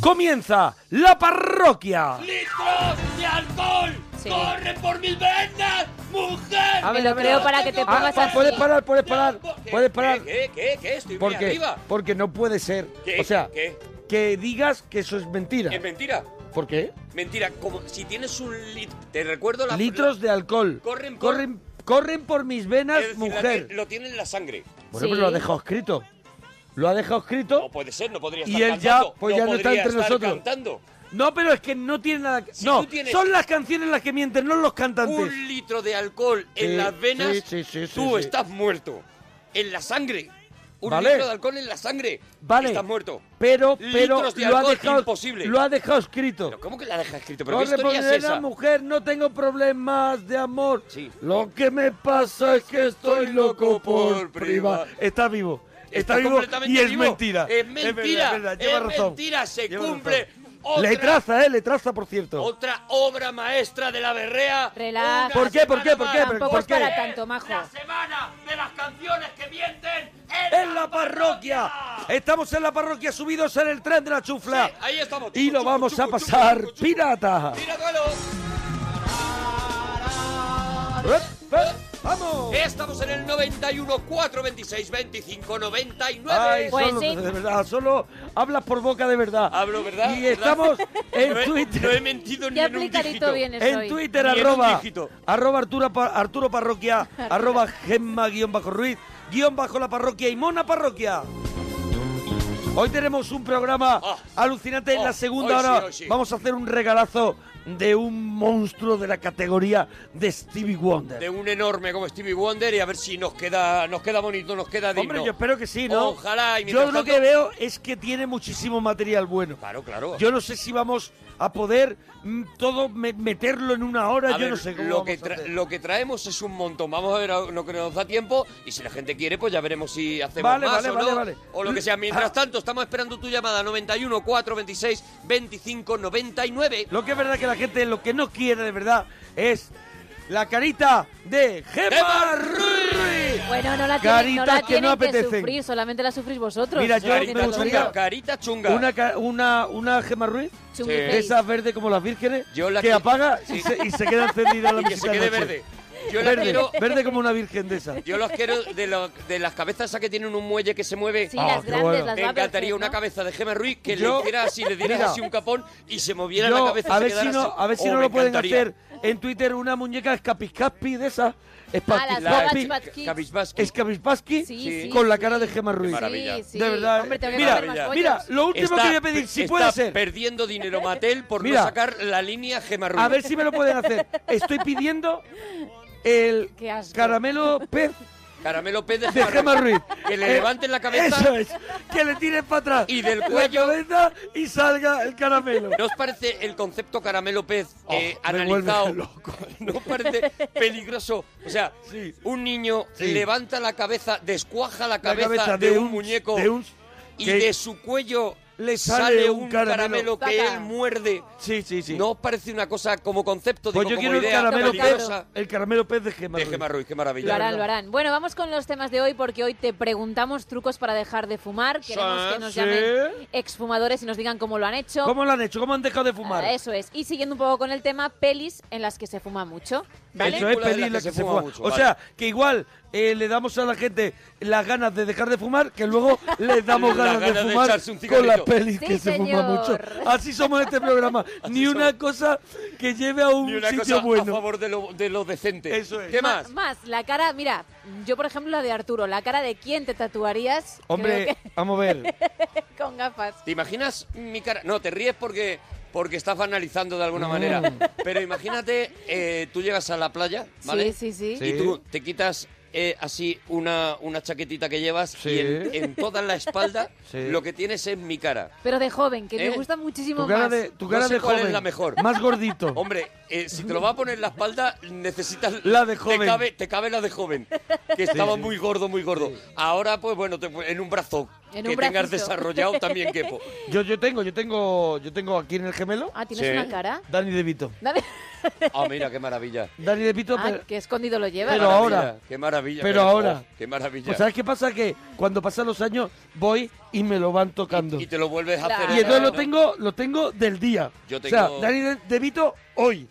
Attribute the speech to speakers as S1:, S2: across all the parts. S1: comienza la parroquia.
S2: ¡Litros de alcohol! ¡Corren por mis venas! ¡Mujer!
S1: A ver, Te lo a ver, creo a ver. para que te pongas así. puedes parar, puedes parar, puedes parar.
S2: ¿Qué? ¿Qué? ¿Qué? Estoy muy
S1: Porque,
S2: arriba.
S1: porque no puede ser.
S2: ¿Qué?
S1: O sea,
S2: ¿Qué?
S1: que digas que eso es mentira.
S2: Es mentira.
S1: ¿Por qué?
S2: Mentira. Como si tienes un lit... Te recuerdo la...
S1: Litros de alcohol.
S2: Corren por-
S1: corren, corren por mis venas,
S2: Es decir, la-
S1: mujer.
S2: Lo tiene en la sangre.
S1: Bueno, pero lo ha dejado escrito. Lo ha dejado escrito.
S2: No puede ser, no podría
S1: Y
S2: estar
S1: él ya,
S2: cantando.
S1: pues
S2: no
S1: ya no está
S2: podría
S1: entre
S2: estar
S1: nosotros.
S2: cantando.
S1: No, pero es que no tiene nada que...
S2: Si
S1: no,
S2: tú tienes-
S1: son las canciones las que mienten, no los cantantes.
S2: Un litro de alcohol en
S1: Sí,
S2: las venas,
S1: sí, sí, sí, sí,
S2: tú
S1: sí.
S2: estás muerto. En la sangre. Un
S1: Vale.
S2: litro de alcohol en la sangre.
S1: Vale.
S2: Estás muerto.
S1: Pero,
S2: Litros
S1: pero
S2: de
S1: lo ha
S2: alcohol,
S1: dejado
S2: imposible.
S1: Lo ha dejado escrito.
S2: ¿Cómo que la deja escrito? ¿Pero
S1: No
S2: qué historia es
S1: responderé a
S2: esa?
S1: la mujer, no tengo problemas de amor.
S2: Sí.
S1: Lo que me pasa es que estoy loco por privar. Está vivo. Está, vivo
S2: completamente
S1: y es
S2: vivo.
S1: mentira.
S2: Es mentira.
S1: Es, verdad, es verdad, lleva
S2: es
S1: razón.
S2: mentira. Se
S1: Lleva
S2: cumple
S1: razón.
S2: otra,
S1: Letraza, eh, letraza, por cierto.
S2: otra obra maestra de la berrea.
S3: Relaja.
S1: ¿Por qué, por qué, por qué, por-
S3: Tampoco
S1: por
S3: es
S1: qué?
S3: para tanto, majo.
S2: La semana de las canciones que mienten
S1: En la parroquia. Estamos en la parroquia subidos en el tren de la chufla.
S2: Ahí estamos.
S1: y lo vamos a pasar pirata.
S2: Mira, duelo.
S1: ¡Eh, eh, ¡Vamos!
S2: Estamos en el 91 4 26 25 99.
S1: Ay,
S3: Pues
S1: solo,
S3: sí.
S1: de verdad, solo hablas por boca de verdad.
S2: Hablo, ¿verdad?
S1: Y
S2: ¿Verdad?
S1: estamos en
S2: no he,
S1: Twitter.
S2: No he mentido ni
S3: Qué
S2: en un dígito.
S3: aplicadito vienes
S1: En
S3: hoy.
S1: Twitter,
S2: Ni en un
S1: arroba,
S2: dígito.
S1: arroba Arturo, Pa- Arturo Parroquia, arroba Gemma, guión bajo Ruiz, guión bajo la parroquia y Mona Parroquia. Hoy tenemos un programa
S2: Ah.
S1: alucinante en
S2: Oh,
S1: la segunda
S2: hoy sí,
S1: hora.
S2: hoy sí.
S1: Vamos a hacer un regalazo de un monstruo de la categoría de Stevie Wonder.
S2: De un enorme como Stevie Wonder y a ver si nos queda, nos queda bonito, nos queda digno.
S1: Hombre, yo espero que sí, ¿no?
S2: Ojalá, y
S1: yo
S2: mientras
S1: lo que
S2: tanto-
S1: veo es que tiene muchísimo material bueno.
S2: Claro, claro.
S1: Yo no sé si vamos a poder mm, todo me- meterlo en una hora,
S2: A
S1: yo
S2: ver,
S1: no sé cómo
S2: lo
S1: vamos
S2: que,
S1: a
S2: tra-
S1: hacer.
S2: lo que traemos es un montón. Vamos a ver a- lo que nos da tiempo y si la gente quiere, pues ya veremos si hacemos
S1: Vale,
S2: más
S1: vale,
S2: o
S1: vale,
S2: no,
S1: vale. ah.
S2: O lo que sea. Mientras tanto, estamos esperando tu llamada 91 426 25 99.
S1: Lo que es verdad que la gente lo que no quiere de verdad es la carita de Gemma
S2: Gemma
S1: Ruiz.
S3: Bueno, no la,
S1: Caritas
S3: tienen, no la
S1: que no
S3: tienen que
S1: apetecen.
S3: sufrir, solamente la sufrís vosotros.
S1: Mira,
S3: O sea,
S1: yo
S3: ni
S1: me
S2: Carita
S3: tanto
S1: gustaría-
S2: chunga,
S3: lío.
S2: carita chunga.
S1: Una, ca- una, una Gemma Ruiz
S3: Chungi
S2: Sí.
S1: de
S3: face.
S1: esas verdes como las vírgenes
S2: Yo la
S1: que
S2: que-
S1: apaga y,
S2: sí.
S1: se, y se queda encendida la
S2: y que se
S1: música de
S2: quede
S1: noche.
S2: verde. Yo la
S1: Verde,
S2: quiero.
S1: verde como una virgen de esas.
S2: Yo los quiero de, lo- de las cabezas esas que tienen un muelle que se mueve.
S3: Sí,
S1: Ah,
S3: las
S1: qué
S3: grandes,
S1: bueno.
S3: las
S2: Me
S3: va a
S2: encantaría
S3: perder,
S2: una
S3: ¿no?
S2: cabeza de Gemma Ruiz que
S1: Yo-
S2: le hiciera así, le diera
S1: Mira.
S2: así un capón y se moviera
S1: Yo,
S2: la cabeza. y
S1: a
S2: se
S1: ver si
S2: quedara
S1: no,
S2: así.
S1: a ver si
S2: Oh,
S1: no
S2: me
S1: lo pueden
S2: encantaría.
S1: hacer en Twitter una muñeca escapiscaspi de esas.
S3: Ah, las
S2: La-
S1: Spapiscaspi.
S3: Babat Bat Kids.
S2: Cabizbasqui.
S1: Escapispaski
S3: Sí, sí,
S1: con la
S3: sí.
S1: cara de Gemma Ruiz.
S2: maravilla.
S3: Sí, sí.
S1: De verdad.
S3: Hombre, tengo que
S1: mira,
S3: comer más
S1: mira,
S3: pollos.
S1: lo último que voy a pedir, si
S2: está
S1: puede ser.
S2: perdiendo dinero Mattel por
S1: Mira.
S2: no sacar la línea Gemma Ruiz.
S1: A ver si me lo pueden hacer. Estoy pidiendo el
S3: Qué asco.
S1: caramelo pez
S2: Caramelo Pérez
S1: de Gemma Ruiz.
S2: Que le
S1: Eh,
S2: levanten la cabeza.
S1: Eso es. Que le tiren para atrás.
S2: Y del
S1: la
S2: cuello.
S1: cabeza y salga el caramelo.
S2: ¿No os parece el concepto caramelo pez eh,
S1: Oh, me
S2: analizado?
S1: vuelve loco.
S2: ¿No os parece peligroso? O sea,
S1: Sí.
S2: un niño
S1: Sí.
S2: levanta la cabeza, descuaja la
S1: La
S2: cabeza, de, un, muñeco
S1: de un-
S2: y
S1: que-
S2: de su cuello
S1: le
S2: le
S1: sale
S2: sale,
S1: un
S2: un,
S1: caramelo.
S2: caramelo, que
S3: Taca.
S2: él muerde.
S1: Sí, sí, sí.
S2: ¿No os parece una cosa como concepto,
S1: pues
S2: digo,
S1: yo
S2: como
S1: quiero el
S2: idea
S1: caramelo pez.
S2: peligrosa?
S1: El caramelo pez de Gemma
S2: De
S1: Ruiz.
S2: Gemma Ruiz, qué
S3: Lo
S2: maravilla.
S3: harán, lo harán. Bueno, vamos con los temas de hoy porque hoy te preguntamos trucos para dejar de fumar. Queremos que nos
S1: sí.
S3: llamen exfumadores y nos digan cómo lo han hecho.
S1: ¿Cómo lo han hecho? ¿Cómo han dejado de fumar?
S3: Ah, Eso es. Y siguiendo un poco con el tema, pelis en las que se fuma mucho. ¿Vale?
S1: Eso es
S2: Película de
S1: peligro
S2: la
S1: que, se fuma.
S2: mucho,
S1: o
S2: vale.
S1: sea, que igual eh, le damos a la gente las ganas de dejar de fumar, que luego les damos
S2: Las
S1: ganas,
S2: ganas
S1: de
S2: de
S1: fumar
S2: echarse un
S1: con las
S2: cigarrito.
S1: pelis
S3: Sí,
S1: que se fuma
S3: señor.
S1: mucho. Así somos en este programa. Ni
S2: somos.
S1: una cosa que lleve a un
S2: Y una
S1: sitio
S2: cosa a
S1: bueno.
S2: favor de lo, de lo decente.
S1: Eso es.
S2: ¿Qué
S3: Ma-
S2: más?
S3: la cara, mira, yo por ejemplo la de Arturo, la cara de quién te tatuarías. creo
S1: Hombre,
S3: que-
S1: vamos a ver.
S3: con gafas.
S2: ¿Te imaginas mi cara? No, te ríes porque, porque estás analizando de alguna manera. Pero imagínate, eh, tú llegas a la playa, ¿vale?
S3: Mm. Sí, sí, sí.
S2: Y tú te quitas eh, así una, una chaquetita que llevas
S1: Sí.
S2: y en, en toda la espalda
S1: Sí.
S2: lo que tienes es mi cara.
S3: Pero de joven, que
S2: ¿Eh?
S3: me gusta
S1: Tu
S3: muchísimo
S1: cara
S3: más.
S1: de, tu
S2: No
S1: cara
S2: sé
S1: de
S2: cuál es
S1: joven.
S2: la mejor.
S1: Más gordito.
S2: Hombre, eh, si te lo va a poner en la espalda, necesitas...
S1: La de joven.
S2: Te cabe, te cabe la de joven, que estaba
S1: sí.
S2: muy gordo, muy gordo. Ahora, pues bueno, te- en un brazo
S3: En
S2: que
S3: un
S2: tengas
S3: bracito.
S2: desarrollado también quepo.
S1: Yo, yo tengo, yo tengo, yo tengo aquí en el gemelo
S3: Ah, ¿tienes
S2: Sí.
S3: una cara?
S1: Dani De Vito.
S3: Dale.
S2: Oh, mira, qué maravilla.
S1: Dani de Pito,
S3: Ah,
S1: pero,
S3: que escondido lo lleva.
S1: Pero
S2: Maravilla,
S1: ahora.
S2: Qué maravilla.
S1: pero
S2: qué-
S1: ahora.
S2: oh, qué maravilla.
S1: Pues ¿sabes qué pasa? Que cuando pasan los años voy y me lo van tocando.
S2: y te lo vuelves a
S3: Claro.
S2: hacer.
S1: Y entonces lo tengo, lo tengo del día.
S2: Yo
S1: O
S2: tengo-
S1: sea, Dani de, de Vito hoy.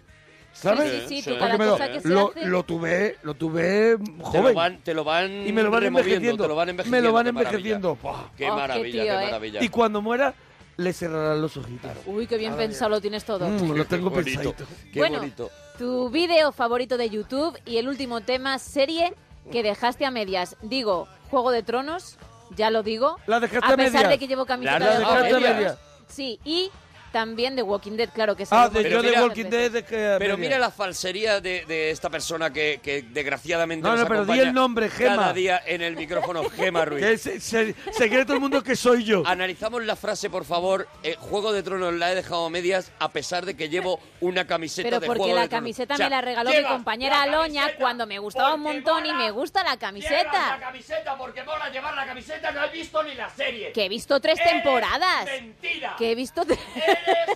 S1: ¿Sabes?
S3: Sí, sí, sí, tú
S2: Sí,
S3: cada
S1: Porque me
S3: cosa
S1: lo,
S3: que se
S1: lo-
S3: hace...
S1: lo tuve, lo tuve
S2: Te lo
S1: joven.
S2: van, te lo van
S1: y me lo van
S2: removiendo,
S1: envejeciendo.
S2: te lo van
S1: me
S2: envejeciendo.
S1: lo van
S2: qué maravilla.
S1: envejeciendo. Buah.
S2: Qué
S3: Oh, qué
S2: maravilla,
S3: tío,
S2: qué
S3: eh.
S2: maravilla.
S1: Y cuando muera, le cerrarán los ojitos.
S3: Uy, qué bien pensado lo tienes todo.
S1: Mm, lo tengo
S2: Qué bonito,
S1: pensadito.
S2: Qué
S3: Bueno.
S2: bonito.
S3: Tu vídeo favorito de YouTube y el último tema, serie que dejaste a medias. Digo, Juego de Tronos, ya lo digo.
S1: La dejaste
S3: A
S1: a
S3: pesar
S1: medias.
S3: de que llevo camiseta
S2: La
S3: de Juego
S2: dejaste
S3: de
S2: a
S3: Tronos.
S1: medias.
S3: Sí, y también de Walking Dead, claro que sí.
S1: Ah, de
S2: Pero
S1: yo de
S2: mira-
S1: Walking Dead. de que-
S2: Pero mira la falsería de, de esta persona que, que desgraciadamente
S1: No,
S2: nos
S1: no, pero di
S2: acompaña
S1: el nombre, Gema.
S2: Cada día en el micrófono, Gema Ruiz.
S1: Que se, se- se cree todo el mundo que soy yo.
S2: Analizamos la frase, por favor. Eh, Juego de Tronos la he dejado a medias a pesar de que llevo una camiseta
S3: Pero
S2: de
S3: porque
S2: Juego
S3: la
S2: de Tronos.
S3: camiseta
S2: O sea,
S3: me la regaló mi
S2: lleva
S3: compañera
S2: la
S3: Aloña
S2: camiseta
S3: cuando me gustaba un
S2: porque
S3: montón y
S2: mola.
S3: me gusta la
S2: Lleva
S3: camiseta.
S2: camiseta porque mola llevar la camiseta, no he visto ni la serie.
S3: Que he visto tres
S2: Eres
S3: temporadas.
S2: Mentira.
S3: Que he visto... tres-
S2: Eres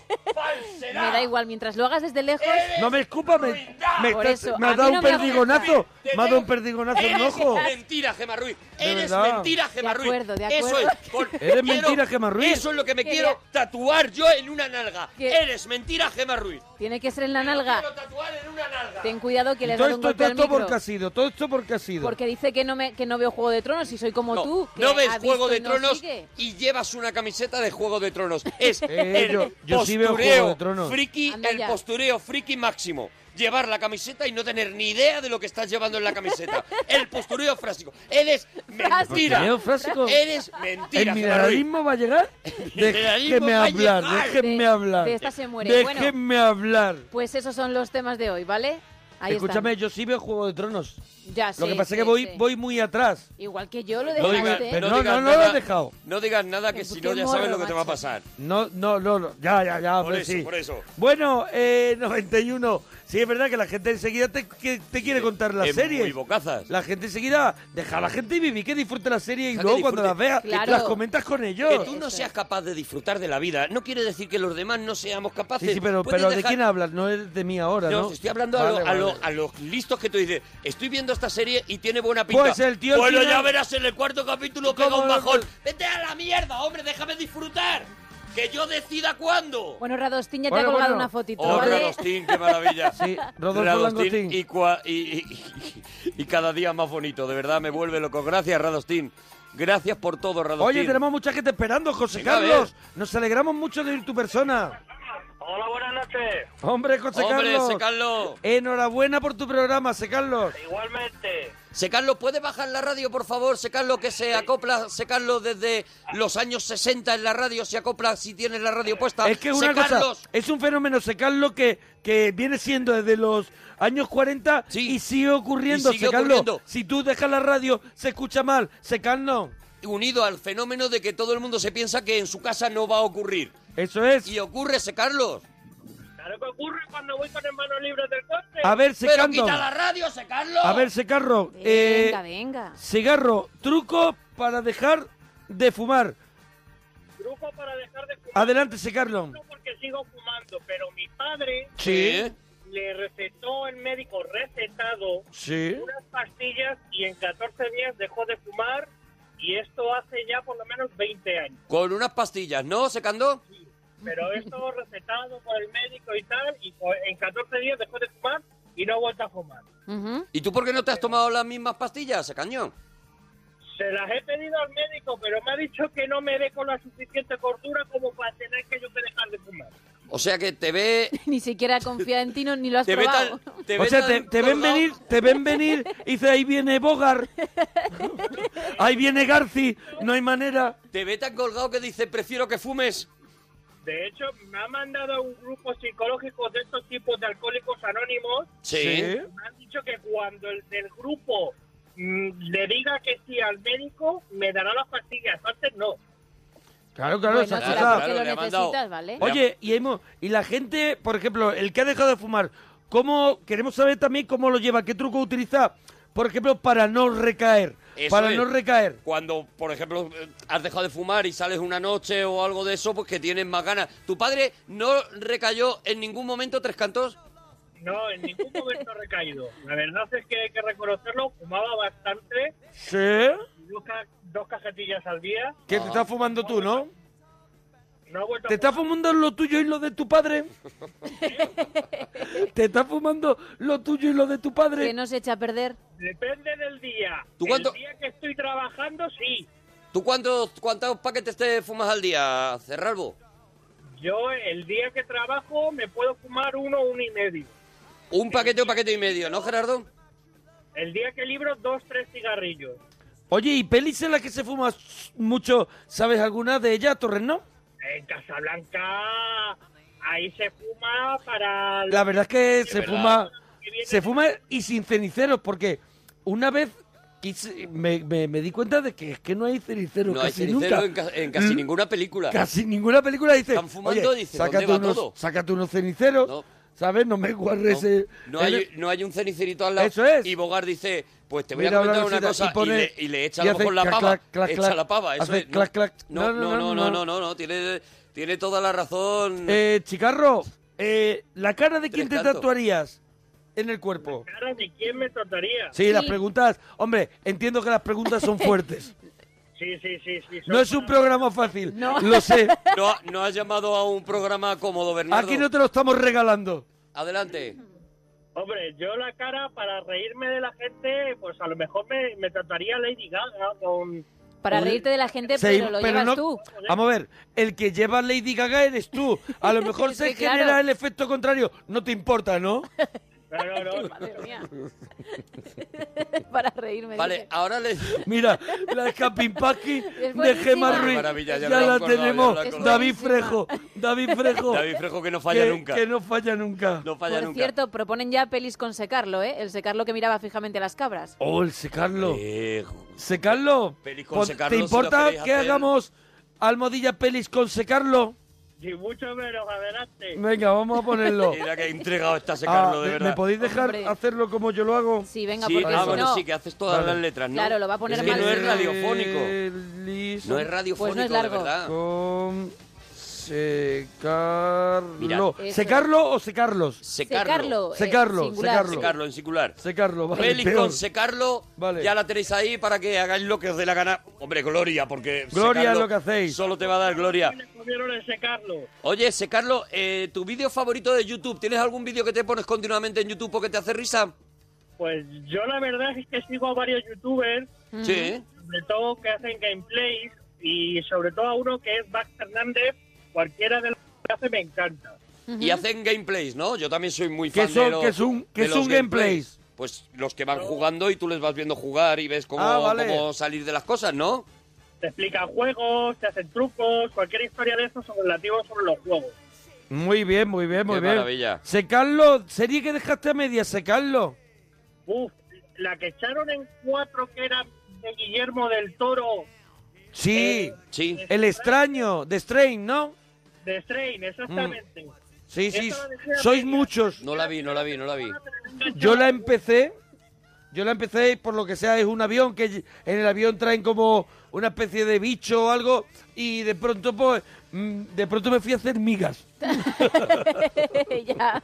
S2: falsedad.
S3: me da igual, mientras lo hagas desde lejos...
S2: Eres
S1: No me escupa, me,
S2: ruindad.
S1: me,
S3: Por
S1: estás-
S3: eso,
S1: me
S3: a
S1: ha
S3: mí
S1: dado
S3: no
S1: un
S3: me hagas-
S1: perdigonazo.
S2: Te
S1: Me ha dado un
S2: tengo-
S1: perdigonazo en el
S2: Eres
S1: ojo.
S2: mentira, Gemma Ruiz.
S1: De
S2: Eres
S1: verdad.
S2: mentira, Gemma Ruiz.
S3: acuerdo, de
S2: Eso
S3: acuerdo.
S2: es. Por-
S1: Eres mentira, Gemma Ruiz.
S2: Eso es lo que me
S3: Quería-
S2: quiero tatuar yo en una nalga.
S3: Que-
S2: Eres mentira, Gemma Ruiz.
S3: Tiene que ser en la
S2: Me lo
S3: nalga.
S2: quiero tatuar en una nalga.
S3: Ten cuidado que le he
S1: Todo
S3: dado un
S1: esto,
S3: golpe
S1: todo
S3: al
S1: esto porque
S3: micro.
S1: ha sido, todo esto porque ha sido.
S3: Porque dice que no, me, que no veo Juego de Tronos y soy como
S2: No,
S3: tú. que
S2: no ves
S3: ha visto
S2: Juego de
S3: y no
S2: Tronos
S3: sigue.
S2: y llevas una camiseta de Juego de Tronos. Es
S1: Eh,
S2: el
S1: yo- yo sí veo
S2: postureo
S1: Juego de Tronos.
S2: friki,
S3: Anda
S2: el
S3: ya.
S2: postureo friki máximo. Llevar la camiseta y no tener ni idea de lo que estás llevando en la camiseta. El postureo frásico. Eres mentira.
S1: Postureo frásico.
S2: Eres mentira.
S1: el
S2: Gemma Ruiz.
S1: mineralismo va a llegar.
S2: mineralismo
S1: Déjenme
S2: va a
S1: hablar,
S2: llegar.
S1: déjenme
S3: De-
S1: hablar.
S3: de esta se muere.
S1: Déjenme hablar.
S3: Pues esos son los temas de hoy, ¿vale? Ahí
S1: Escúchame, yo sí veo Juego de Tronos.
S3: están. Ya,
S1: lo
S3: sí,
S1: que pasa es que
S3: sí,
S1: voy,
S3: sí.
S1: voy muy atrás.
S3: Igual que yo lo
S2: No
S1: digas-
S3: dejaste.
S1: pero-
S3: ¿eh?
S1: no, no, no lo has dejado.
S2: No digas nada que
S3: Qué-
S2: si
S3: qué
S2: no ya sabes
S3: morro,
S2: lo que te va a
S3: macho.
S2: pasar.
S1: No, no, no, no. Ya, ya, ya.
S2: Por
S1: pues
S2: eso,
S1: sí.
S2: por eso.
S1: Bueno, eh, 91. Sí, es verdad que la gente enseguida te, que- te quiere contar las
S2: Es
S1: series.
S2: muy bocazas.
S1: La gente enseguida deja a la gente y vivir, que disfrute la serie y
S2: Deja que
S1: luego cuando las
S2: disfrute.
S1: veas eh,
S3: Claro.
S1: las comentas con ellos.
S2: Que tú no
S3: Eso
S2: seas
S3: es.
S2: capaz de disfrutar de la vida no quiere decir que los demás no seamos capaces.
S1: Sí, sí, pero,
S2: Puedes
S1: pero ¿de
S2: dejar-
S1: quién hablas? No es de mí ahora, ¿no?
S2: No, te estoy hablando a,
S1: Vale,
S2: lo- a lo-
S1: vale.
S2: a los listos que tú dices. Estoy viendo esta serie y tiene buena pinta.
S1: Pues el tío al
S2: Bueno,
S1: final-
S2: ya verás en el cuarto capítulo
S1: ¿Cómo Pues-
S2: pega un
S1: lo-
S2: bajón. Vete a la mierda, hombre, déjame disfrutar. Que yo decida cuándo.
S3: Bueno, Radostín ya te
S1: Bueno,
S3: ha colgado
S1: bueno.
S3: una fotito,
S2: Oh,
S3: ¿vale?
S2: Radostín, qué maravilla.
S1: Sí, Rodolfo Langostín.
S2: Y, cua- y- y- y cada día más bonito, de verdad, me vuelve loco. Gracias, Radostín. Gracias por todo, Radostín.
S1: Oye, tenemos mucha gente esperando, José
S2: Venga, a ver.
S1: Carlos. Nos alegramos mucho de ir tu persona.
S4: Hola, buenas noches.
S1: Hombre, José
S2: Hombre,
S1: Carlos.
S2: Se Carlos.
S1: Enhorabuena por tu programa, José Carlos.
S4: Igualmente.
S2: Se Carlos, ¿puede bajar la radio, por favor? Se Carlos, que se acopla. Se Carlos, desde los años 60 en la radio, se acopla si tienes la radio puesta.
S1: Es que es
S2: Se
S1: una cosa,
S2: Carlos.
S1: es un fenómeno, José Carlos, que, que viene siendo desde los años 40
S2: Sí.
S1: y sigue ocurriendo,
S2: Y sigue
S1: José Carlos.
S2: ocurriendo.
S1: Si tú dejas la radio, se escucha mal, José Carlos.
S2: Unido al fenómeno de que todo el mundo se piensa que en su casa no va a ocurrir.
S1: Eso es.
S2: Y ocurre, Se Carlos.
S4: Claro que ocurre cuando voy con el mano libre del coche.
S1: A ver, José
S2: Pero
S1: Carlos.
S2: quita la radio, Se Carlos.
S1: A ver, José Carlos. eh,
S3: Venga, venga.
S1: cigarro, truco para dejar de fumar.
S4: Truco para dejar de fumar
S1: Adelante, José Carlos.
S4: no porque sigo fumando, pero mi padre
S2: Sí.
S4: le recetó el médico recetado
S1: Sí.
S4: unas pastillas y en 14 días dejó de fumar y esto hace ya por lo menos 20 años.
S2: Con unas pastillas, ¿no, Secando?
S4: Pero esto recetado por el médico y tal y co- en 14 días dejó de fumar y no ha vuelto a fumar.
S3: Ujú.
S2: ¿Y tú por qué no te has tomado las mismas pastillas, Secañón?
S4: Se las he pedido al médico, pero me ha dicho que no me dé con la suficiente cordura como para tener que yo que dejar de fumar.
S2: O sea que te ve...
S3: Ni siquiera confía en ti, no, ni lo has
S2: Te ve
S3: probado.
S2: tan... te
S1: o
S2: ve
S1: sea,
S2: tan
S1: te, te ven
S2: colgado.
S1: venir, te ven venir, y dice, ahí viene Bogar, ahí viene Garci, no hay manera.
S2: Te ve tan colgado que dice, prefiero que fumes.
S4: De hecho, me ha mandado a un grupo psicológico de estos tipos de alcohólicos anónimos. Me han dicho que cuando el del grupo mm, le diga que sí al médico, me dará las pastillas. Antes no.
S1: Claro, claro,
S3: Bueno,
S1: esa
S3: será
S1: cosa.
S3: porque
S2: Claro, le ha
S3: lo
S2: mandado-
S3: necesitas, ¿vale?
S1: Oye, y, hemos- y la gente, por ejemplo, el que ha dejado de fumar, ¿cómo, queremos saber también cómo lo lleva, qué truco utiliza, por ejemplo, para no recaer,
S2: Eso
S1: para
S2: es.
S1: no recaer.
S2: Cuando, por ejemplo, eh, has dejado de fumar y sales una noche o algo de eso, pues que tienes más ganas. ¿Tu padre no recayó en ningún momento tres cantos?
S4: No, en ningún momento he recaído. La verdad es que hay que reconocerlo, fumaba bastante,
S1: ¿Sí?
S4: dos, ca- dos cajetillas al día.
S2: Ah.
S1: ¿Qué te estás fumando tú, no?
S4: No he vuelto a
S1: ¿Te estás fumando lo tuyo y lo de tu padre? ¿Te estás fumando lo tuyo y lo de tu
S3: Que
S1: padre?
S3: no se echa a perder.
S4: Depende del día.
S2: ¿Tú cuánto-
S4: El día que estoy trabajando, sí.
S2: ¿Tú cuántos, cuántos paquetes te fumas al día, Cerralbo?
S4: Yo el día que trabajo me puedo fumar uno, uno y medio.
S2: Un paquete o paquete y medio, ¿no, Gerardo?
S4: El día que libro, dos, tres cigarrillos.
S1: Oye, ¿y pelis en las que se fuma s- mucho? ¿Sabes alguna de ellas, Torres, no?
S4: En Casablanca, ahí se fuma para...
S1: La verdad es que se
S2: verdad.
S1: fuma se fuma y sin ceniceros, porque una vez quise- me, me- me di cuenta de que es que no hay ceniceros
S2: No hay
S1: casi
S2: cenicero
S1: nunca. Mm.
S2: en, ca- en casi ninguna película.
S1: Casi ninguna película dice,
S2: Están fumando,
S1: oye,
S2: dice,
S1: sácate,
S2: ¿dónde va
S1: unos,
S2: todo?
S1: sácate unos ceniceros,
S2: No.
S1: ¿sabes? No me guarres
S2: No,
S1: el-
S2: no
S1: el-
S2: hay, no hay un cenicerito al lado.
S1: Eso es.
S2: Y Bogart dice, pues te voy
S1: Mira,
S2: a comentar
S1: habla
S2: una
S1: cosita,
S2: cosa. Y,
S1: y pone-
S2: le, y le echa
S1: y
S2: a lo mejor
S1: hace
S2: la
S1: clac,
S2: pava.
S1: clac, clac,
S2: echa
S1: clac.
S2: la pava. Eso
S1: Hace
S2: es.
S1: clac, clac.
S2: No, no, no, no, no, no, no, Tiene, tiene toda la razón.
S1: Eh, Chicarro, eh, ¿la cara de
S2: Tres
S1: quién te
S2: cantos.
S1: tatuarías en el cuerpo?
S4: Cara, ¿de quién me trataría?
S1: Sí, las
S3: Sí.
S1: preguntas, hombre, entiendo que las preguntas son fuertes.
S4: Sí, sí, sí. sí
S1: No
S4: son
S1: es un
S4: para-
S1: programa fácil, lo sé.
S2: No, ha- no has llamado a un programa cómodo, Bernardo.
S1: Aquí no te lo estamos regalando.
S2: Adelante.
S4: Hombre, yo la cara para reírme de la gente, pues a lo mejor me, me trataría Lady Gaga con...
S3: Para
S1: Oye,
S3: reírte de la gente,
S1: Se-
S3: pero lo llevas
S1: no-
S3: tú.
S1: Vamos a ver, el que lleva Lady Gaga eres tú. A lo mejor se
S3: Sí, claro.
S1: genera el efecto contrario. No te importa, ¿no?
S4: No, no, no,
S3: Madre mía. Para reírme.
S2: Vale,
S3: dice.
S2: ahora le...
S1: Mira, la Escapimpaqui de
S3: buenísima.
S1: Gemma
S3: Qué
S1: Ruiz.
S2: maravilla, ya
S1: ya
S2: la he
S1: la
S2: acordado, ya
S1: tenemos.
S2: la he
S3: acordado.
S1: David
S3: Es
S1: Frejo. David Frejo.
S2: David Frejo que no falla
S1: que-
S2: nunca.
S1: Que no falla nunca.
S2: No falla
S3: Por
S2: nunca.
S3: cierto, proponen ya pelis con secarlo, ¿eh? El secarlo que miraba fijamente a las cabras.
S1: Oh, el secarlo.
S2: Eh,
S1: Secarlo.
S2: Pelis con secarlo,
S1: ¿Te
S2: si la
S1: importa
S2: queréis
S1: que
S2: hacer?
S1: hagamos almohadilla pelis con secarlo?
S4: ni mucho menos, adelante.
S1: Venga, vamos a ponerlo.
S2: mira que entregado está ese
S1: Ah,
S2: Carlos, de
S1: ¿me-
S2: verdad.
S1: ¿Me podéis dejar
S3: Hombre.
S1: hacerlo como yo lo hago?
S3: Sí, venga,
S2: sí,
S3: porque
S2: ah,
S3: si
S2: bueno,
S3: no,
S2: sí, que haces todas
S1: Vale.
S2: las letras, ¿no?
S3: Claro, lo va a poner
S2: es que
S3: mal.
S2: no es
S3: Eh,
S2: radiofónico.
S1: Feliz-
S2: No es radiofónico,
S3: Pues no es
S2: de
S3: largo.
S2: verdad.
S1: Con secarlo.
S2: Mira.
S3: Eso.
S1: ¿Secarlo o secarlos?
S2: Secarlo.
S3: eh,
S1: Secarlo,
S3: singular.
S1: secarlo.
S2: Secarlo en singular.
S1: Secarlo, vale.
S2: Pelis
S1: peor.
S2: con secarlo,
S1: Vale.
S2: ya la tenéis ahí para que hagáis lo que os dé la gana. Hombre, Gloria, porque
S1: Gloria es
S2: secarlo
S1: lo que hacéis.
S2: Solo te va a dar Gloria.
S4: Me comieron ese Carlos.
S2: Oye, secarlo, eh, tu vídeo favorito de YouTube, ¿tienes algún vídeo que te pones continuamente en YouTube porque te hace risa?
S4: Pues yo la verdad es que sigo a varios youtubers,
S2: Sí. ¿eh?
S4: sobre todo que hacen gameplays, y sobre todo a uno que es Max Fernández, cualquiera de los que hace me encanta.
S2: Y hacen gameplays, ¿no? Yo también soy muy
S1: ¿Qué
S2: fan
S1: son-
S2: de los
S1: qué son- qué
S2: de los
S1: son gameplays?
S2: Pues los que van jugando y tú les vas viendo jugar y ves cómo,
S1: Ah, vale.
S2: cómo salir de las cosas, ¿no?
S4: Te explican juegos, te hacen trucos, cualquier historia de esos relativo sobre los juegos.
S1: Muy bien, muy bien, muy
S2: Qué
S1: bien.
S2: maravilla.
S1: Secarlo, sería que dejaste a media, secarlo.
S4: Uf, la que echaron en cuatro que era de Guillermo del Toro,
S1: Sí,
S2: Sí.
S1: el extraño de Strain, ¿no?
S4: de Strain, exactamente.
S1: Mm. Sí, sí,
S4: Esa la dejé a
S1: sois
S4: media.
S1: muchos.
S2: No la vi, no la vi, no la vi.
S1: Yo la empecé, yo la empecé por lo que sea, es un avión que ll- en el avión traen como una especie de bicho o algo y de pronto pues mm, de pronto me fui a hacer migas.
S3: ya.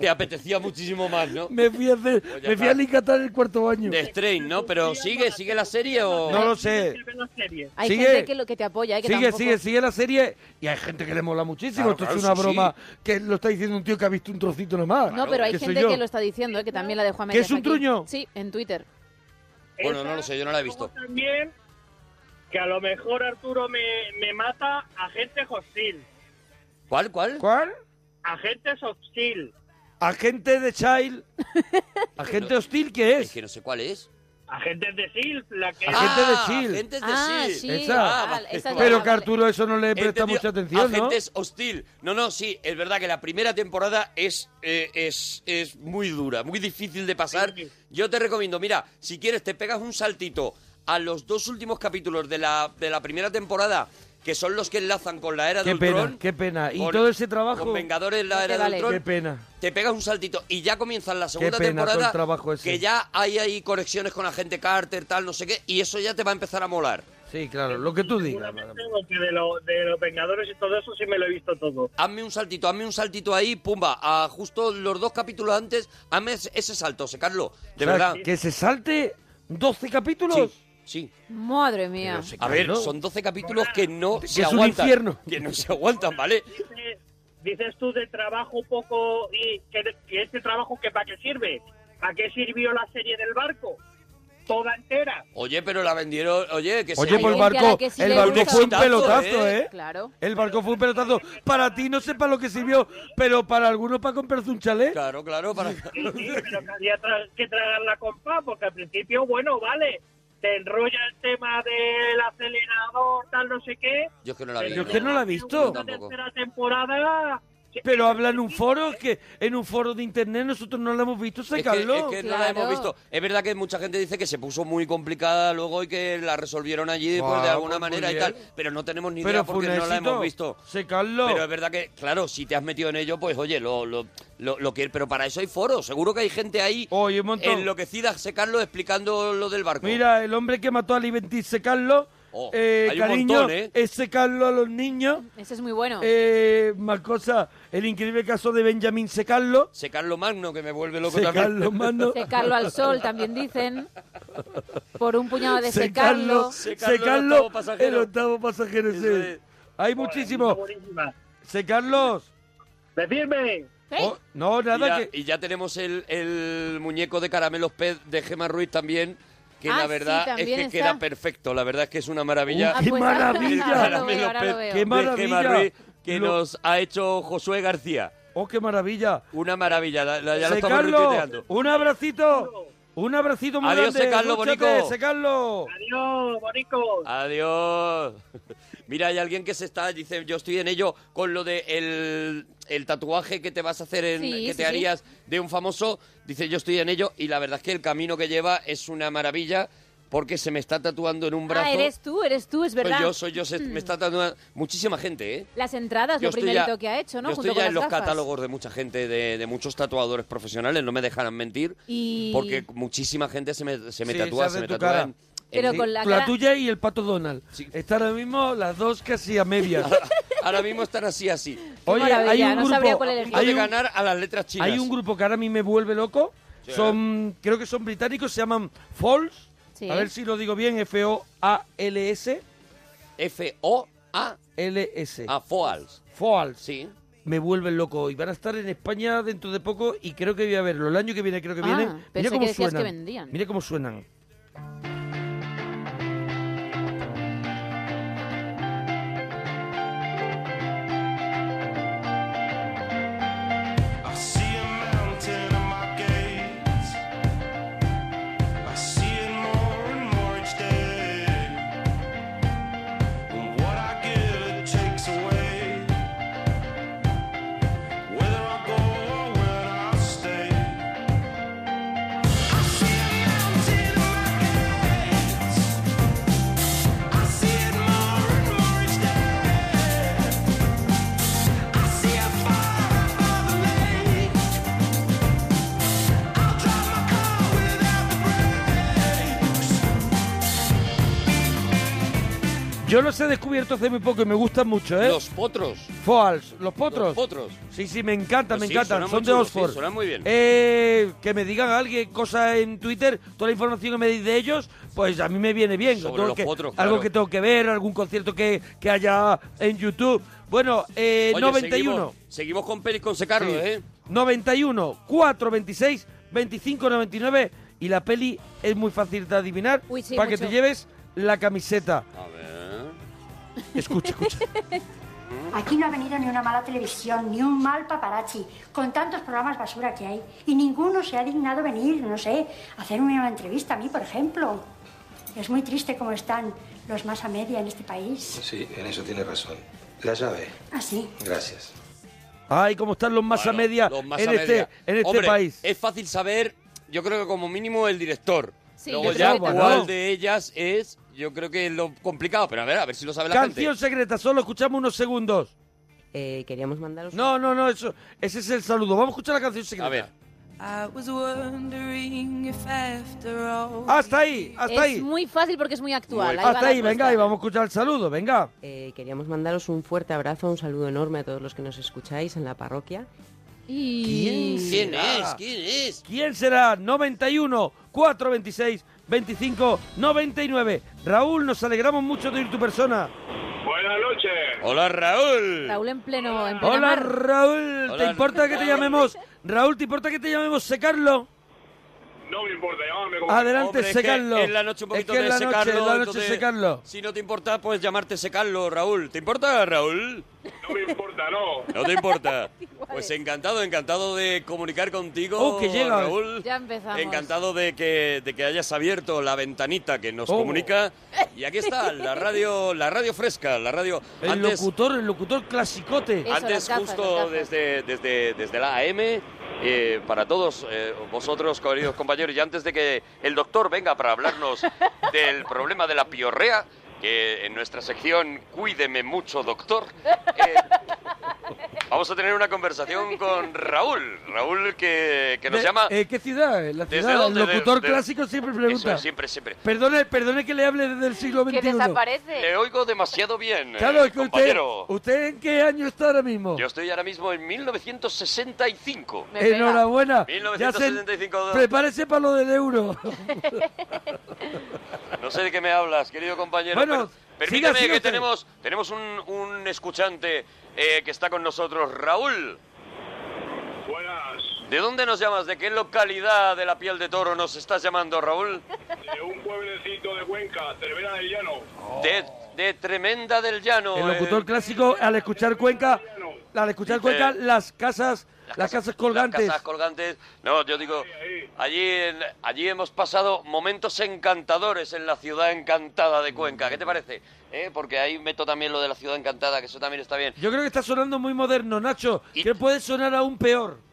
S2: Te apetecía muchísimo más, ¿no? Pues
S1: Me fui a hacer, me
S2: Oye,
S1: fui a
S2: claro.
S1: alicatar el cuarto baño.
S4: Este,
S2: De Strain, ¿no? Pero sigue, sigue la serie o...
S1: No lo sé.
S4: Tienes que ver la serie.
S3: Hay
S1: Sigue.
S3: gente que, lo, que te apoya. ¿eh? Que
S1: Sigue,
S3: tampoco-
S1: sigue, sigue la serie y hay gente que le mola muchísimo.
S2: Claro,
S1: Esto es
S2: claro,
S1: una
S2: sí,
S1: broma que lo está diciendo un tío que ha visto un trocito nomás.
S3: No, pero hay
S1: que soy
S3: gente
S1: yo.
S3: que lo está diciendo, ¿eh? que también la dejó a
S1: ¿Que
S3: medias
S1: es un
S3: aquí.
S1: truño?
S3: Sí, en Twitter.
S2: Bueno,
S4: Esa,
S2: no lo sé, yo no la he visto.
S4: como También que a lo mejor Arturo me, me mata agente hostil.
S2: ¿Cuál, cuál?
S1: ¿Cuál?
S4: Agentes hostil.
S1: Agente de Child. Agente hostil que
S2: Es
S1: es.
S2: que no sé cuál es.
S4: Agentes de SIL, E la que...
S1: Ah, Agentes de Shield.
S2: Agentes de
S3: Ah,
S2: Shield.
S3: sí.
S1: Esa.
S3: Ah, vale, esa es
S1: Pero
S3: la-
S1: que Arturo eso no le
S2: He
S1: presta
S2: entendido,
S1: mucha atención, ¿no?
S2: Agentes hostil. No, no, sí, es verdad que la primera temporada es, eh, es, es muy dura, muy difícil de pasar.
S4: Sí.
S2: Yo te recomiendo, mira, si quieres te pegas un saltito a los dos últimos capítulos de la, de la primera temporada, que son los que enlazan con la era
S1: Qué
S2: del
S1: pena,
S2: Ultron.
S1: qué pena. Y
S2: con-
S1: todo ese trabajo.
S2: Con Vengadores la
S3: No te
S2: era
S3: vale.
S2: del
S1: Qué
S2: Ultron.
S1: pena.
S2: Te pegas un saltito y ya comienzan la segunda
S1: pena, todo el
S2: temporada.
S1: trabajo ese.
S2: Que ya hay ahí conexiones con agente Carter, tal, no sé qué, y eso ya te va a empezar a molar.
S1: Sí, Sí, claro, lo que tú digas.
S4: Seguramente que de, lo- de los Vengadores y todo eso sí me lo he visto todo.
S2: Hazme un saltito, hazme un saltito ahí, pumba, a justo los dos capítulos antes, hazme ese- ese salto, se Carlos, de
S1: O sea,
S2: verdad.
S1: Que se salte 12 capítulos.
S2: Sí.
S3: Madre mía.
S2: A ver, son 12 capítulos que no
S1: Que
S2: se
S1: es un
S2: aguantan.
S1: infierno.
S2: Que no se aguantan, ¿vale?
S4: Dices- Dices tú de trabajo poco y que, que este trabajo que para qué sirve. ¿Para qué sirvió la serie del barco? Toda entera.
S2: Oye, pero la vendieron, oye, que
S1: Oye,
S2: se...
S1: por el
S3: gente a la
S1: barco,
S3: que sí
S1: el
S3: le
S1: barco
S3: gusta.
S1: fue un
S2: Exitazo,
S1: pelotazo,
S2: ¿eh?
S1: ¿eh?
S3: Claro.
S1: El barco fue un pelotazo. Para ti no sepa lo que sirvió, pero para algunos para comprarse un chalet.
S2: Claro, claro, para...
S4: Sí, sí, pero que había tra- que tragarla con pan, porque al principio, bueno, vale, te enrolla el tema del acelerador, tal, no sé qué.
S2: Yo es que no la vi.
S1: Yo es que no la he visto.
S2: Yo
S4: La
S2: tampoco.
S4: tercera temporada... se-
S1: Pero habla en un foro, es que en un foro de internet nosotros no lo hemos visto, se
S2: Es que,
S1: Carlos.
S2: es que no la
S3: Claro.
S2: hemos visto. Es verdad que mucha gente dice que se puso muy complicada luego y que la resolvieron allí después
S1: Guau,
S2: de alguna
S1: pues muy
S2: manera y
S1: bien.
S2: tal. Pero no tenemos ni idea
S1: Pero fue
S2: porque
S1: un
S2: no
S1: éxito.
S2: la hemos visto.
S1: Se Carlos.
S2: Pero es verdad que, claro, si te has metido en ello, pues oye, lo, lo, lo, lo quieres. Pero para eso hay foros. Seguro que hay gente ahí
S1: Oye, un montón.
S2: enloquecida, se Carlos, explicando lo del barco.
S1: Mira, el hombre que mató a Aliventis, se Carlos.
S2: Oh,
S1: eh,
S2: hay un
S1: cariño,
S2: montón, ¿eh?
S1: ese Carlos a los niños.
S3: Ese es muy bueno.
S1: Eh, más cosas, el increíble caso de Benjamín Secarlo.
S2: Se Carlos Magno, que me vuelve loco también.
S1: Secarlo, mano.
S3: Secarlo al sol, también dicen. Ah, Por un puñado de
S1: Secarlo.
S3: secarlo.
S2: Secarlo, el
S1: Secarlo,
S2: octavo pasajero.
S1: el octavo pasajero.
S2: Eso
S1: ese.
S2: es.
S1: Hay
S4: Joder,
S1: muchísimo.
S4: buenísima.
S1: Secarlos.
S4: Decidme,
S3: ¿Eh?
S1: Oh, no,
S2: Y
S1: nada
S2: ya,
S1: que.
S2: y ya tenemos el, el muñeco de caramelos pez de Gema Ruiz también, que
S3: Ah,
S2: la
S3: sí,
S2: verdad es
S3: también
S2: que
S3: está. pues,
S2: queda perfecto. La verdad es que es una maravilla.
S1: ¡Qué maravilla!
S3: Ahora lo
S2: Caramelos
S3: veo, ahora
S2: Pez
S3: lo veo.
S1: ¡Qué
S2: de
S1: maravilla!
S2: Gema Ruiz que
S1: Lo-
S2: nos ha hecho Josué García.
S1: Oh, qué maravilla.
S2: Una maravilla, la- la- ya lo estamos
S1: Secarlo,
S2: retuiteando.
S1: un abracito. Un abracito muy
S2: Adiós,
S1: grande.
S2: Secarlo,
S1: Escúchate,
S2: bonico.
S1: Secarlo.
S4: adiós, bonicos.
S2: Adiós. Mira, hay alguien que se está, dice, yo estoy en ello con lo de el, el tatuaje que te vas a hacer, en,
S3: Sí,
S2: que
S3: sí,
S2: te
S3: sí.
S2: harías de un famoso. Dice, yo estoy en ello y la verdad es que el camino que lleva es una maravilla porque se me está tatuando en un brazo.
S3: Ah, eres tú, eres tú, es
S2: Soy
S3: verdad. Mm.
S2: yo, soy yo, se- me está tatuando muchísima gente, ¿eh?
S3: Las entradas,
S2: Yo
S3: lo
S2: estoy
S3: primerito
S2: ya-
S3: que ha hecho, ¿no?
S2: Yo
S3: Junto
S2: estoy
S3: con
S2: ya en
S3: las
S2: los
S3: gafas.
S2: catálogos de mucha gente, de, de muchos tatuadores profesionales, no me dejarán mentir,
S3: Y-
S2: porque muchísima gente se me, se me
S1: Sí,
S2: tatúa,
S1: se
S2: se
S1: hace
S2: me
S1: tu
S2: tatúa
S1: cara.
S2: en- en
S3: Pero
S2: fin.
S3: con la,
S1: La
S3: cara-
S1: tuya y el pato Donald.
S2: Sí.
S1: Están ahora mismo las dos casi a medias.
S2: Ahora mismo están así, así.
S1: Oye,
S3: maravilla,
S1: hay un
S3: no sabría
S1: grupo.
S3: cuál
S2: Hay
S3: elegir.
S1: hay
S2: de
S1: un-
S2: ganar a las letras chinas.
S1: Hay un grupo que ahora a mí me vuelve loco.
S2: Sí.
S1: Son, creo que son británicos, se llaman Falls.
S3: Sí.
S1: A ver si lo digo bien, F-O-A-L-S.
S2: F-O-A.
S1: L-S.
S2: A Foals.
S1: Falls.
S2: Ah, Sí.
S1: Me vuelven loco. Y van a estar en España dentro de poco y creo que voy a verlo. El año que viene creo que
S3: Ah,
S1: vienen.
S3: pensé
S1: Mira
S3: que
S1: cómo
S3: decías que
S1: suenan.
S3: vendían.
S1: Mira cómo suenan.
S5: I see a mountain in my gates. I see it more and more each day. And what I give it takes away. Whether I go or whether I stay. I see a mountain in my gates. I see it more and more each day. I see a fire above the lake. I'll drive my car without the brakes.
S1: Yo los he descubierto hace muy poco y me gustan mucho, ¿eh?
S2: Los potros.
S1: Falls. Los potros.
S2: Los potros.
S1: Sí, sí, me encanta,
S2: Pues
S1: me
S2: sí,
S1: encanta.
S2: suena
S1: Son de
S2: muy chulo,
S1: Oxford.
S2: sí, suena muy bien.
S1: Eh, que me digan alguien cosas en Twitter, toda la información que me deis de ellos, pues a mí me viene bien.
S2: Sobre
S1: Tengo
S2: los
S1: que-
S2: potros,
S1: Algo
S2: claro.
S1: que tengo que ver, algún concierto que, que haya en YouTube. Bueno, eh,
S2: Oye,
S1: 91.
S2: Seguimos, seguimos con Pelis con Secarlo,
S1: Sí.
S2: ¿eh?
S1: 91, 4, 26, 25, 99. Y la peli es muy fácil de adivinar
S3: Uy, sí,
S1: para que
S3: mucho.
S1: te lleves la camiseta.
S2: A ver.
S1: Escucha, escucha.
S6: Aquí no ha venido ni una mala televisión, ni un mal paparazzi, con tantos programas basura que hay. Y ninguno se ha dignado venir, no sé, a hacerme una entrevista a mí, por ejemplo. Es muy triste cómo están los más a media en este país. Ah,
S7: Sí, en eso tiene razón. La llave.
S6: Así.
S7: Gracias.
S1: Ay, cómo están los masa
S2: Bueno,
S1: media
S2: los
S1: en
S2: masa
S1: este,
S2: media.
S1: en este
S2: Hombre,
S1: país.
S2: Es fácil saber, yo creo que como mínimo el director.
S3: Sí,
S2: Luego
S3: yo
S2: ya
S3: creo que
S1: también.
S2: cuál de ellas es, yo creo que es lo complicado. Pero a ver, a ver si lo sabe la gente.
S1: Canción secreta, solo escuchamos unos segundos.
S8: Eh, queríamos mandaros.
S1: No, no, no, eso, ese es el saludo. Vamos a escuchar la canción secreta.
S2: A ver.
S8: I was wondering if after all
S1: Hasta ahí,
S3: Es
S1: hasta ahí.
S3: muy fácil porque es muy actual. Ahí va
S1: Hasta
S3: la
S1: ahí,
S3: respuesta.
S1: venga, y vamos a escuchar el saludo, venga.
S9: Eh, queríamos mandaros un fuerte abrazo, un saludo enorme a todos los que nos escucháis en la parroquia.
S3: Y-
S2: ¿Quién
S1: será?
S2: es? ¿Quién es?
S1: ¿Quién será? 91 426 25 99. Raúl, nos alegramos mucho de oír tu persona.
S4: Buenas noches.
S2: Hola, Raúl.
S3: Raúl en pleno. En plena
S1: Hola
S3: mar.
S1: Raúl, ¿te
S2: Hola.
S1: importa que te llamemos? Raúl, ¿te importa que te llamemos Secarlo?
S4: No me importa, llámame como...
S1: Adelante,
S2: Hombre, es que
S1: Secarlo.
S2: en la noche un poquito
S1: es que en
S2: de
S1: la noche,
S2: secarlo.
S1: en la noche
S2: entonces,
S1: Secarlo.
S2: Si no te importa, pues llamarte secarlo, Raúl. ¿Te importa, Raúl?
S4: No me importa, no.
S2: No te importa. Pues encantado, encantado de comunicar contigo,
S1: Oh, que llega.
S2: Raúl.
S3: Ya empezamos.
S2: Encantado de que, de que hayas abierto la ventanita que nos
S1: Oh.
S2: comunica. Y aquí está, la radio, la radio fresca, la radio.
S1: El
S2: antes
S1: locutor, el locutor clasicote.
S3: Eso,
S2: antes
S3: las gafas, las
S2: justo
S3: gafas.
S2: desde, desde, desde la AM, eh, para todos eh, vosotros, queridos compañeros, y antes de que el doctor venga para hablarnos del problema de la piorrea, que en nuestra sección Cuídeme mucho, doctor, eh, vamos a tener una conversación con Raúl. Raúl que, que nos
S1: De-
S2: llama...
S1: eh, ¿Qué ciudad? La
S2: ¿Desde
S1: ciudad,
S2: dónde?
S1: el locutor
S2: De- de-
S1: clásico siempre
S2: Eso
S1: pregunta.
S2: es, siempre, siempre.
S1: Perdone, perdone que le hable desde el siglo XXI.
S3: Que desaparece.
S2: Le oigo demasiado bien, eh,
S1: Claro, es que usted,
S2: compañero.
S1: ¿usted en qué año está ahora mismo?
S2: Yo estoy ahora mismo en 1965.
S3: Me pega.
S1: Enhorabuena.
S2: 1975.
S1: Ya se- prepárese para lo del euro.
S2: No sé de qué me hablas, querido compañero.
S1: Bueno,
S2: pero permíteme
S1: siga, siga
S2: que
S1: usted.
S2: tenemos, tenemos un, un escuchante eh, que está con nosotros, Raúl.
S4: Buenas.
S2: ¿De dónde nos llamas? ¿De qué localidad de la piel de toro nos estás llamando, Raúl?
S4: De un pueblecito de Cuenca, Cervera del Llano.
S2: De, de Tremenda del Llano.
S1: El locutor
S2: eh,
S1: clásico, al escuchar Cuenca, al escuchar
S2: Dice-
S1: Cuenca, las casas, las, casas, colgantes.
S2: Las casas colgantes. No, yo digo, allí, en- allí hemos pasado momentos encantadores en la ciudad encantada de Cuenca. ¿Qué te parece? Eh, Porque ahí meto también lo de la ciudad encantada, que eso también está bien.
S1: Yo creo que está sonando muy moderno, Nacho.
S2: Y-
S1: Que puede sonar aún peor.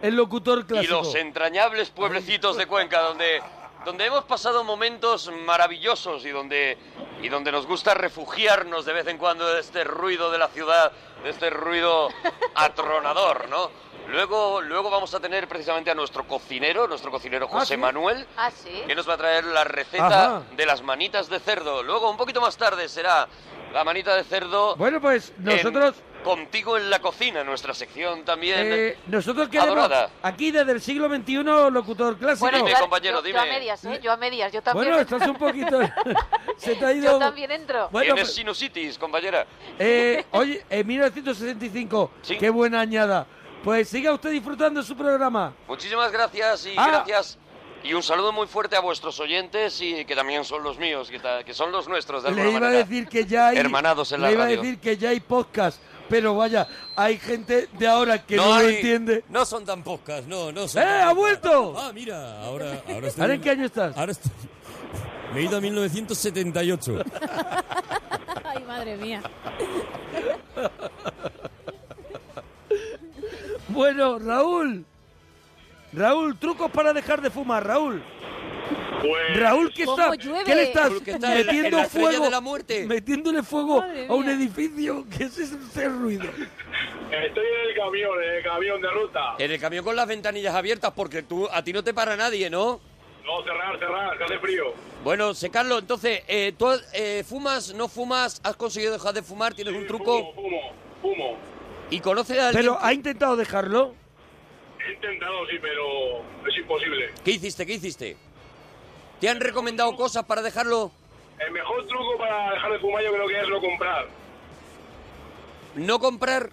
S1: El locutor clásico.
S2: Y los entrañables pueblecitos de Cuenca, donde, donde hemos pasado momentos maravillosos y donde, y donde nos gusta refugiarnos de vez en cuando de este ruido de la ciudad, de este ruido atronador, ¿no? Luego, luego vamos a tener precisamente a nuestro cocinero, nuestro cocinero
S1: Ah,
S2: José
S1: ¿sí?
S2: Manuel,
S3: Ah, sí.
S2: que nos va a traer la receta
S1: Ajá.
S2: de las manitas de cerdo. Luego, un poquito más tarde, será la manita de cerdo
S1: Bueno, pues nosotros.
S2: en Contigo en la cocina, nuestra sección también.
S1: eh, nosotros queremos
S2: Adorada.
S1: aquí desde el siglo XXI locutor clásico.
S2: Bueno, Dime,
S3: yo-
S2: compañero,
S3: yo, Yo a
S2: dime.
S3: medias, ¿eh? Yo a medias, yo también.
S1: Bueno, estás un poquito. Se te ha ido.
S3: Yo también entro.
S1: Bueno,
S2: Tienes
S1: pues-
S2: sinusitis, compañera.
S1: Eh, oye, en 1965.
S2: Sí.
S1: Qué buena añada. Pues siga usted disfrutando de su programa.
S2: Muchísimas gracias y
S1: Ah.
S2: gracias. Y un saludo muy fuerte a vuestros oyentes y que también son los míos, que, ta- que son los nuestros de alguna
S1: Le iba a
S2: manera.
S1: decir que ya hay.
S2: Hermanados en la
S1: le iba
S2: radio.
S1: a decir que ya hay podcast. Pero vaya, hay gente de ahora que no, lo
S2: hay-
S1: entiende.
S10: No son tan pocas, no, no son.
S1: ¡Eh,
S10: tan
S1: ha
S10: pocas.
S1: vuelto!
S10: Ah, mira, ahora, ahora estoy.
S1: ¿Ahora en qué año estás?
S10: Ahora estoy. Me he ido a 1978.
S3: Ay, madre mía.
S1: Bueno, Raúl. Raúl, trucos para dejar de fumar, Raúl.
S4: Pues...
S1: Raúl, ¿qué,
S3: ¿Cómo
S1: está,
S3: llueve?
S1: ¿qué le estás
S2: Porque está en la- en
S1: metiendo
S2: la estrella
S1: fuego?
S2: de la muerte.
S1: Metiéndole fuego
S3: Madre
S1: a un
S3: mía.
S1: edificio. ¿Qué es ese, ese ruido?
S4: Estoy en el camión, en el camión de ruta.
S2: En el camión con las ventanillas abiertas, porque tú a ti no te para nadie, ¿no?
S4: No, cerrar, cerrar, que hace frío.
S2: Bueno, sé, Carlos, entonces, eh, ¿tú eh, fumas, no fumas? ¿Has conseguido dejar de fumar? ¿Tienes un truco?
S4: Fumo, fumo, fumo.
S2: ¿Y conoces a alguien?
S1: Pero ha intentado dejarlo.
S4: He intentado, sí, pero es imposible.
S2: ¿Qué hiciste? ¿Qué hiciste? ¿Te han recomendado cosas para dejarlo?
S4: El mejor truco para dejar de fumar yo creo que es no comprar.
S2: ¿No comprar?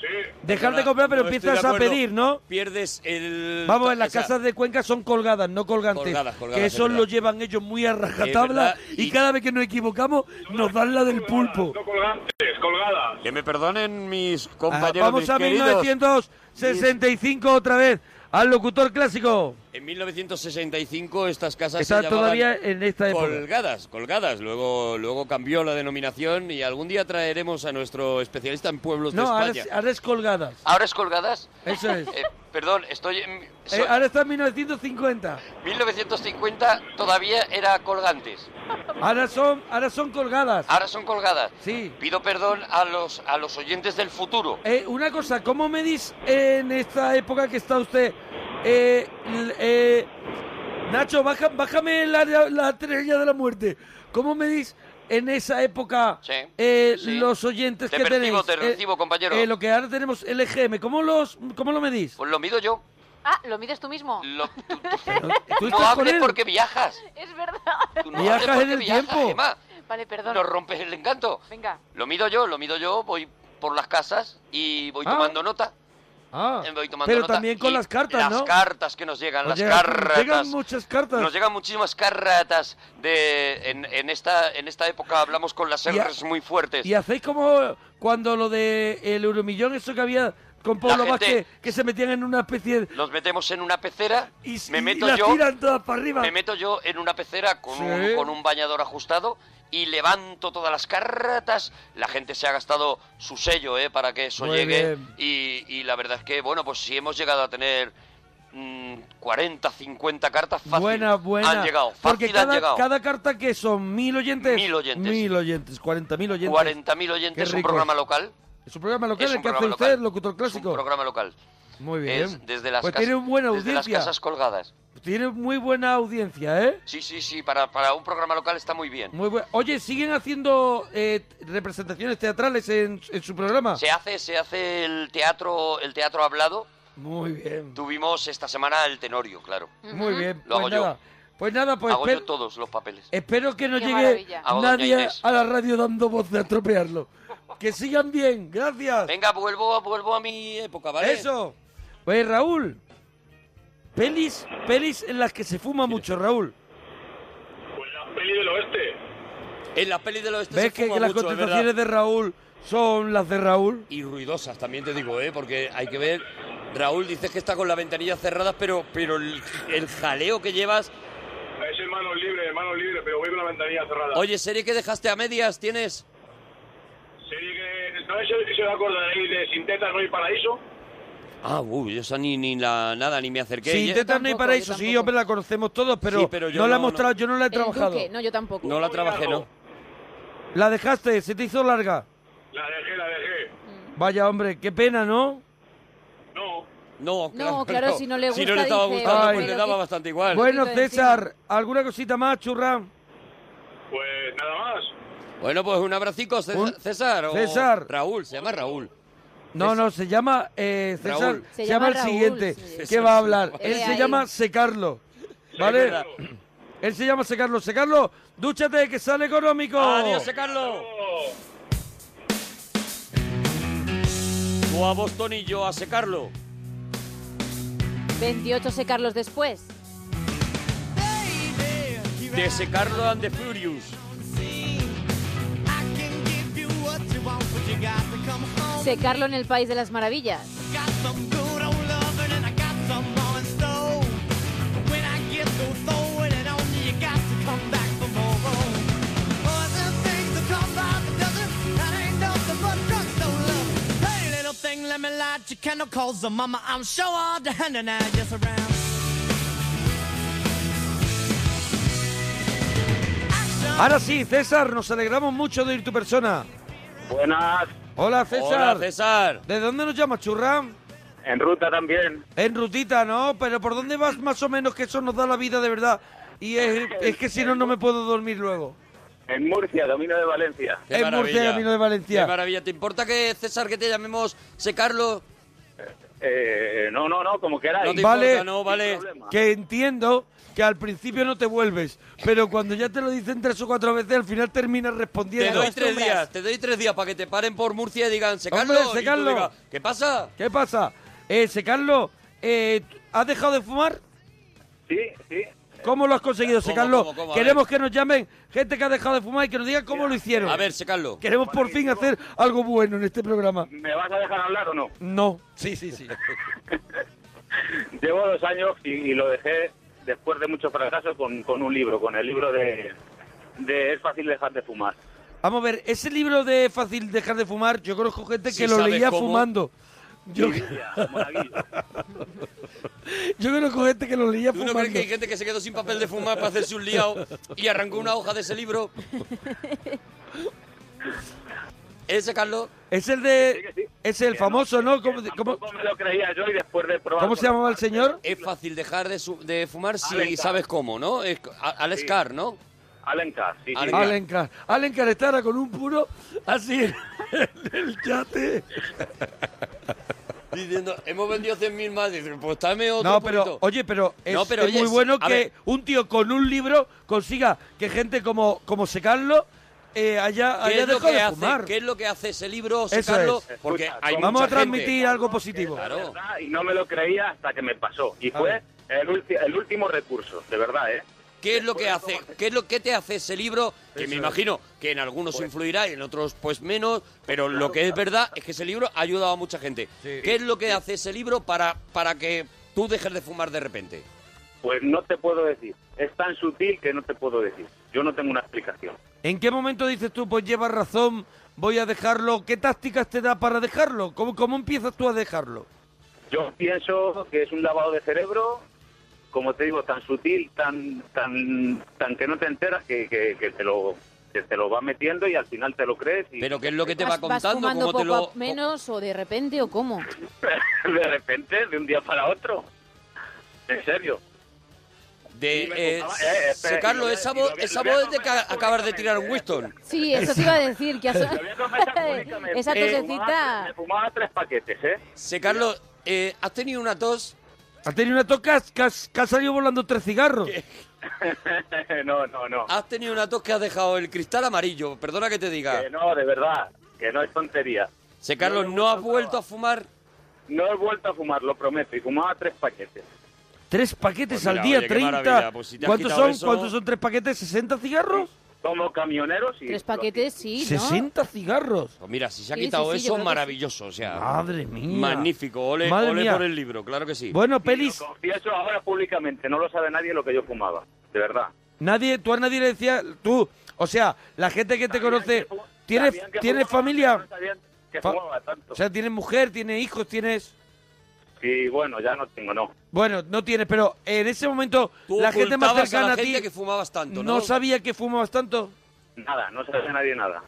S4: Sí.
S1: Dejar
S2: Ahora,
S1: de comprar, pero
S2: no estoy
S1: empiezas
S2: de
S1: a
S2: acuerdo.
S1: pedir, ¿no?
S2: Pierdes el...
S1: Vamos, en las
S2: o sea,
S1: casas de Cuenca son colgadas, no colgantes.
S2: Colgadas, colgadas,
S1: que
S2: es
S1: eso
S2: verdad.
S1: lo llevan ellos muy a rajatabla
S2: verdad,
S1: y,
S2: y-
S1: cada vez que nos equivocamos nos dan la del pulpo.
S4: No colgantes, colgadas.
S2: Que me perdonen mis
S1: Ah,
S2: compañeros.
S1: vamos
S2: mis
S1: a
S2: queridos.
S1: 1965 otra vez, al locutor clásico.
S2: En 1965 estas casas
S1: Está
S2: se llamaban
S1: todavía en esta época.
S2: colgadas, colgadas. Luego, luego cambió la denominación y algún día traeremos a nuestro especialista en pueblos
S1: No,
S2: de
S1: ahora
S2: España.
S1: es, ahora es colgadas.
S2: ¿Ahora es colgadas?
S1: Eso es.
S2: Eh, perdón, estoy en... so-
S1: Eh, ahora está en 1950.
S2: 1950 todavía era colgantes.
S1: Ahora son, ahora son colgadas.
S2: Ahora son colgadas.
S1: Sí.
S2: Pido perdón a los, a los oyentes del futuro.
S1: Eh, una cosa, ¿cómo medís en esta época que está usted eh, l- eh, Nacho, baja- bájame la, la estrella de la muerte. ¿Cómo medís en esa época eh, los oyentes
S2: Te
S1: que
S2: percibo,
S1: tenéis?
S2: te
S1: Eh,
S2: recibo, compañero.
S1: eh, lo que ahora tenemos, LGM, ¿cómo, los, ¿cómo lo medís?
S2: Pues lo mido yo.
S3: Ah, ¿lo mides tú mismo?
S1: ¿Tú
S2: No
S1: estás con
S2: hables
S1: él?
S2: porque viajas.
S3: Es verdad.
S2: Tú no hables
S1: Viajas en
S2: porque
S1: el
S2: viajas,
S1: tiempo.
S2: Gemma.
S3: Vale, perdón.
S2: Nos rompes el encanto.
S3: Venga.
S2: Lo mido yo, lo mido yo, voy por las casas y voy
S1: Ah.
S2: tomando nota.
S1: Ah,
S2: eh, voy tomando
S1: pero
S2: nota.
S1: también con
S2: Y
S1: las cartas,
S2: las
S1: ¿no?
S2: cartas que nos llegan,
S1: Nos
S2: las
S1: llegan-
S2: cartas.
S1: llegan muchas cartas.
S2: Nos llegan muchísimas cartas de en, en esta en esta época hablamos con las
S1: Y a-
S2: R's muy fuertes.
S1: Y hacéis como cuando lo de el Euromillón, eso que había con Pablo
S2: gente-
S1: Vázquez, que se metían en una especie de...
S2: Los metemos en una pecera,
S1: Y,
S2: me
S1: y
S2: meto
S1: las
S2: yo,
S1: tiran todas para arriba.
S2: me meto yo en una pecera con,
S1: Sí.
S2: un, con un bañador ajustado y levanto todas las cartas. La gente se ha gastado su sello eh, para que eso
S1: Muy
S2: llegue.
S1: bien.
S2: Y, y la verdad es que, bueno, pues si hemos llegado a tener mm, 40, 50 cartas, fácil
S1: Buena, buena.
S2: han llegado.
S1: Porque
S2: fácil han
S1: cada,
S2: llegado.
S1: cada carta que son mil oyentes.
S2: Mil oyentes.
S1: Mil oyentes, cuarenta mil oyentes.
S2: 40.000 oyentes,
S1: Qué
S2: es un
S1: rico.
S2: programa local.
S1: Es un programa local
S2: Es un
S1: el que hace
S2: programa
S1: usted,
S2: local.
S1: locutor
S2: Es un
S1: clásico.
S2: programa local.
S1: Muy bien.
S2: Es desde las
S1: pues
S2: casas-
S1: tiene un buena
S2: desde las
S1: audiencia.
S2: casas colgadas.
S1: Tiene muy buena audiencia, ¿eh?
S2: Sí, sí, sí, para, para un programa local está muy bien.
S1: Muy buen- Oye, ¿siguen haciendo eh, representaciones teatrales en, en su programa?
S2: Se hace, se hace el teatro, el teatro hablado.
S1: Muy bien.
S2: Tuvimos esta semana el Tenorio, claro.
S1: Muy bien.
S2: Lo
S1: pues
S2: hago yo.
S1: nada. Pues nada, pues
S2: Hago
S1: esper-
S2: yo todos los papeles.
S1: espero que no
S2: Qué
S1: llegue
S2: maravilla. Hago Doña
S1: nadie
S2: Inés.
S1: a la radio dando voz de atropellarlo. que sigan bien, gracias.
S2: Venga, vuelvo, vuelvo a mi época, ¿vale?
S1: Eso. Pues Raúl, pelis, pelis en las que se fuma mucho, Raúl.
S2: Peli del oeste. En las pelis del oeste
S1: ¿Ves que, que las contestaciones de Raúl son las de Raúl?
S10: Y ruidosas también te digo, ¿eh? Porque hay que ver. Raúl, dices que está con las ventanillas cerradas, pero, pero el, el jaleo que llevas.
S11: Es en manos libres, en manos libres, pero voy con la ventanilla cerrada.
S10: Oye, serie que dejaste a medias, ¿tienes?
S11: Serie que...
S4: Eh,
S11: ¿No es el que se va a acordar ahí de Sin tetas no hay paraíso?
S10: Ah, uy, esa ni, ni la, nada, ni me acerqué.
S1: Sí,
S10: Yo
S1: intentan no hay
S10: tampoco,
S1: paraíso,
S10: yo
S1: sí, hombre, la conocemos todos, pero,
S10: Sí, pero yo
S1: no la he
S10: no-
S1: mostrado, yo no la he
S3: El
S1: trabajado.
S3: Duque. No, yo tampoco.
S10: No la trabajé, no.
S1: La dejaste, se te hizo larga.
S11: La dejé, la dejé.
S1: Vaya, hombre, qué pena, ¿no?
S10: No,
S3: No, claro, si no le gusta,
S10: Si no le estaba
S3: dice,
S10: gustando,
S1: "Ay".
S10: pues le daba bastante igual.
S1: Bueno, César, ¿alguna cosita más, churra?
S11: Pues nada más.
S10: Bueno, pues un abracico, César. César, o
S1: César.
S10: Raúl, se llama Raúl.
S1: No, no, se llama eh, César,
S10: Raúl.
S1: se,
S10: Se
S1: llama,
S10: llama
S1: el
S10: Raúl,
S1: siguiente,
S10: sí.
S1: que va a hablar.
S10: Sí, sí.
S1: Él
S10: Eh,
S1: se
S10: ahí.
S1: llama Secarlo, ¿vale? Él se llama Secarlo. Secarlo, dúchate, que sale económico.
S10: Adiós, Carlos. O a Boston y yo a secarlo.
S3: 28 secarlos después.
S10: De secarlo and the Furious.
S3: Secarlo en el País de las Maravillas.
S5: Let me light your candle, cause the mama, I'm sure all the hand and I just around.
S1: Ahora sí, César, nos alegramos mucho de ir tu persona.
S11: Buenas.
S1: Hola, César.
S11: Hola,
S10: César.
S1: ¿De dónde nos llamas, churra?
S11: En ruta también.
S1: En rutita, ¿no? Pero ¿por dónde vas más o menos? Que eso nos da la vida de verdad. Y es, es que si no, no me puedo dormir luego.
S11: En Murcia, Domino de Valencia.
S10: Qué
S1: En Murcia,
S10: maravilla.
S1: Camino de Valencia.
S10: Qué maravilla. ¿Te importa que César que te llamemos secarlo?
S11: Eh, no, no, no, como queráis.
S10: No te importa, no, vale.
S1: Que entiendo que al principio no te vuelves, pero cuando ya te lo dicen tres o cuatro veces, al final terminas
S10: Te
S1: respondiendo.
S10: doy tres días, te doy tres días para que te paren por Murcia y digan secarlo.
S1: Hombre,
S10: y tú
S1: secarlo.
S10: digas, ¿Qué pasa?
S1: ¿Qué pasa? Ese Carlos, eh, ¿has dejado de fumar?
S11: Sí, sí.
S1: ¿Cómo lo has conseguido,
S10: ¿Cómo,
S1: Secarlo?
S10: cómo, cómo? A
S1: Queremos que nos llamen gente que ha dejado de fumar y que nos digan cómo lo hicieron.
S10: A ver, secarlo.
S1: Queremos por fin hacer algo bueno en este programa.
S11: ¿Me vas a dejar hablar o no?
S1: No. Sí, sí, sí.
S11: Llevo dos años y, y lo dejé después de mucho fracaso con, con un libro, con el libro de, de Es fácil dejar de fumar.
S1: Vamos a ver, ese libro de Fácil dejar de fumar, yo conozco gente que
S11: Si
S1: lo
S11: sabes
S1: leía
S11: cómo.
S1: fumando. Yo, yo conozco gente que lo leía
S10: ¿Tú no
S1: fumando.
S10: crees que hay gente que se quedó sin papel de fumar para hacerse un liao y arrancó una hoja de ese libro?
S2: ¿Ese, Carlos?
S1: Es el de... Es el famoso, ¿no? ¿Cómo, cómo-
S11: me lo creía yo y después de probar...
S1: cómo se llamaba el señor?
S2: Es fácil dejar de, su- de fumar si
S11: Alencar.
S2: sabes cómo, ¿no? Es- a- Alex Carr, ¿no?
S11: Alan Carr, sí, sí.
S1: Allen Carr. Allen Carr estará con un puro así en el yate.
S2: Diciendo, hemos vendido 100.000 más. Dice, pues dame otro
S1: No, pero,
S2: poquito.
S1: oye, pero es,
S2: No, pero
S1: es
S2: oye,
S1: muy
S2: es-
S1: bueno
S2: a
S1: que
S2: ver.
S1: un tío con un libro consiga que gente como, como Secarlo eh, haya,
S2: ¿Qué
S1: haya
S2: es, lo
S1: dejado
S2: que
S1: de
S2: hace,
S1: fumar.
S2: ¿Qué es lo que hace ese libro,
S1: Eso
S2: sacarlo?
S1: es.
S2: Porque
S11: Escucha,
S2: hay
S11: con-
S1: Vamos a
S2: mucha gente-
S1: transmitir algo positivo.
S2: Claro.
S11: Ah, Y no me lo creía hasta que me pasó. Y fue el, ulti- el último recurso, de verdad, ¿eh?
S2: ¿Qué es lo que hace? ¿Qué es lo que te hace ese libro? Que me imagino que en algunos influirá y en otros pues menos, pero lo que es verdad es que ese libro ha ayudado a mucha gente. ¿Qué es lo que hace ese libro para, para que tú dejes de fumar de repente?
S11: Pues no te puedo decir. Es tan sutil que no te puedo decir. Yo no tengo una explicación.
S1: ¿En qué momento dices tú, pues llevas razón, voy a dejarlo? ¿Qué tácticas te da para dejarlo? ¿Cómo, cómo empiezas tú a dejarlo?
S11: Yo pienso que es un lavado de cerebro, como te digo, tan sutil, tan tan tan que no te enteras que, que- que te lo que te lo va metiendo y al final te lo crees. Y
S2: Pero ¿qué es lo que te va
S3: ¿Vas, vas
S2: contando?
S3: fumando
S2: ¿Cómo
S3: poco
S2: te
S3: a
S2: lo...?
S3: menos o de repente o cómo?
S11: de repente, de un día para otro. En serio.
S2: De, eh,
S11: gustaba, eh, espera,
S2: sí, Carlos,
S11: y lo voy a-
S2: esa
S11: y lo
S2: voz,
S11: voy a-
S2: esa
S11: lo voy a
S2: voz es de que acabas de tirar un Winston.
S3: Sí, eso te iba a decir. Que has- Esa
S2: Eh,
S3: tosecita...
S11: Fumaba tres paquetes, ¿eh?
S2: Sí, Carlos, eh, ¿has tenido una tos?
S1: ¿Has tenido una toca que, has- que ha salido volando tres cigarros?
S11: no, no, no.
S2: ¿Has tenido una tos que has dejado el cristal amarillo? Perdona que te diga.
S11: Que no, de verdad. Que no es tontería.
S2: Sí, Carlos, ¿no has vuelto a fumar?
S11: No he vuelto a fumar, lo prometo. Y fumaba tres paquetes.
S1: Tres paquetes
S2: Pues mira,
S1: al día,
S2: oye, qué
S1: 30.
S2: maravilla, pues si te has
S1: ¿Cuántos
S2: quitado
S1: son?
S2: eso-
S1: ¿Cuántos son tres paquetes? ¿60 cigarros?
S11: Como camionero, sí.
S3: Tres paquetes, sí, ¿no?
S1: 60 cigarros.
S2: Pues mira, si se ha
S3: Sí, sí,
S2: quitado
S3: sí, yo
S2: eso,
S3: creo que sí.
S2: maravilloso. O sea,
S1: Madre mía.
S2: Magnífico. Ole,
S1: Madre
S2: ole
S1: mía.
S2: por el libro, claro que sí.
S1: Bueno, pelis,
S11: Y eso ahora públicamente. No lo sabe nadie lo que yo fumaba. De verdad.
S1: nadie, tú a nadie le decías, tú, o sea, la gente que te conoce, ¿tienes,
S11: Sabían que
S1: ¿tienes
S11: fumaba,
S1: familia?
S11: no sabían que
S1: Fa-
S11: fumaba tanto.
S1: O sea, ¿tienes mujer, tienes hijos, tienes...
S11: Sí, bueno, ya no tengo, no.
S1: Bueno, no tienes, pero en ese momento
S2: Tú
S1: la gente más
S2: ocultabas
S1: cercana a,
S2: la gente
S1: ti
S2: que fumabas tanto, ¿no?
S1: no sabía que fumabas tanto.
S11: Nada, no sabe nadie nada.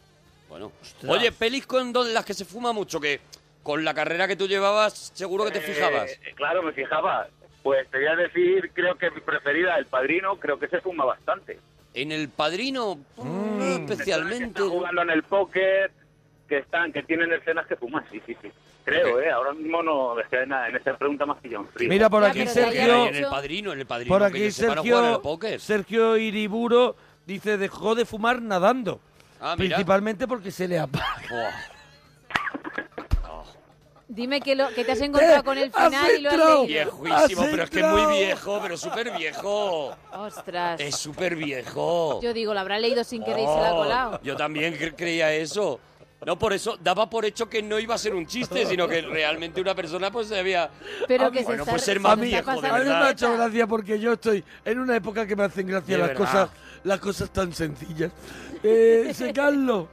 S2: Bueno. Oye, pelis con dos de las que se fuma mucho, que con la carrera que tú llevabas seguro que te
S11: Eh,
S2: fijabas.
S11: claro, me fijaba. Pues te voy a decir, creo que mi preferida, El Padrino, creo que se fuma bastante.
S2: En El Padrino,
S1: Mm.
S2: no especialmente.
S11: Están jugando en el póker, que están, que tienen escenas que fuman, sí, sí, sí. Creo, ¿eh? Ahora mismo no, es que en en esta pregunta más pillado un frío.
S1: Mira por
S3: Ya,
S1: aquí
S3: pero te había
S1: Sergio,
S2: En El Padrino, en El Padrino.
S1: por
S2: que
S1: aquí
S2: se separan a jugar al
S1: Sergio,
S2: póker.
S1: Sergio Iriburo dice dejó de fumar nadando,
S2: Ah, mira.
S1: principalmente porque se le apaga.
S2: Buah.
S3: Dime que, lo, que te has encontrado con el final y lo has
S1: entrado.
S3: leído.
S2: Viejuísimo,
S1: Has
S2: pero es que es muy
S1: entrado.
S2: viejo, pero súper viejo.
S3: Ostras.
S2: Es súper viejo.
S3: Yo digo, lo habrá leído sin querer y se la ha
S2: Oh,
S3: colado.
S2: Yo también cre- creía eso. No, por eso daba por hecho que no iba a ser un chiste, sino que realmente una persona pues se había...
S3: Pero que se
S2: bueno,
S3: está,
S2: pues ser
S3: se
S2: más
S3: está
S2: viejo, de
S3: pasando
S1: A mí me
S2: verdad.
S1: ha hecho gracia porque yo estoy en una época que me hacen gracia
S2: De
S1: las
S2: verdad.
S1: cosas, las cosas tan sencillas. Eh, Secarlo,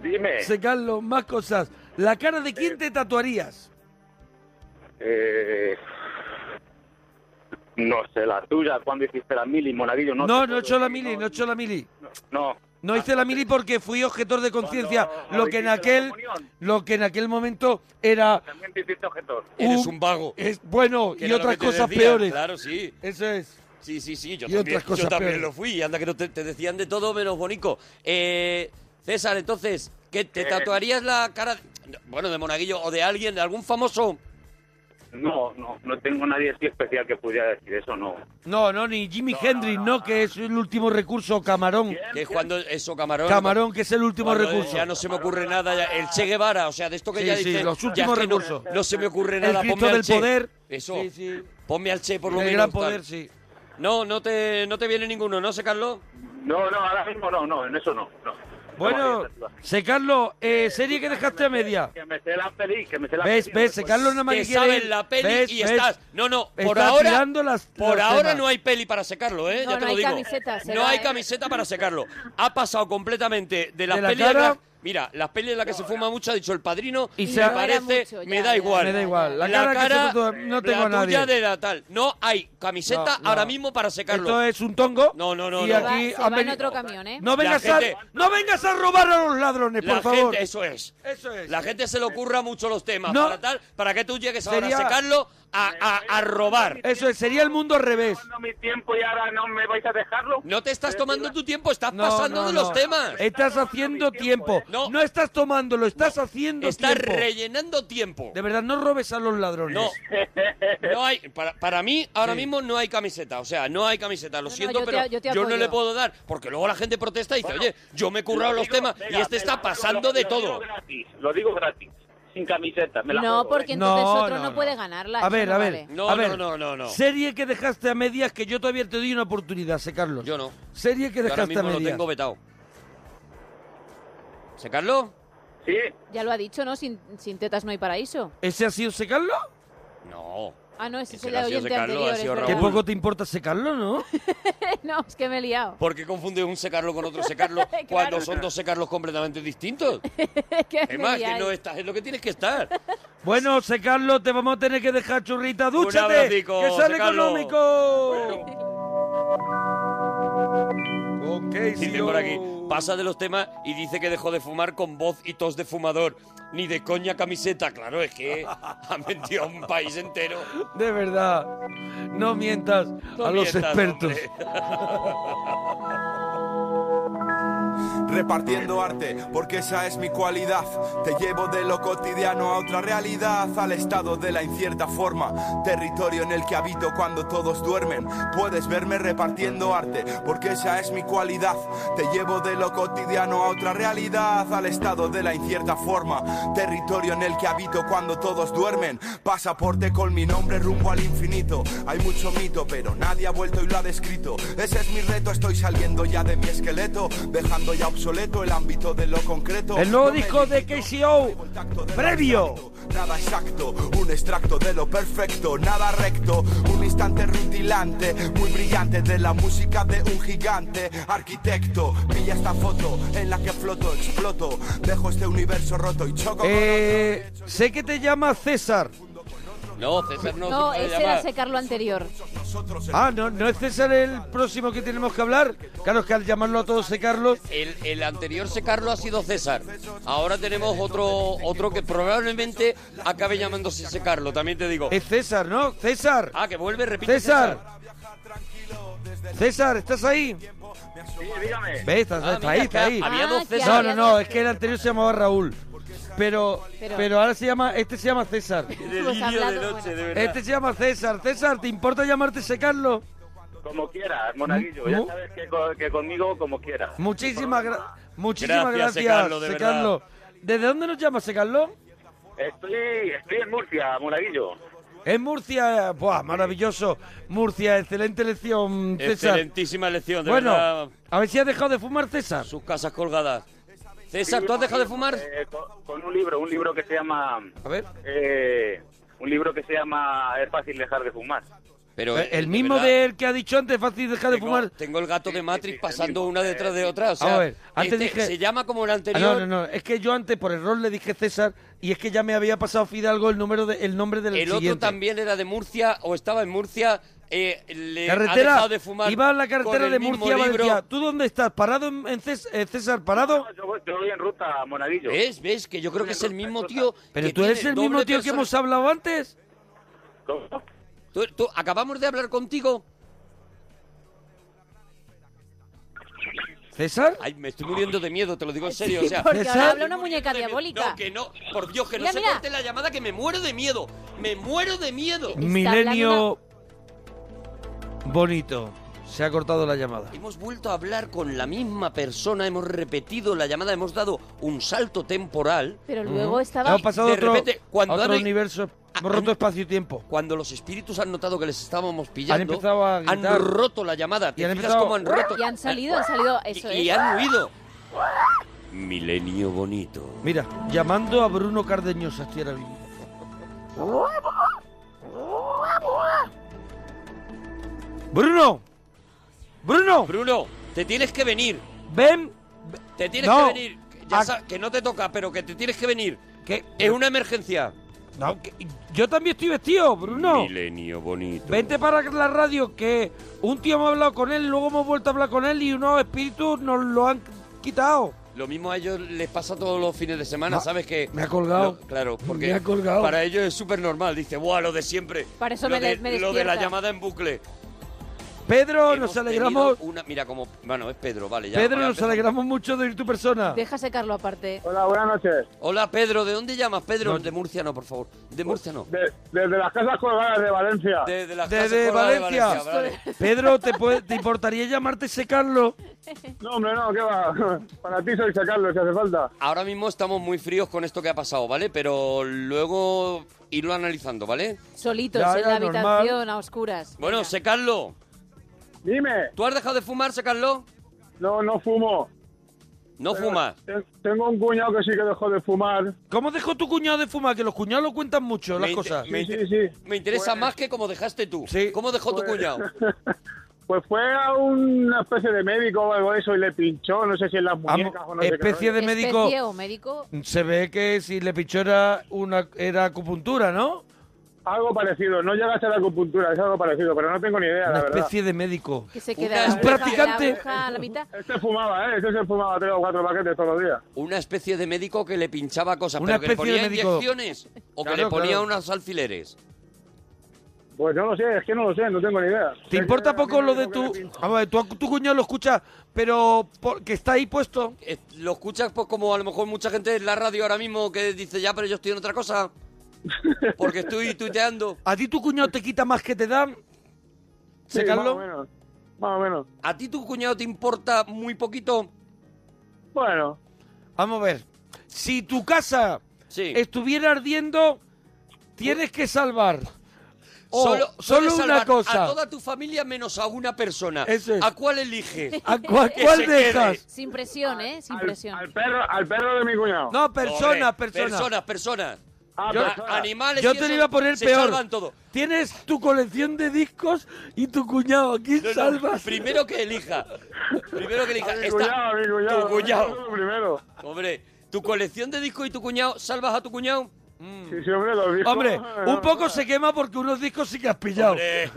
S11: Dime,
S1: Secarlo, más cosas. ¿La cara de quién te tatuarías?
S11: eh, no sé, la tuya, cuando hiciste la mili, Monaguillo, no.
S1: No,
S11: te
S1: no,
S11: puedo
S1: he hecho la
S11: decir,
S1: mili,
S11: no,
S1: no he hecho la mili.
S11: No,
S1: No hice la mili porque fui objetor de conciencia,
S11: Cuando
S1: lo que
S11: hiciste
S1: en
S11: la
S1: aquel,
S11: comunión.
S1: lo que en aquel momento era
S11: también te hiciste objetor.
S2: Eres un vago.
S1: es bueno y
S2: Que era lo
S1: otras
S2: que te
S1: cosas
S2: decían,
S1: peores.
S2: Claro, sí.
S1: Eso es.
S2: Sí, sí, sí. Yo
S1: Y
S2: también,
S1: otras cosas
S2: yo también
S1: peores.
S2: lo fui. Anda que no te, te decían de todo menos bonito. Eh, César, entonces, ¿qué te
S11: Eh.
S2: tatuarías la cara... de- Bueno, de Monaguillo o de alguien, de algún famoso?
S11: No, no, no tengo nadie así especial que pudiera decir eso, no.
S1: No, no, ni Jimi Hendrix, no, que es el último recurso, Camarón.
S2: Que es cuando eso, Camarón.
S1: Camarón, que es el último
S2: Cuando
S1: recurso.
S2: Ya no se me ocurre nada. ya- el Che Guevara, o sea, de esto que
S1: Sí,
S2: ya
S1: sí,
S2: dice.
S1: los
S2: ya
S1: últimos
S2: es que no-
S1: recursos.
S2: No, se me ocurre
S1: el
S2: nada.
S1: Cristo
S2: ponme al
S1: del
S2: Che.
S1: Poder.
S2: Eso.
S1: Sí, sí.
S2: Ponme al Che, por lo
S1: El
S2: menos.
S1: gran
S2: tal.
S1: poder, sí.
S2: No, no te, no te viene ninguno, ¿no, sé, Carlos?
S11: No, no, ahora mismo no, no, en eso no. no.
S1: Bueno,
S11: No,
S1: Secarlo, eh, serie que dejaste a media.
S11: que me sé la peli, que me sé la
S1: ¿Ves,
S11: peli, Pues, después-
S1: ves? Secarlo nada más
S2: Te
S1: que quiere
S2: sabes
S1: ir.
S2: la peli
S1: ¿Ves,
S2: y
S1: ves?
S2: estás. No, no, por
S1: Está
S2: ahora.
S1: tirando las-
S2: por
S1: los
S2: ahora
S1: temas.
S2: no hay peli para secarlo, ¿eh?
S3: No,
S2: ya te
S3: no
S2: lo
S3: hay
S2: digo.
S3: camiseta, se
S2: no
S3: va,
S2: hay
S3: ¿eh?
S2: camiseta para secarlo. Ha pasado completamente de las
S1: De la
S2: pelis de
S1: cara
S2: Black- Mira, las pelis en las que se fuma mucho, ha dicho el padrino, y
S1: Y
S2: se
S1: se ha-
S2: me parece,
S1: No era mucho,
S2: me
S1: ya,
S2: da
S1: ya,
S2: igual.
S1: Me da igual. La cara que se tatuó- no tengo
S2: la
S1: a nadie.
S2: tuya de la tal. No hay camiseta
S1: No, no.
S2: ahora mismo para secarlo.
S1: Esto es un tongo.
S2: No, no, no.
S1: y
S2: no.
S1: aquí
S3: Se
S1: han
S3: va en
S1: venido-
S3: otro camión, ¿eh?
S1: No vengas,
S2: La gente-
S1: a, no vengas a robar a los ladrones,
S2: La
S1: por favor.
S2: gente- eso es.
S1: Eso es.
S2: La gente se le ocurra mucho los temas
S1: No.
S2: para tal, para que tú llegues ahora
S1: Sería-
S2: a secarlo a, a- a robar.
S1: Eso es, sería el mundo al revés.
S11: mi tiempo y ahora no me vais a dejarlo.
S2: No te estás tomando tu tiempo, estás
S1: No,
S2: pasando
S1: no,
S2: de
S1: no. Eh,
S2: los temas.
S1: Estás haciendo tiempo. No. estás tomándolo, estás haciendo
S2: Estás
S1: tiempo.
S2: rellenando tiempo.
S1: De verdad, no robes a los ladrones.
S2: No, no hay, para, para mí ahora
S1: Sí.
S2: mismo no hay camiseta, o sea, no hay camiseta, lo
S3: no,
S2: siento,
S3: yo te-
S2: pero
S3: yo
S2: yo,
S3: te
S2: no
S3: apoyo.
S2: le puedo dar, porque luego la gente protesta y dice, oye, yo me he currado los temas y este está pasando de todo.
S11: gratis, lo digo gratis, sin camiseta. Me la
S3: No,
S11: juego,
S3: porque
S11: ¿eh?
S3: entonces
S1: No,
S3: otro
S1: no,
S3: no,
S1: no.
S3: puede ganarla.
S1: A
S3: eso
S1: ver,
S3: no
S1: a ver.
S3: vale.
S2: No,
S1: a
S2: no,
S1: ver.
S2: no, no, no.
S1: Serie que dejaste a medias que yo todavía te doy una oportunidad, sé, Carlos.
S2: Yo no.
S1: Serie que
S2: Yo ahora
S1: dejaste a
S2: mismo lo
S1: medias.
S2: tengo vetado. ¿Secarlo?
S11: Sí.
S3: Ya lo ha dicho, ¿no? Sin, sin tetas no hay paraíso.
S1: ¿Ese ha sido secarlo?
S2: No.
S3: Ah, no, ese es
S2: Ese
S3: el
S2: no ha sido
S3: oyente
S2: de Carlos, ha
S3: anterior. es
S2: sido
S3: verdad.
S1: Que poco te importa secarlo, ¿no?
S3: no, es que me he liado.
S2: ¿Por qué confunde un secarlo con otro secarlo
S3: Claro.
S2: cuando son dos secarlos completamente distintos?
S3: Es que me
S2: Es más, que
S3: liáis.
S2: no estás, es lo que tienes que estar.
S1: Bueno, secarlo, te vamos a tener que dejar churrita. ¡Dúchate!
S2: abracico,
S1: ¡Que sale
S2: Secarlo.
S1: económico! Ok,
S2: Dice por aquí, pasa de los temas y dice que dejó de fumar con voz y tos de fumador. Ni de coña camiseta, claro, es que ha mentido a un país entero.
S1: De verdad. No mientas
S2: No
S1: a los
S2: mientas,
S1: expertos.
S12: repartiendo arte, porque esa es mi cualidad. Te llevo de lo cotidiano a otra realidad, al estado de la incierta forma, territorio en el que habito cuando todos duermen. Puedes verme repartiendo arte, porque esa es mi cualidad. Te llevo de lo cotidiano a otra realidad, al estado de la incierta forma, territorio en el que habito cuando todos duermen. Pasaporte con mi nombre rumbo al infinito. Hay mucho mito, pero nadie ha vuelto y lo ha descrito. Ese es mi reto, estoy saliendo ya de mi esqueleto, dejando ya obsoleto el ámbito de lo concreto.
S1: El nuevo
S12: No me
S1: disco de KCO, previo.
S12: Nada exacto, un extracto de lo perfecto, nada recto, un instante rutilante, muy brillante de la música de un gigante, arquitecto, pilla esta foto en la que floto, exploto, dejo este universo roto y choco. con
S1: Eh, sé que te llama César.
S2: No, César no,
S3: No,
S2: se puede
S3: ese era
S2: llamar.
S3: secarlo anterior.
S1: Ah, no, no es César el próximo que tenemos que hablar. Claro, es que al llamarlo a todos secarlos.
S2: El, el anterior secarlo ha sido César. Ahora tenemos otro otro que probablemente acabe llamándose secarlo, también te digo.
S1: Es César, ¿no? César.
S2: Ah, que vuelve, repite
S1: César. César, ¿estás ahí?
S11: Sí, dígame.
S1: ¿Ves? Estás,
S2: Ah,
S1: está
S2: mira,
S1: ahí,
S2: que
S1: está ahí.
S2: había dos Ah, que
S1: No,
S2: César.
S1: no, no, es que el anterior se llamaba Raúl. Pero,
S3: Pero-
S1: pero, ahora se llama, este se llama César.
S3: Hemos hablado, bueno.
S1: Este se llama César. César, ¿te importa llamarte secarlo?
S11: Como quieras, monaguillo.
S1: Mu-
S11: Ya sabes que, co- que conmigo como quieras.
S1: Muchísimas, gra- muchísimas
S11: Gracias,
S1: gracias,
S11: Secarlo, de
S1: Secarlo. ¿Desde dónde nos llamas, Secarlo?
S11: Estoy, estoy en Murcia, monaguillo.
S1: En Murcia, buah, maravilloso. Murcia, excelente elección, César.
S2: Excelentísima lección, de
S1: bueno,
S2: verdad.
S1: a ver si has dejado de fumar, César.
S2: Sus casas colgadas. César, ¿tú has dejado de fumar?
S11: Eh, con, con un libro, un libro que se llama...
S1: A ver.
S11: Eh, un libro que se llama Es fácil dejar de fumar.
S2: Pero
S1: Eh, el mismo
S2: verdad.
S1: del que ha dicho antes, fácil dejar de fumar.
S2: Tengo el gato de Matrix pasando una detrás de otra. O sea,
S1: Vamos a ver, antes
S2: este
S1: dije-
S2: se llama como el
S1: Ah,
S2: anterior.
S1: no, no, no, es que yo antes por error le dije César y es que ya me había pasado Fidalgo el número de, el nombre del
S2: El otro
S1: siguiente.
S2: también era de Murcia o estaba en Murcia. eh, le ha
S1: carretera,
S2: dejado de fumar.
S1: iba en la
S2: con
S1: carretera
S2: el
S1: de
S2: mismo
S1: Murcia a
S2: libro.
S1: Valencia. ¿Tú dónde estás? ¿Parado en, en Cés- eh, César? ¿Parado?
S11: Yo voy, yo voy en ruta, monaguillo.
S2: ¿Ves? ¿Ves? Que yo creo que es el mismo tío.
S1: Pero
S2: que
S1: tú eres
S2: tiene
S1: el mismo
S2: doble
S1: tío que
S2: persona-
S1: hemos hablado antes.
S2: ¿Tú, tú- acabamos de hablar contigo.
S1: ¿César?
S2: Ay, me estoy muriendo de miedo, te lo digo en serio.
S3: Sí,
S2: o sea,
S3: porque ahora
S1: César.
S3: habla una muñeca diabólica.
S2: No, que no, por Dios, que
S3: Mira,
S2: no se
S3: mira.
S2: corte la llamada, que me muero de miedo. Me muero de miedo.
S1: Milenio bonito. Se ha cortado la llamada.
S2: Hemos vuelto a hablar con la misma persona, hemos repetido la llamada, hemos dado un salto temporal.
S3: Pero luego estaba...
S1: Hemos pasado a
S2: de
S1: otro,
S2: repente, cuando
S1: a otro
S2: han- Ah,
S1: universo, hemos roto espacio-tiempo.
S2: Cuando los espíritus han notado que les estábamos pillando,
S1: empezado a
S2: han
S1: gritar.
S2: roto la llamada. ¿Te
S1: Y han
S2: fijas
S1: empezado-
S2: cómo han roto?
S3: Y han salido, han salido, eso
S2: Y
S3: es.
S2: han huido. Milenio bonito.
S1: Mira, llamando a Bruno Cardeñosa, estoy ahora mismo. ¡Bruno! ¡Bruno!
S2: Bruno, te tienes que venir.
S1: ¡Ven!
S2: Te tienes
S1: No.
S2: que venir. ya sa- que no te toca, pero que te tienes que venir. Que es una emergencia.
S1: No, que- yo también estoy vestido, Bruno.
S2: Milenio bonito.
S1: Vente para la radio, que un tío hemos hablado con él, luego hemos vuelto a hablar con él y unos espíritus nos lo han quitado.
S2: Lo mismo a ellos les pasa todos los fines de semana, ¿sabes? Que
S1: me ha colgado.
S2: Lo- claro, porque
S1: Me ha colgado.
S2: para ellos es súper normal. Dice, ¡buah, lo de siempre!
S3: Para eso
S2: lo
S3: me
S2: de,
S3: de- me
S2: Lo de la
S3: despierta.
S2: llamada en bucle.
S1: Pedro,
S2: Hemos
S1: nos alegramos.
S2: tenido Una, mira, como... Bueno, es Pedro, vale. Ya,
S1: Pedro,
S2: Vale,
S1: nos alegramos mucho de ir tu persona.
S3: Deja secarlo aparte.
S13: Hola, buenas noches.
S2: Hola, Pedro. ¿De dónde llamas, Pedro? De Murcia, no, por favor. De Murcia, no.
S13: De- desde las casas colgadas de Valencia.
S2: Desde las
S1: Desde Valencia. Pedro, ¿te, puede- ¿te importaría llamarte secarlo?
S13: No, hombre, no, ¿qué va? Para ti soy sacarlo si hace falta.
S2: Ahora mismo estamos muy fríos con esto que ha pasado, ¿vale? Pero luego irlo analizando, ¿vale?
S3: Solitos
S2: Ya,
S3: en
S2: ya,
S3: la
S2: normal.
S3: habitación, a oscuras.
S2: Bueno, secarlo.
S13: Dime.
S2: ¿Tú has dejado de fumar, secarlo?
S13: No, no fumo.
S2: No
S13: Pero
S2: fumas.
S13: te- Tengo un cuñado que sí que dejó de fumar.
S1: ¿Cómo dejó tu cuñado de fumar? Que los cuñados lo cuentan mucho, las
S2: Me inter-
S1: cosas.
S2: me Sí, inter- Me interesa más que cómo dejaste tú. ¿Cómo dejó tu cuñado?
S13: Pues fue a una especie de médico o algo de eso y le pinchó, no sé si en las
S1: Vamos,
S13: muñecas o no sé qué
S1: especie
S13: rollo.
S1: de médico.
S3: Especie o médico.
S1: Se ve que si le pinchó era, una, era acupuntura, ¿no?
S13: Algo parecido, no llega a ser acupuntura, es algo parecido, pero no tengo ni idea,
S1: Una
S13: la verdad.
S1: especie de médico.
S3: Que se queda
S1: Un
S3: la aguja-
S1: practicante.
S3: la aguja a la mitad.
S13: Este fumaba, ¿eh? Este se fumaba tres o cuatro paquetes todos los días.
S2: Una especie de médico que le pinchaba cosas,
S1: Una
S2: pero que le
S1: especie de
S2: ponía
S1: médico.
S2: inyecciones o que
S1: Claro,
S2: le ponía
S1: claro.
S2: unos alfileres.
S13: Pues no lo sé, es que no lo sé, no tengo ni idea.
S1: ¿Te importa poco lo de tu... Vamos a ver, tu, tu cuñado lo escucha, pero porque está ahí puesto.
S2: Eh, Lo escuchas pues como a lo mejor mucha gente en la radio ahora mismo que dice ya, pero yo estoy en otra cosa. Porque estoy tuiteando.
S1: ¿A ti tu cuñado te quita más que te dan?
S2: Sí,
S1: ¿Secarlo?
S2: más o menos.
S13: Más o menos.
S2: ¿A ti tu cuñado te importa muy poquito?
S13: Bueno.
S1: Vamos a ver. Si tu casa estuviera ardiendo, tienes que salvar. O
S2: solo
S1: Oh, solo
S2: puedes
S1: una
S2: salvar
S1: cosa.
S2: A toda tu familia menos a una persona.
S1: Eso es.
S2: ¿A cuál eliges?
S1: ¿A cuál-
S2: Que
S1: cuál
S2: se quede.
S1: dejas?
S3: Sin presión, ¿eh? Sin presión.
S13: Al perro, al perro de mi cuñado.
S1: No, personas,
S2: Hombre,
S1: personas.
S2: Personas, personas.
S13: Ah,
S2: Yo-
S13: personas.
S2: Animales
S1: Yo
S2: y
S1: te lo
S2: eso
S1: iba a poner
S2: se
S1: peor.
S2: salvan todo.
S1: Tienes tu colección de discos y tu cuñado. ¿A quién
S2: No, no,
S1: salvas?
S2: Primero que elija. Primero que elija.
S13: A mi
S2: Esta-
S13: cuñado, a mi cuñado.
S2: Tu cuñado.
S13: Eso es lo primero.
S2: Hombre, tu colección de discos y tu cuñado, ¿salvas a tu cuñado?
S13: Sí, sí, hombre, los discos-
S1: Hombre,
S13: no,
S1: un poco se quema porque unos discos sí que has pillado.
S2: Hombre.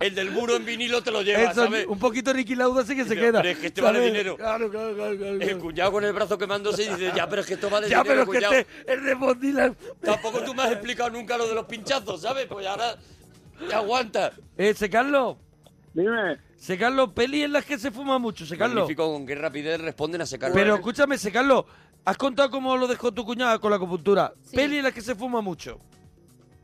S2: El del muro en vinilo te lo llevas,
S1: Eso,
S2: ¿sabes?
S1: un poquito Nicky Lauda sí que se
S2: Pero,
S1: queda.
S2: hombre, es que este vale
S1: ¿sabes?
S2: dinero.
S1: Claro, claro, claro. claro,
S2: El
S1: claro.
S2: cuñado con el brazo quemándose y dice, ya, pero es que esto vale
S1: Ya, pero
S2: dinero,
S1: es que
S2: cuñado.
S1: este es de Bondi la-
S2: Tampoco tú me has explicado nunca lo de los pinchazos, ¿sabes? Pues ahora te aguantas.
S1: Eh, se Carlos.
S13: Dime.
S1: Se Carlos, peli en las que se fuma mucho, se Carlos.
S2: Magnífico, con qué rapidez responden a secar.
S1: Pero escúchame, se Carlos, has contado cómo lo dejó tu cuñada con la acupuntura. Peli en las que se fuma mucho.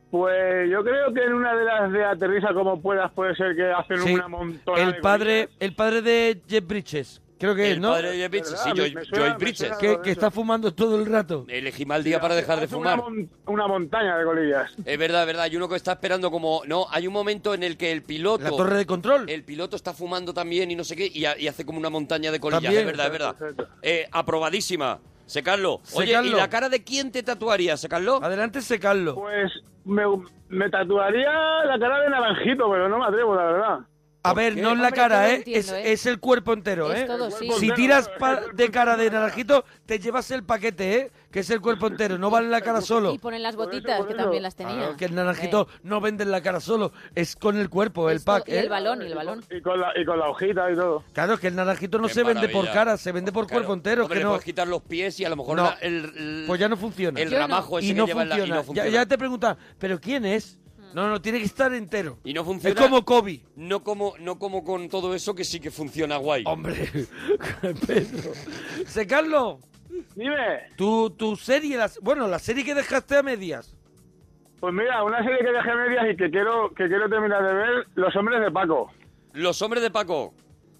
S13: Pues yo creo que en una de las de aterriza como puedas puede ser que hacen
S1: Sí.
S13: una montona
S1: El
S13: de
S1: padre, el padre de Jeff Bridges, creo que
S2: El
S1: es, ¿no?
S2: padre de Jeff Bridges, ¿Verdad? sí, Joy- Me suena- Joy me Bridges. suena
S1: Que,
S2: algo de
S1: que
S2: eso.
S1: está fumando todo el rato.
S2: Elegí mal día para dejar de
S13: colillas. Una,
S2: fumar.
S13: mon- una montaña de colillas.
S2: Es verdad, es verdad. Hay uno que está esperando como... No, hay un momento en el que el piloto...
S1: La torre de control.
S2: El piloto está fumando también y no sé qué y, ha- y hace como una montaña de colillas.
S1: También.
S2: Es verdad, es verdad. Eh, aprobadísima. Secarlo.
S1: Se
S2: Oye, ¿y
S1: Carlos.
S2: la cara de quién te tatuaría, Secarlo?
S1: Adelante, secarlo.
S13: Pues me, me tatuaría la cara de naranjito, pero no me atrevo, la verdad.
S1: A ver, no es la
S13: Hombre,
S1: cara,
S13: yo lo
S1: ¿eh?
S13: entiendo,
S1: es,
S13: ¿eh?
S1: es el cuerpo entero,
S13: Es
S1: ¿eh?
S13: todo, El sí. cuerpo
S1: Si
S13: entero,
S1: tiras
S13: es el
S1: pa- de cara de naranjito, te llevas el paquete, ¿eh? Que es el cuerpo entero, no vale la cara solo.
S3: Y ponen las botitas, que también las tenía. Eh.
S1: Claro, Ah, que el naranjito no vende la cara solo, es con el cuerpo, el pack,
S3: Y
S1: ¿eh?
S3: el balón, y el balón.
S13: Y con la, y con la hojita y todo.
S1: Claro, es que el naranjito no se vende por
S2: maravilla.
S1: cara, se vende por
S2: Claro.
S1: cuerpo entero.
S2: Hombre, pues
S1: que
S2: le
S1: no,
S2: puedes quitar los pies y a lo mejor
S1: No.
S2: la- el, el-
S1: pues ya no funciona.
S2: El ramajo ese
S1: y
S2: que
S1: no
S2: lleva en la-
S1: funciona.
S2: y no funciona.
S1: Ya, ya te preguntan, ¿pero quién es?
S2: Mm.
S1: No, no, tiene que estar entero.
S2: Y no funciona.
S1: Es como Kobe.
S2: No como, no como con todo eso que sí que funciona guay.
S1: Hombre, Pedro. Se Carlos.
S13: Dime.
S1: Tu, tu serie, las- bueno, la serie que dejaste a medias.
S13: Pues mira, una serie que dejé a medias y que quiero, que quiero terminar de ver, Los Hombres de Paco.
S2: Los hombres de Paco.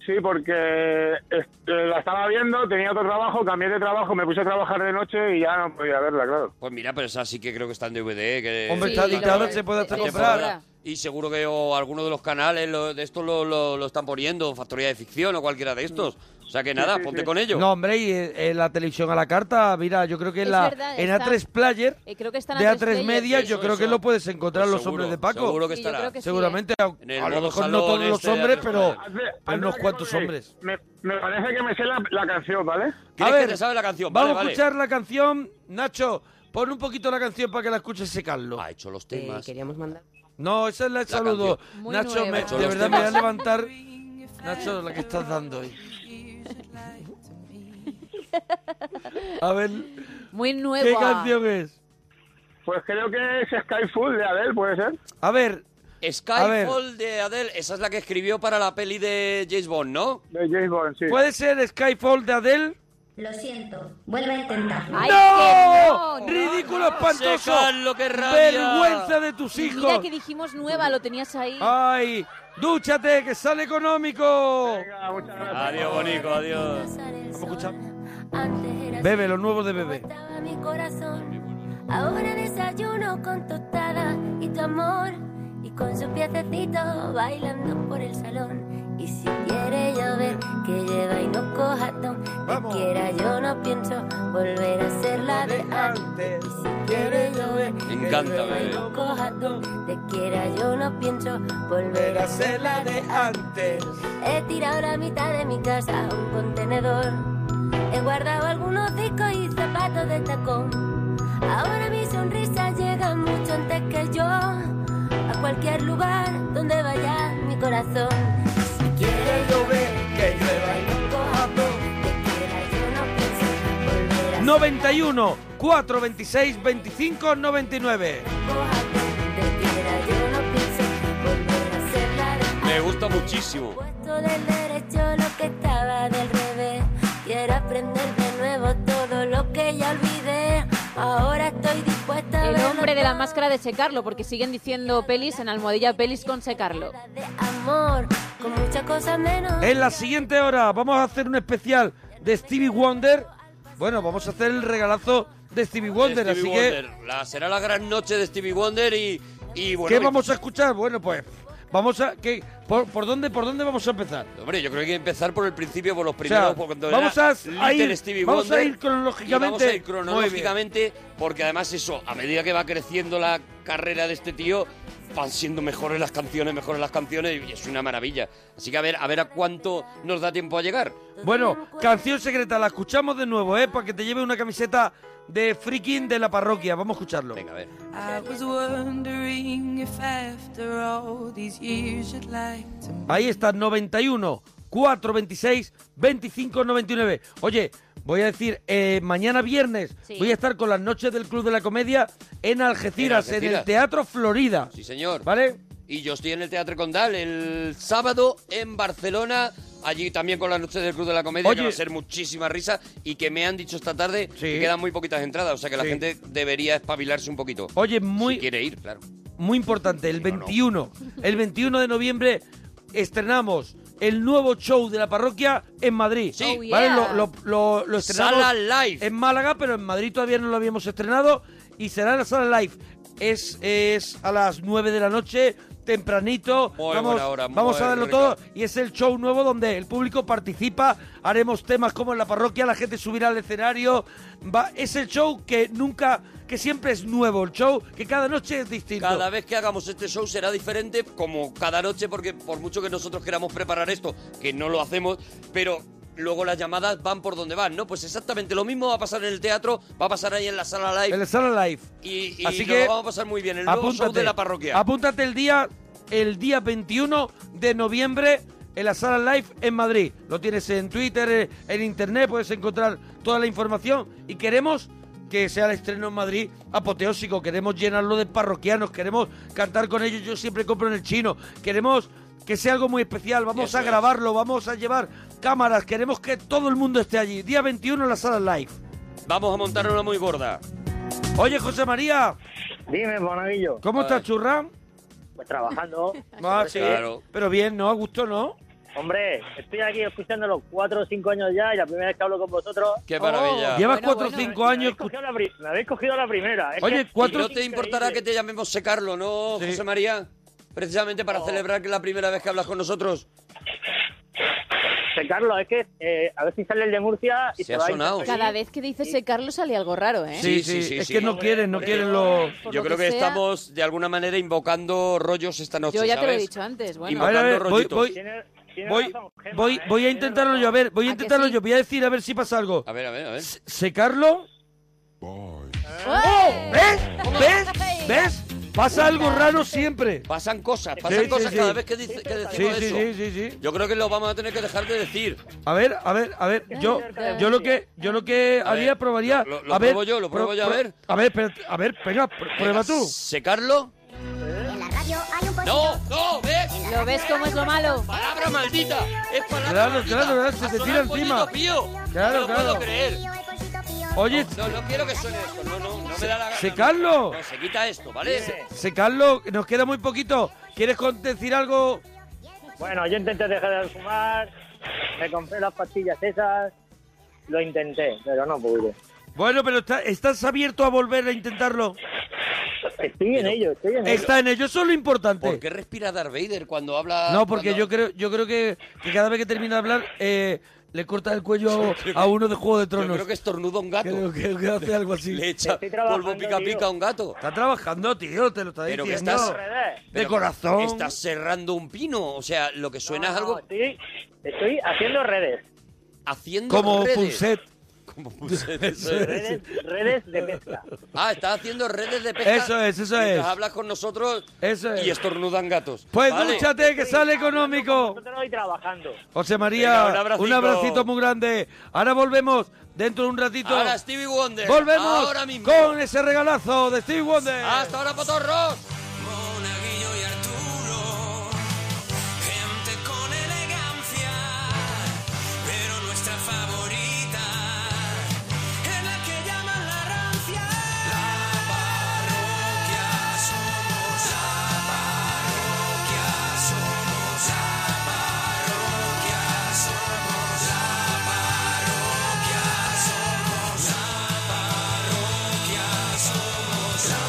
S13: Sí, porque este, la estaba viendo, tenía otro trabajo, cambié de trabajo, me puse a trabajar de noche y ya no podía verla, claro.
S2: Pues mira, pero esa sí que creo que está en DVD. Que
S1: Hombre, Sí, está lo- editada, se puede hasta
S2: Se
S1: comprar.
S2: podrá. Y seguro que o alguno de los canales lo- de estos lo, lo- lo están poniendo, Factoría de Ficción o cualquiera de estos. O sea que nada, ponte con ello.
S1: No, hombre, y eh, eh, la televisión a la carta, mira, yo creo que en,
S2: Es
S1: la,
S2: verdad,
S1: en
S2: está.
S1: A3 Player
S3: Eh, creo que están
S1: de
S3: a tres
S1: A3
S3: players.
S1: Media, yo
S2: Eso,
S1: creo que
S2: eso.
S1: lo puedes encontrar
S2: Pues
S1: los
S2: seguro,
S1: hombres de Paco.
S2: seguro que Sí, yo estará. creo que sí,
S1: Seguramente,
S2: ¿eh?
S1: a,
S2: En el
S1: a lo
S2: modo
S1: mejor no
S2: salón
S1: todos los
S2: este de
S1: hombres,
S2: A3
S1: pero
S2: Player.
S1: hay unos cuantos hombres.
S13: Me, me parece que me sé la, la canción, ¿vale?
S1: A ver, vamos a escuchar la canción. Nacho, pon un poquito la canción para que la escuche ese Carlos. Ha
S2: hecho los
S5: temas. queríamos mandar.
S1: No, esa es la, saludo.
S5: canción. Muy
S1: Nacho,
S5: nueva.
S1: me-
S5: Ha hecho
S1: de
S5: los
S1: verdad me voy a
S5: temas.
S1: levantar. Nacho, la que estás dando hoy. A ver,
S3: Muy nueva.
S1: ¿qué canción es?
S13: Pues creo que es Skyfall de Adele, ¿puede ser?
S1: A ver.
S2: Skyfall de Adele, esa es la que escribió para la peli de James Bond, ¿no?
S13: De James Bond, sí.
S1: ¿Puede ser Skyfall de Adele?
S14: Lo siento, vuelve a intentarlo.
S1: ¡No! ¡Ridículo espantoso!
S2: Seca, lo que rabia.
S1: ¡Vergüenza de tus
S3: Y
S1: hijos! Ah.
S3: Mira que dijimos nueva, lo tenías ahí.
S1: ¡Ay! ¡Dúchate, que sale económico!
S2: Adiós, bonico, adiós.
S1: Vamos a escuchar.
S15: Antes era
S1: Bebe, lo nuevo de Bebe.
S15: a mi corazón. Ahora desayuno con tostada y tu amor. Y con su piececito bailando por el salón. Y si quiere llover, que lleva y no coja ton. Que quiera, yo no pienso volver a ser la de antes. Y si quiere llover,
S2: Me encanta,
S15: que
S2: bebé.
S15: no coja ton. Te quiera, yo no pienso volver a ser la de antes. He tirado la mitad de mi casa a un contenedor. He guardado algunos discos y zapatos de tacón. Ahora mi sonrisa llega mucho antes que yo. A cualquier lugar donde vaya mi corazón. Si quiere
S1: eh.
S15: llover, que llueva y no coja todo.
S1: 91 426 25 99
S2: Me gusta muchísimo.
S15: Todo del derecho lo que estaba del revés. Quiero aprender de nuevo todo lo que ya olvidé. Ahora estoy dispuesta a
S3: El
S15: verlo
S3: hombre de la máscara de secarlo, porque siguen diciendo pelis en almohadilla pelis con secarlo.
S15: amor con muchas cosas menos.
S1: En la siguiente hora vamos a hacer un especial de Stevie Wonder. Bueno, vamos a hacer el regalazo de Stevie Wonder,
S2: Stevie
S1: así que...
S2: Wonder. La, será la gran noche de Stevie Wonder y, y bueno.
S1: ¿Qué vamos a escuchar? Bueno, pues vamos a... ¿qué, por, por dónde, ¿Por dónde vamos a empezar?
S2: Hombre, yo creo que hay que empezar por el principio, por los
S1: O sea,
S2: primeros. por cuando
S1: vamos
S2: era
S1: a, a
S2: Little
S1: ir,
S2: Stevie
S1: vamos
S2: Wonder,
S1: a ir cronológicamente.
S2: y vamos a ir
S1: Muy bien.
S2: cronológicamente, porque además eso, a medida que va creciendo la carrera de este tío, van siendo mejores las canciones, mejores las canciones, y es una maravilla. Así que a ver, a ver a cuánto nos da tiempo a llegar.
S1: Bueno, canción secreta, la escuchamos de nuevo, ¿eh? Para que te lleve una camiseta de freaking de la parroquia. Vamos a escucharlo.
S2: Venga, a ver.
S8: I was wondering if after all these years you'd like to
S1: Ahí está, 91, 4, 26, 25, 99. Oye, voy a decir, eh, mañana viernes
S2: Sí.
S1: voy a estar con las noches del Club de la Comedia en Algeciras,
S2: En
S1: en,
S2: Algeciras.
S1: el Teatro Florida.
S2: Sí, señor.
S1: ¿Vale?
S2: Y yo estoy en el Teatro Condal el sábado en Barcelona. Allí también con las noches del Club de la Comedia,
S1: Oye.
S2: que va a ser muchísima risa y que me han dicho esta tarde que quedan muy poquitas entradas, o sea que la
S1: Sí.
S2: gente debería espabilarse un poquito.
S1: Oye, muy...
S2: Si quiere ir, claro.
S1: Muy importante, el 21. El 21 de noviembre estrenamos el nuevo show de la parroquia en Madrid.
S2: Sí. Oh,
S1: ¿Vale?
S2: yeah.
S1: Lo, lo- lo- lo estrenamos
S2: Sala Live.
S1: en Málaga, pero en Madrid todavía no lo habíamos estrenado. Y será en la sala live. Es, es a las 9 de la noche, tempranito.
S2: Muy
S1: vamos
S2: buena hora,
S1: vamos
S2: muy
S1: a darlo
S2: rica.
S1: todo. Y es el show nuevo donde el público participa. Haremos temas como en la parroquia, la gente subirá al escenario. Va, es el show que nunca, que siempre es nuevo. El show que cada noche es distinto.
S2: Cada vez que hagamos este show será diferente, como cada noche, porque por mucho que nosotros queramos preparar esto, que no lo hacemos, pero luego las llamadas van por donde van, ¿no? Pues exactamente lo mismo va a pasar en el teatro, va a pasar ahí en la sala live.
S1: En la sala live.
S2: Y, y
S1: Así
S2: nos
S1: que
S2: lo vamos a pasar muy bien. El nuevo show de la parroquia.
S1: Apúntate el día, el día 21 de noviembre en la sala live en Madrid. Lo tienes en Twitter, eh, en internet, puedes encontrar toda la información. Y queremos que sea el estreno en Madrid apoteósico. Queremos llenarlo de parroquianos, queremos cantar con ellos. Yo siempre compro en el chino. Queremos que sea algo muy especial. Vamos
S2: Eso
S1: a
S2: es.
S1: grabarlo, vamos a llevar cámaras. Queremos que todo el mundo esté allí. Día 21 en la sala live.
S2: Vamos a montar una muy gorda.
S1: Oye, José María.
S4: Dime, monaguillo.
S1: ¿Cómo
S4: A
S1: estás,
S4: ver.
S1: churra?
S4: Pues trabajando.
S1: Ah, sí.
S4: Claro.
S1: Pero bien, ¿no? A gusto, ¿no?
S4: Hombre, estoy aquí escuchando los cuatro o cinco años ya y la primera vez que hablo con vosotros.
S2: Qué maravilla.
S1: Oh, Llevas cuatro o cinco años.
S4: Cogido la pri- Me habéis cogido la primera. Es
S2: Oye,
S4: que-
S2: ¿no te importará que te llamemos Secarlo, no, José
S3: Oh.
S2: María? Precisamente para celebrar que es la primera vez que hablas con nosotros.
S4: José Carlos, es que eh, a ver si sale el de Murcia y
S1: Se ha
S4: va a
S1: sonado.
S4: interferir.
S3: Cada vez que dice ese Carlos sale algo raro, ¿eh?
S1: Oh, Sí, sí, es que no quieren, no quieren los...
S3: Por
S2: Yo
S3: lo
S2: creo
S3: que
S2: que,
S3: sea.
S2: estamos de alguna manera invocando rollos esta noche.
S3: Yo ya te lo he
S2: ¿sabes?
S3: dicho antes, bueno.
S1: A ver, a ver,
S2: Invocando
S1: voy,
S2: rollitos.
S1: voy, voy, voy, voy a intentarlo yo, a ver, voy a intentarlo yo, voy a decir a ver si pasa algo. A
S2: ver, a ver, a ver.
S1: ¿Secarlo? ¡Oh! ¿Ves? ¿Ves? ¿Ves? Pasa algo raro siempre.
S2: Pasan cosas, Pasan cosas cada vez que, dice- que decimos
S1: Sí, sí,
S2: eso.
S1: sí, sí, sí.
S2: Yo creo que lo vamos a tener que dejar de decir.
S1: A ver, a ver, a ver, yo, yo lo que, yo lo que
S2: A ver,
S1: haría, probaría,
S2: lo- lo
S1: a ver,
S2: pruebo yo, lo pruebo
S1: pro-
S2: yo, a
S1: pro-
S2: ver.
S1: a ver, espérate, a ver, venga, pr- prueba tú.
S2: ¿Secarlo? ¡No! ¡No! ¿Ves?
S3: ¿Lo ves cómo es lo malo?
S2: ¡Palabra maldita! ¡Es palabra
S1: Claro,
S2: maldita!
S1: claro, claro, se
S2: Ha
S1: te
S2: sonado
S1: tira
S2: el pollito
S1: encima.
S2: pío.
S1: Claro,
S2: no lo
S1: claro.
S2: puedo creer.
S1: Oye,
S2: No, no, no quiero que suene esto. No, no, no me da la gana.
S1: Secarlo.
S2: No, se quita esto, ¿vale?
S1: Secarlo, nos queda muy poquito. ¿Quieres con- decir algo?
S4: Bueno, yo intenté dejar de fumar, me compré las pastillas esas, lo intenté, pero no pude.
S1: Bueno, pero está- estás abierto a volver a intentarlo.
S4: Estoy en ello, estoy en
S1: Está en ello, eso es lo importante.
S2: ¿Por qué respira Darth Vader cuando habla?
S1: No, porque
S2: cuando-
S1: yo creo, yo creo que, que cada vez que termina de hablar, eh, le corta el cuello a uno de Juego de Tronos.
S2: Yo creo que estornuda un gato.
S1: Creo que- que hace algo así.
S2: Le echa
S1: Estoy trabajando,
S2: polvo pica pica
S1: tío.
S2: a un gato.
S1: Está trabajando, tío, te lo está
S2: Pero que
S1: diciendo.
S2: estás...
S1: De
S2: pero
S1: corazón.
S2: Estás cerrando un pino. O sea, lo que suena es algo...
S4: estoy, haciendo redes.
S2: Haciendo
S1: Como
S2: redes.
S1: Punset.
S2: Como Punset, eso es.
S4: Redes, redes de pesca.
S2: Ah, estás haciendo redes de pesca.
S1: Eso es, eso
S2: mientras
S1: es.
S2: hablas con nosotros
S1: Eso es.
S2: y estornudan gatos.
S1: Pues
S2: Vale.
S1: dúchate, que sale económico.
S4: Nosotros hoy trabajando.
S1: José María,
S2: Venga,
S1: un,
S2: un
S1: abracito.
S2: abracito.
S1: muy grande. Ahora volvemos dentro de un ratito.
S2: Ahora Stevie Wonder.
S1: Volvemos
S2: Ahora mismo.
S1: con ese regalazo de Stevie Wonder.
S2: Hasta ahora, potorros.
S5: Gente con elegancia, pero nuestra favorita es la que llaman la rancia. La parroquia somos, la parroquia somos, la parroquia somos, la parroquia somos, la parroquia somos, la parroquia somos, la parroquia somos, la parroquia somos.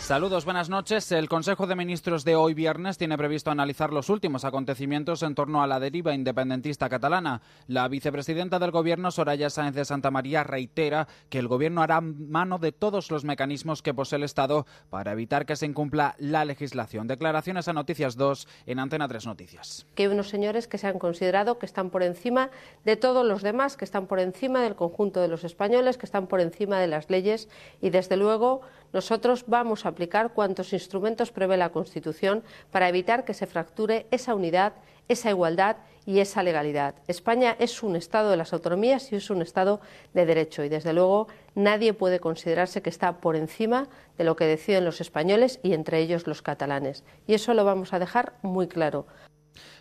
S16: Saludos, buenas noches. El Consejo de Ministros de hoy viernes tiene previsto analizar los últimos acontecimientos en torno a la deriva independentista catalana. La vicepresidenta del Gobierno, Soraya Sáenz de Santa María, reitera que el Gobierno hará mano de todos los mecanismos que posee el Estado para evitar que se incumpla la legislación. Declaraciones a Noticias 2 en Antena 3 Noticias.
S17: que hay unos señores que se han considerado que están por encima de todos los demás, que están por encima del conjunto de los españoles, que están por encima de las leyes y, desde luego, nosotros vamos a aplicar cuantos instrumentos prevé la Constitución para evitar que se fracture esa unidad, esa igualdad y esa legalidad. España es un Estado de las autonomías y es un Estado de derecho y, desde luego, nadie puede considerarse que está por encima de lo que deciden los españoles y, entre ellos, los catalanes. Y eso lo vamos a dejar muy claro.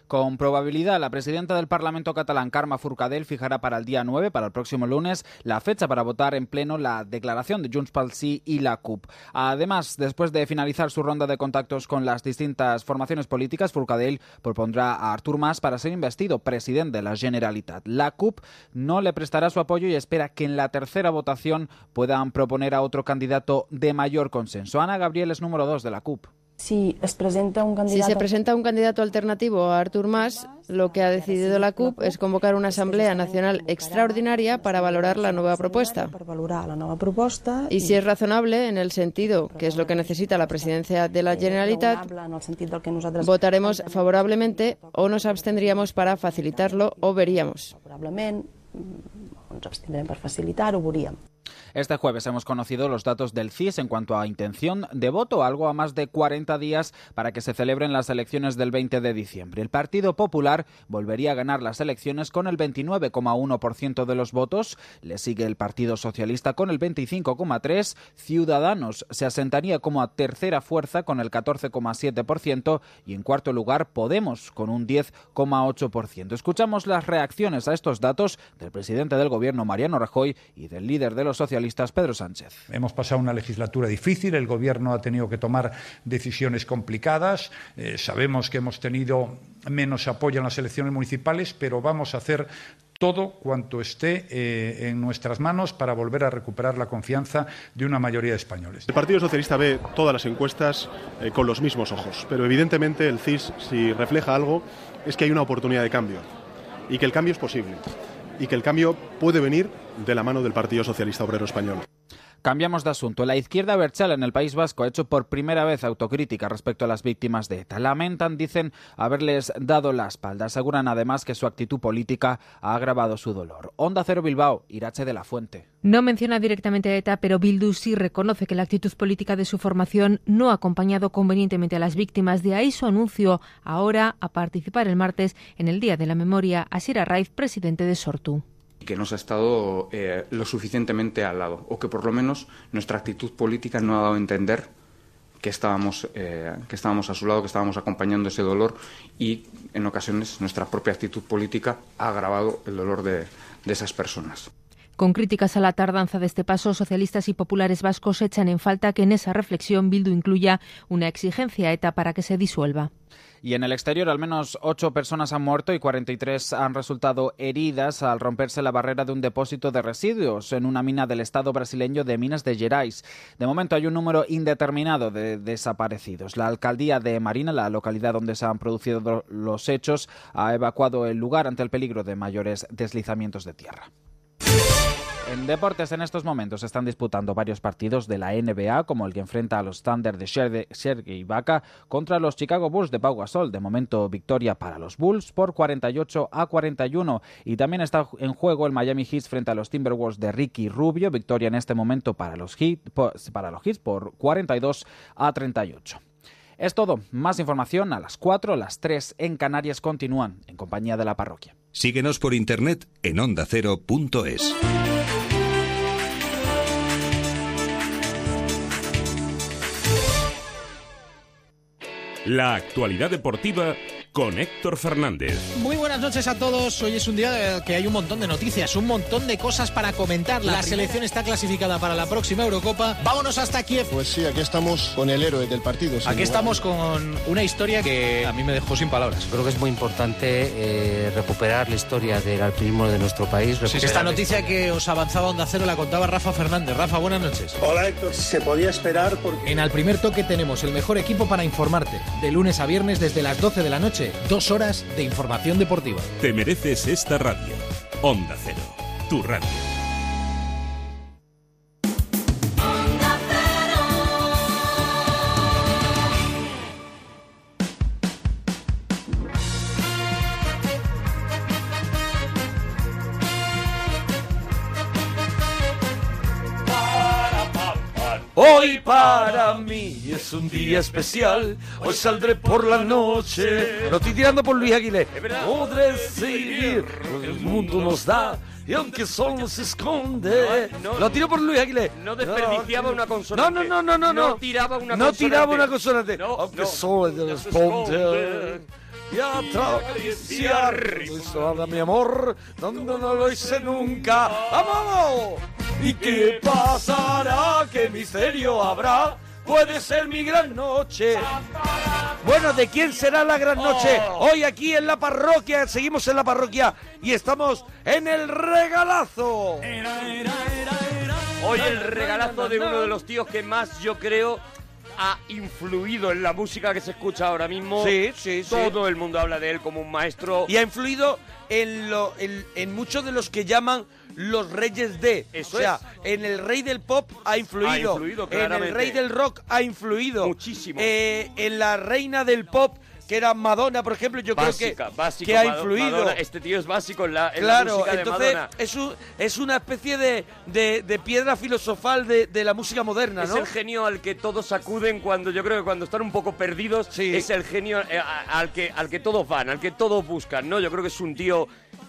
S16: Con probabilidad, la presidenta del Parlamento catalán, Carme Forcadell, fijará para el día 9, para el próximo lunes, la fecha para votar en pleno la declaración de Junts pel Sí y la CUP. Además, después de finalizar su ronda de contactos con las distintas formaciones políticas, Forcadell propondrá a Artur Mas para ser investido presidente de la Generalitat. La CUP no le prestará su apoyo y espera que en la tercera votación puedan proponer a otro candidato de mayor consenso. Ana Gabriel es número 2 de la CUP.
S18: Si es presenta un
S19: Si
S18: candidato.
S19: se presenta un candidato alternativo a Artur Mas, lo que ha decidido la CUP es convocar una asamblea nacional extraordinaria para valorar la nueva propuesta.
S18: per valorar la nova proposta
S19: Y si es razonable, en el sentido que es lo que necesita la presidencia de la Generalitat,
S18: raonable en el sentit del que nosaltres
S19: votaremos favorablemente o nos abstendríamos para facilitarlo o veríamos.
S18: probablement mm, ens abstindrem per facilitar, ho veuríem.
S16: Este jueves hemos conocido los datos del CIS en cuanto a intención de voto, algo a más de 40 días para que se celebren las elecciones del 20 de diciembre. El Partido Popular volvería a ganar las elecciones con el 29,1% de los votos, le sigue el Partido Socialista con el 25,3%, Ciudadanos se asentaría como a tercera fuerza con el 14,7% y en cuarto lugar Podemos con un 10,8%. Escuchamos las reacciones a estos datos del presidente del gobierno Mariano Rajoy y del líder de los socialistas Pedro Sánchez.
S20: Hemos pasado una legislatura difícil, el Gobierno ha tenido que tomar decisiones complicadas, eh, sabemos que hemos tenido menos apoyo en las elecciones municipales, pero vamos a hacer todo cuanto esté eh, en nuestras manos para volver a recuperar la confianza de una mayoría de españoles.
S21: El Partido Socialista ve todas las encuestas eh, con los mismos ojos, pero evidentemente el CIS, si refleja algo, es que hay una oportunidad de cambio y que el cambio es posible y que el cambio puede venir de la mano del Partido Socialista Obrero Español.
S16: Cambiamos de asunto. La izquierda Berchal en el País Vasco ha hecho por primera vez autocrítica respecto a las víctimas de ETA. Lamentan, dicen, haberles dado la espalda. Aseguran además que su actitud política ha agravado su dolor. Onda Cero Bilbao, Irache de la Fuente.
S22: No menciona directamente a ETA, pero Bildu sí reconoce que la actitud política de su formación no ha acompañado convenientemente a las víctimas. De ahí su anuncio ahora a participar el martes en el Día de la Memoria a Sira Raiz, presidente de Sortu.
S23: que no se ha estado eh, lo suficientemente al lado, o que por lo menos nuestra actitud política no ha dado a entender que estábamos, eh, que estábamos a su lado, que estábamos acompañando ese dolor y en ocasiones nuestra propia actitud política ha agravado el dolor de- de esas personas.
S22: Con críticas a la tardanza de este paso, socialistas y populares vascos echan en falta que en esa reflexión Bildu incluya una exigencia a ETA para que se disuelva.
S16: Y en el exterior, al menos ocho personas han muerto y 43 han resultado heridas al romperse la barrera de un depósito de residuos en una mina del estado brasileño de Minas de Gerais. De momento hay un número indeterminado de desaparecidos. La alcaldía de Marina, la localidad donde se han producido do- los hechos, ha evacuado el lugar ante el peligro de mayores deslizamientos de tierra. En deportes en estos momentos se están disputando varios partidos de la NBA, como el que enfrenta a los Thunder de Sher- Sergei Ibaka contra los Chicago Bulls de Pau Gasol. De momento victoria para los Bulls por 48 a 41. Y también está en juego el Miami Heat frente a los Timberwolves de Ricky Rubio. Victoria en este momento para los Heat por, para los Heat por 42 a 38. Es todo. Más información a las 4, las 3 en Canarias continúan en compañía de la parroquia.
S24: Síguenos por internet en ondacero.es.
S25: La actualidad deportiva con Héctor Fernández.
S26: Muy buenas noches a todos. Hoy es un día eh, que hay un montón de noticias, un montón de cosas para comentar. La,
S27: La primera.
S26: selección está clasificada para la próxima Eurocopa. Vámonos hasta Kiev.
S27: Pues sí, aquí estamos con el héroe del partido. sin
S26: Aquí
S27: lugar.
S26: estamos con una historia que a mí me dejó sin palabras.
S28: Creo que es muy importante eh, recuperar la historia del alpinismo de nuestro país.
S26: Esta noticia que os avanzaba Onda Cero la contaba Rafa Fernández. Rafa, buenas noches.
S27: Hola Héctor, se podía esperar porque...
S26: En Al Primer Toque tenemos el mejor equipo para informarte. De lunes a viernes desde las 12 de la noche. Dos horas de información deportiva.
S25: Te mereces esta radio. Onda Cero, tu radio.
S1: Hoy para mí es un día especial. Hoy saldré por la noche. Lo estoy tirando por Luis Aguilé. Podré seguir. lo que El mundo nos da. Y aunque solo se esconde.
S2: No, no.
S1: Lo tiro por Luis Aguilé.
S2: No desperdiciaba una consonante.
S1: No, no, no, no, no.
S2: No tiraba una
S1: No
S2: consonante.
S1: tiraba una consonante.
S2: No,
S1: aunque
S2: no.
S1: solo se esconde. Y acariciar. Eso habla mi amor. Donde no lo hice nunca. ¡Vamos! ¿Y qué pasará? ¿Qué misterio habrá? Puede ser mi gran noche. Bueno, ¿de quién será la gran noche? Hoy aquí en la parroquia, seguimos en la parroquia y estamos en el regalazo.
S2: Hoy el regalazo de uno de los tíos que más yo creo ha influido en la música que se escucha ahora mismo.
S1: Sí, sí, sí.
S2: Todo el mundo habla de él como un maestro.
S1: Y ha influido en, lo, en, en muchos de los que llaman los reyes de.
S2: Eso
S1: o sea,
S2: es.
S1: en el rey del pop ha influido.
S2: influido,
S1: en
S2: claramente.
S1: el rey del rock ha influido. Muchísimo. en la Eh, reina del pop que era Madonna, por ejemplo, yo creo
S2: Básica,
S1: que,
S2: básico,
S1: que ha
S2: Mado-
S1: influido.
S2: Madonna, este tío es básico en la, en la
S1: Claro,
S2: música de
S1: entonces
S2: Madonna.
S1: es, un- es una especie de, de- de piedra filosofal de, de la música moderna,
S2: Es
S1: ¿no?
S2: el genio al que todos acuden cuando yo creo que cuando están un poco perdidos es el genio eh, a- al que al que todos van, al que todos buscan, ¿no? Yo creo que es un tío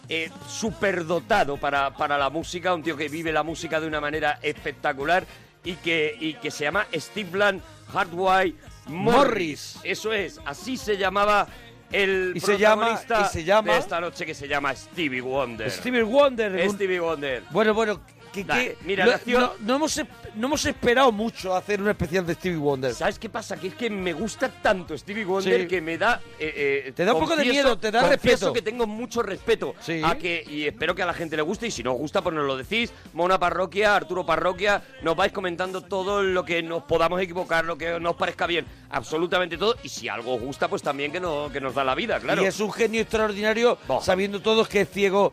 S2: eh, superdotado para, para la música, un tío que vive la música de una manera espectacular y que, y que se llama Stephen Hardway Morris. Eso es, así se llamaba el
S1: Y se llama-
S2: protagonista
S1: y se llama-
S2: de esta noche que se llama Stevie Wonder.
S1: Stevie Wonder. un-
S2: Stevie Wonder.
S1: Bueno, bueno, que,
S2: Da,
S1: que-
S2: mira,
S1: lo-
S2: nació-
S1: no, no hemos, esp- no hemos esperado mucho a hacer una especial de Stevie Wonder.
S2: ¿Sabes qué pasa? Que es que me gusta tanto Stevie Wonder
S1: Sí.
S2: que me da... eh, eh,
S1: Te da un poco de miedo, te da
S2: confieso
S1: respeto.
S2: que tengo mucho respeto a que... Y espero que a la gente le guste, y si no os gusta, pues nos lo decís. Mona Parroquia, Arturo Parroquia, nos vais comentando todo lo que nos podamos equivocar, lo que nos parezca bien, absolutamente todo. Y si algo os gusta, pues también que, no, que nos da la vida, claro.
S1: Y es un genio extraordinario, sabiendo todos que es ciego,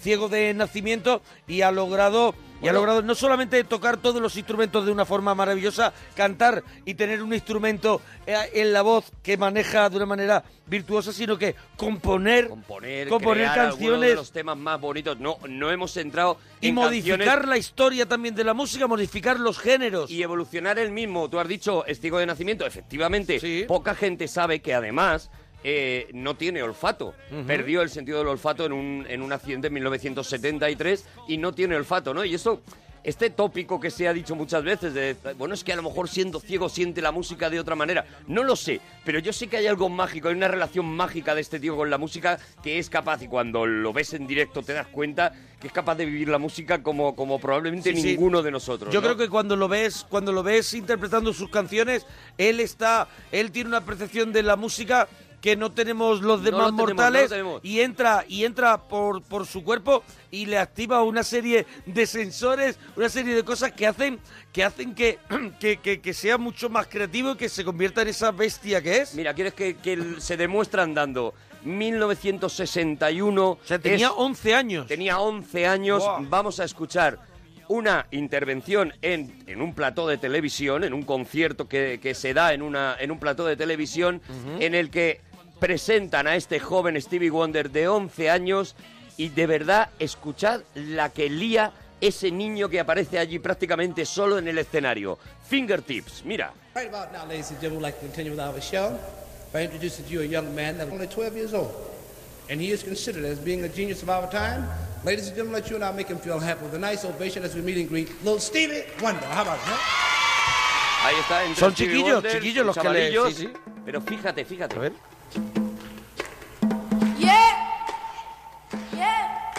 S1: ciego de nacimiento y ha logrado y ha logrado no solamente tocar todos los instrumentos de una forma maravillosa, cantar y tener un instrumento eh, en la voz que maneja de una manera virtuosa, sino que componer,
S2: componer,
S1: componer
S2: crear alguno
S1: canciones
S2: de los temas más bonitos. No, no hemos entrado
S1: y
S2: en
S1: modificar
S2: canciones-
S1: la historia también de la música, modificar los géneros.
S2: Y evolucionar el mismo. Tú has dicho es ciego de nacimiento. Efectivamente, poca gente sabe que además eh, no tiene olfato.
S1: Ujú.
S2: Perdió el sentido del olfato en un, en un accidente en 1973 y no tiene olfato, ¿no? Y eso... Este tópico que se ha dicho muchas veces de, bueno, es que a lo mejor siendo ciego siente la música de otra manera. No lo sé, pero yo sé que hay algo mágico, hay una relación mágica de este tío con la música que es capaz, y cuando lo ves en directo te das cuenta que es capaz de vivir la música como, como probablemente
S1: Sí, sí.
S2: ninguno de nosotros.
S1: Yo
S2: ¿no?
S1: creo que cuando lo ves, cuando lo ves interpretando sus canciones, él está, él tiene una percepción de la música que no tenemos los
S2: No lo
S1: demás
S2: tenemos,
S1: mortales
S2: no lo tenemos.
S1: y entra y entra por, por su cuerpo y le activa una serie de sensores, una serie de cosas que hacen que hacen que, que, que- que sea mucho más creativo y que se convierta en esa bestia que es.
S2: Mira, quieres que, que el- se demuestra andando. 1961.
S1: tenía 11 años.
S2: Tenía 11 años.
S1: Buah.
S2: Vamos a escuchar una intervención en, en un plató de televisión, en un concierto que, que se da en, una, en un plató de televisión,
S1: Ujú.
S2: en el que presentan a este joven Stevie Wonder de 11 años y de verdad escuchad la que lía ese niño que aparece allí prácticamente solo en el escenario. Fingertips, mira.
S4: Right about now, ladies and gentlemen, we'd like to continue with our show by introducing to you a young man that was only 12 years old. And he is considered as being a genius of our time. Ladies and gentlemen, let you and I make him feel happy with a nice ovation as we meet and greet little Stevie Wonder. How about that?
S2: Ahí está. entre
S1: Son
S2: Stevie
S1: chiquillos,
S2: Wonder,
S1: chiquillos los que le-
S2: chavalillos.
S1: sí, sí.
S2: Pero fíjate, fíjate.
S6: Yeah. Yeah.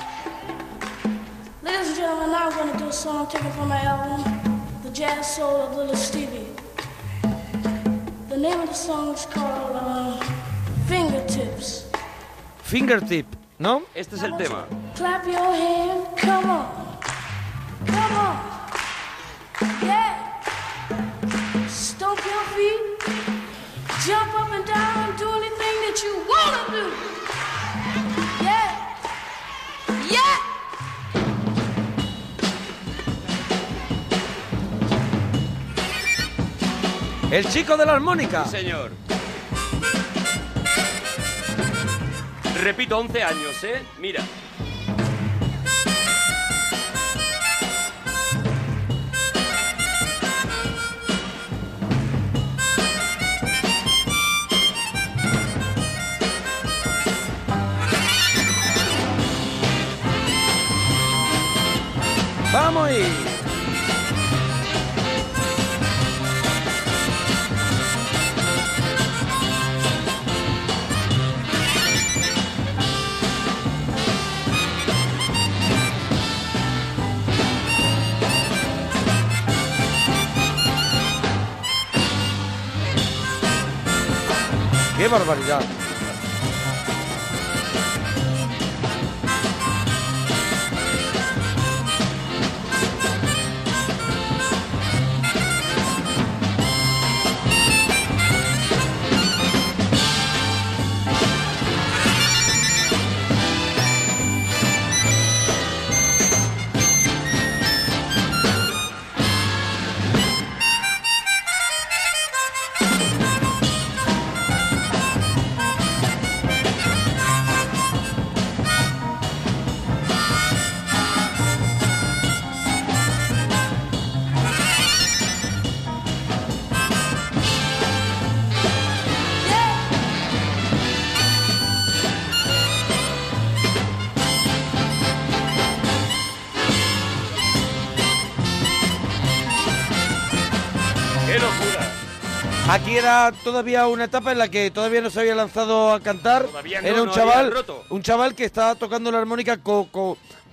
S6: Ladies and gentlemen, now I'm going to do a song taken from my album, The Jazz Soul of Little Stevie. The name of the song is called uh, Fingertips.
S1: Fingertip, ¿no?
S2: Este es el tema.
S6: Clap your hand, come on. Come on. Yeah. Stomp your feet. Jump up and down. Do anything that you want to do. Yeah. Yeah.
S1: El chico de la armónica.
S2: señor. Repito, 11 años, ¿eh? Mira.
S1: Vamos ahí. ¡Qué barbaridad!
S2: ¡Qué locura!
S1: Aquí era todavía una etapa en la que todavía no se había lanzado a cantar.
S2: Todavía no,
S1: era un
S2: no
S1: chaval,
S2: había roto.
S1: un chaval que estaba tocando la armónica con,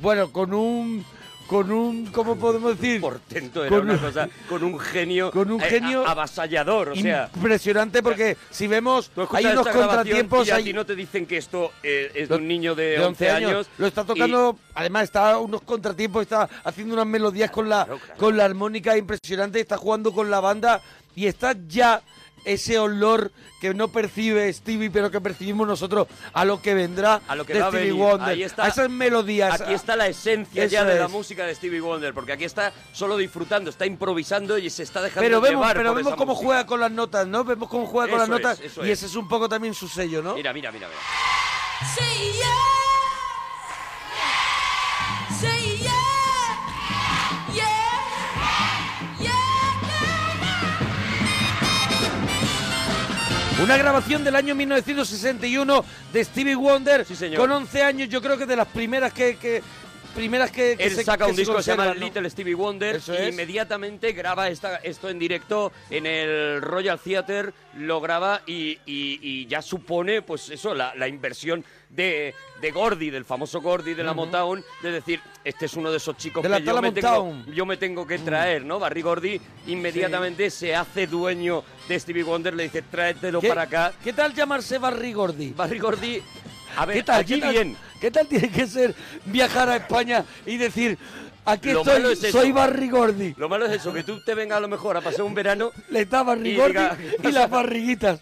S1: bueno, con un con un ¿cómo podemos decir?
S2: Portento Era una cosa con un genio,
S1: con un
S2: eh, a-
S1: genio
S2: avasallador, o sea,
S1: impresionante porque si vemos
S2: tú escuchas
S1: hay unos
S2: esta grabación
S1: contratiempos
S2: y a
S1: hay-
S2: ti no te dicen que esto eh, es de un niño de, 11 años,
S1: Lo está
S2: y-
S1: tocando, además está a unos contratiempos, está haciendo unas melodías con la, con la armónica impresionante, está jugando con la banda y está ya ese olor que no percibe Stevie, pero que percibimos nosotros a lo que vendrá
S2: A lo que
S1: de
S2: va a
S1: Stevie
S2: venir.
S1: Wonder,
S2: Ahí está.
S1: a esas melodías.
S2: Aquí está la esencia ya
S1: Eso
S2: de la
S1: es.
S2: música de Stevie Wonder, porque aquí está solo disfrutando, está improvisando y se está dejando
S1: Pero vemos,
S2: llevar
S1: pero
S2: por
S1: vemos
S2: esa
S1: cómo
S2: música.
S1: juega con las notas, ¿no? Vemos cómo juega con
S2: Eso
S1: las notas
S2: es, eso
S1: y
S2: es.
S1: ese es un poco también su sello, ¿no?
S2: Mira, mira, mira, mira.
S5: Say yeah. Say yeah. Yeah. Yeah.
S1: Una grabación del año 1961 de Stevie Wonder con 11 años, yo creo que de las primeras que, que- primeras que, que
S2: Él
S1: se-
S2: saca
S1: que
S2: un
S1: se
S2: disco que se
S1: conservan,
S2: llama
S1: ¿no?
S2: Little Stevie Wonder
S1: Eso
S2: y
S1: es.
S2: inmediatamente graba esta, esto en directo en el Royal Theatre, lo graba y, y- y ya supone, pues eso, la, la inversión de, de Gordy, del famoso Gordy de la
S1: Ujú.
S2: Motown, de decir, este es uno de esos chicos
S1: De la
S2: que yo
S1: tala
S2: me, tengo,
S1: Motown.
S2: yo me tengo que traer, ¿no? Barry Gordy inmediatamente se hace dueño de Stevie Wonder, le dice, tráetelo
S1: ¿Qué-
S2: para acá.
S1: ¿Qué tal llamarse Barry Gordy?
S2: Barry Gordy, a ver,
S1: ¿Qué tal,
S2: aquí
S1: qué tal-
S2: bien.
S1: ¿Qué tal tiene que ser viajar a España y decir, aquí
S2: Lo malo
S1: estoy,
S2: es eso.
S1: soy Barry Gordy?
S2: Lo malo es eso, que tú te vengas a lo mejor a pasar un verano.
S1: Le da Barry
S2: Y
S1: Gordy
S2: diga,
S1: y las barriguitas.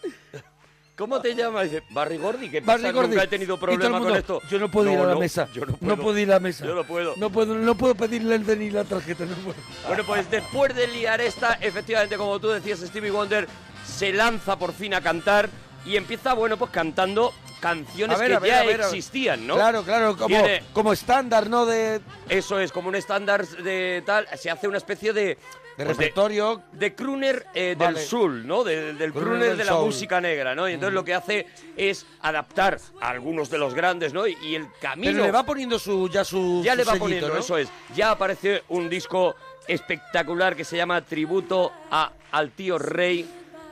S2: ¿Cómo te llamas? Dice, Barry Gordy, que
S1: Barry
S2: pasa?
S1: Gordy.
S2: nunca he tenido
S1: Y todo el
S2: problema
S1: mundo,
S2: con esto.
S1: Yo no puedo
S2: No,
S1: ir a la
S2: no,
S1: mesa.
S2: yo no
S1: no
S2: puedo.
S1: puedo ir a la mesa.
S2: Yo no puedo.
S1: No puedo, no puedo pedirle el de ni la tarjeta. No puedo.
S2: Bueno, pues después de liar esta, efectivamente, como tú decías, Stevie Wonder se lanza por fin a cantar y empieza, bueno, pues cantando canciones
S1: A ver,
S2: que
S1: a ver,
S2: ya
S1: a ver, a ver.
S2: existían, ¿no?
S1: Claro, claro, como,
S2: Tiene-
S1: como estándar, ¿no? De,
S2: Eso es, como un estándar de tal, se hace una especie de...
S1: De
S2: repertorio. De, crooner eh,
S1: Vale.
S2: del soul, ¿no? De- del crooner,
S1: del
S2: de la
S1: soul.
S2: música negra, ¿no? Y entonces lo que hace es adaptar a algunos de los grandes, ¿no? Y, y el camino...
S1: Pero le va poniendo su, ya su.
S2: ya
S1: su
S2: le va
S1: sellito,
S2: poniendo,
S1: ¿no?
S2: eso es. Ya aparece un disco espectacular que se llama Tributo a, al Tío Rey,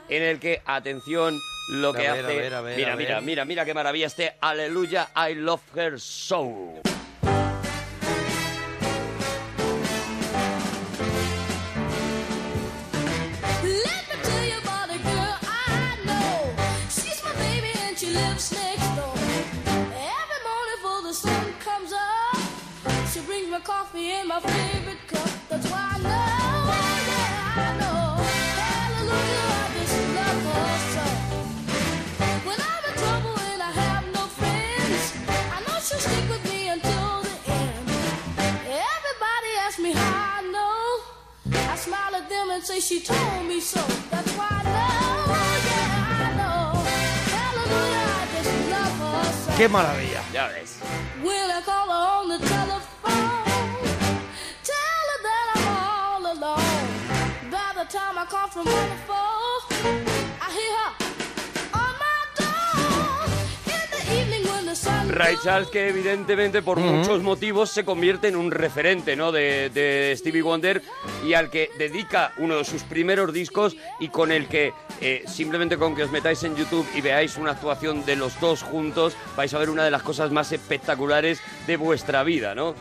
S2: en el que, atención, lo
S1: A
S2: que
S1: ver, a
S2: hace...
S1: ver, a ver,
S2: mira,
S1: a
S2: mira,
S1: ver.
S2: mira, mira qué maravilla este Aleluya, I Love Her So.
S5: Let me tell you about a girl I know. She's my baby and she lives next door. Every morning before the sun comes up, she brings me coffee in my favorite cup. That's why I know, yeah, I know. Hallelujah, I just love her so. When I'm in trouble and I have no friends, I know she'll stick with me until the end. Everybody asks me how I know. I smile at them and say she told me so. That's why I know, yeah, I know. Hallelujah, I just love her so.
S1: Qué maravilla.
S2: Ya ves.
S5: Will I call her on the telephone? Tell her that I'm all alone. By the time I call from one to four, I hear her on my door. In the evening when the sun
S2: Ray Charles, que evidentemente por muchos motivos se convierte en un referente ¿no? de, de Stevie Wonder y al que dedica uno de sus primeros discos y con el que eh, simplemente con que os metáis en YouTube y veáis una actuación de los dos juntos vais a ver una de las cosas más espectaculares de vuestra vida, ¿no?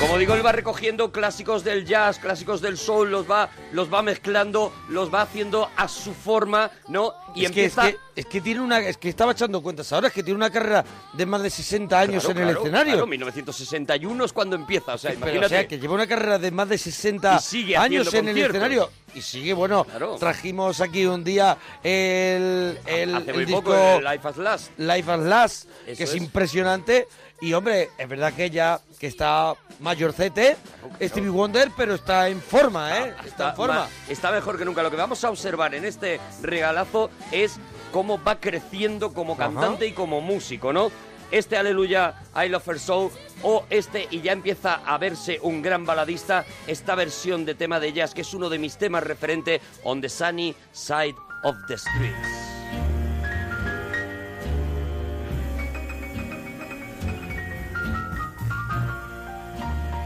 S2: Como digo, él va recogiendo clásicos del jazz, clásicos del soul, los va, los va mezclando, los va haciendo a su forma, ¿no? Y
S1: es, que, es,
S2: empieza...
S1: que, es que tiene una. Es que estaba echando cuentas ahora, es que tiene una carrera de más de 60 años
S2: Claro,
S1: en el
S2: claro,
S1: escenario.
S2: claro, 1961 es cuando empieza, o sea,
S1: Pero,
S2: imagínate.
S1: o sea, que lleva una carrera de más de 60
S2: Y sigue haciendo
S1: años en el
S2: conciertos.
S1: escenario. Y sigue, bueno, trajimos aquí un día el, el,
S2: Hace
S1: el
S2: muy
S1: disco
S2: poco, el Life as Last.
S1: Life as Last,
S2: Eso
S1: que es,
S2: es.
S1: impresionante. Y hombre, es verdad que ya que está mayorcete, Stevie Wonder, pero está en forma, ¿eh? Está, en forma.
S2: ma- Ah, está mejor que nunca. Lo que vamos a observar en este regalazo es cómo va creciendo como cantante y como músico, ¿no? Este Aleluya, I Love Her Soul, o este, y ya empieza a verse un gran baladista, esta versión de tema de jazz, que es uno de mis temas referente, On the Sunny Side of the Streets.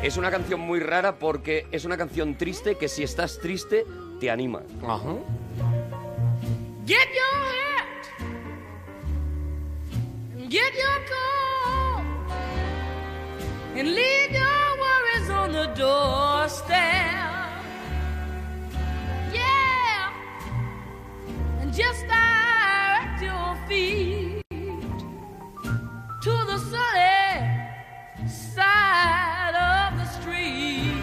S2: Es una canción muy rara porque es una canción triste que si estás triste te anima.
S5: Get your hat and get your coat and leave your worries on the doorstep. Yeah, and just direct your feet to the sunny side of the street.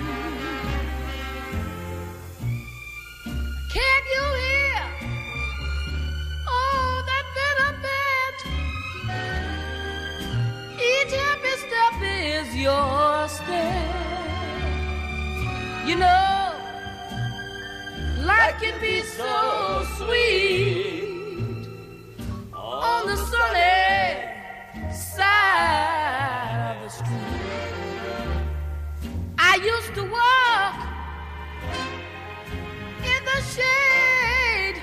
S5: Can you hear? Oh, that benefit. Each happy step is your step. You know, life can be so sweet on the sunny side of the street. I used to walk in the shade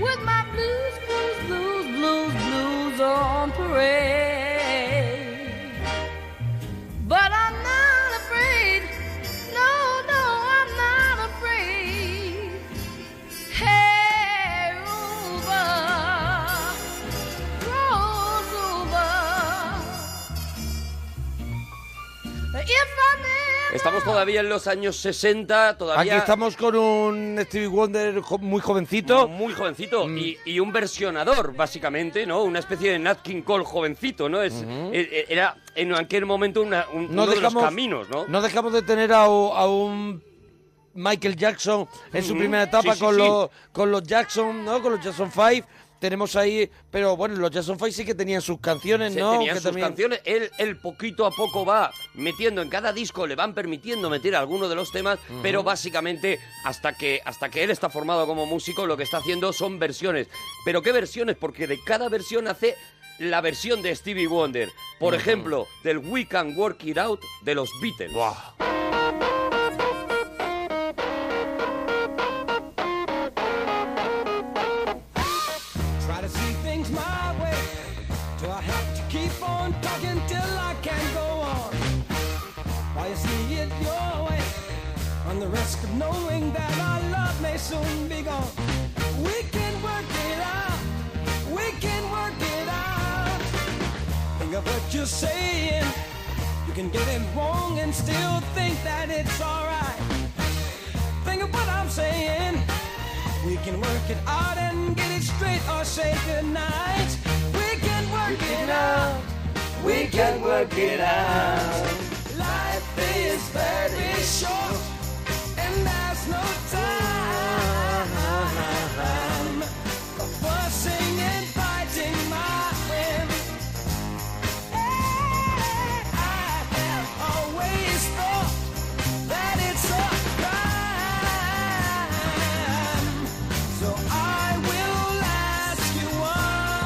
S5: with my blues, blues, blues, blues, blues on parade. But I'm not afraid. No, no, I'm not afraid. Hey, Rover, Rose Rover, if I'm
S2: Estamos todavía en los años 60, todavía...
S1: Aquí estamos con un Stevie Wonder jo- muy jovencito.
S2: Muy jovencito y, y un versionador, básicamente, ¿no? Una especie de Nat King Cole jovencito, ¿no? Es, e- e- Era en aquel momento una- un, uno de los caminos, ¿no?
S1: dejamos de tener a, u- a un Michael Jackson en su
S2: Ujú.
S1: primera etapa
S2: Sí, sí,
S1: con,
S2: sí.
S1: Los, con los Jackson, ¿no? Con los Jackson 5. Tenemos ahí, pero bueno, los Jackson 5 sí que tenían sus canciones,
S2: Se
S1: ¿no?
S2: tenían
S1: Que
S2: sus
S1: también-
S2: canciones, él, él poquito a poco va metiendo en cada disco, le van permitiendo meter alguno de los temas,
S1: Ujú.
S2: pero básicamente hasta que, hasta que él está formado como músico, lo que está haciendo son versiones. ¿Pero qué versiones? Porque de cada versión hace la versión de Stevie Wonder. Por
S1: Ujú.
S2: ejemplo, del We Can Work It Out de los Beatles.
S5: Try to see things my way. Do I have to keep on talking till I can go on? While you see it your way, on the risk of knowing that our love may soon be gone. We can work it out. We can work it out. Think of what you're saying. You can get it wrong and still think that it's alright. Think of what I'm saying. We can work it out and get it straight or say goodnight. We can work it out. We can work it out. Life is very short and there's no time for fussing and fighting my whim. I have always thought that it's a crime. So I will ask you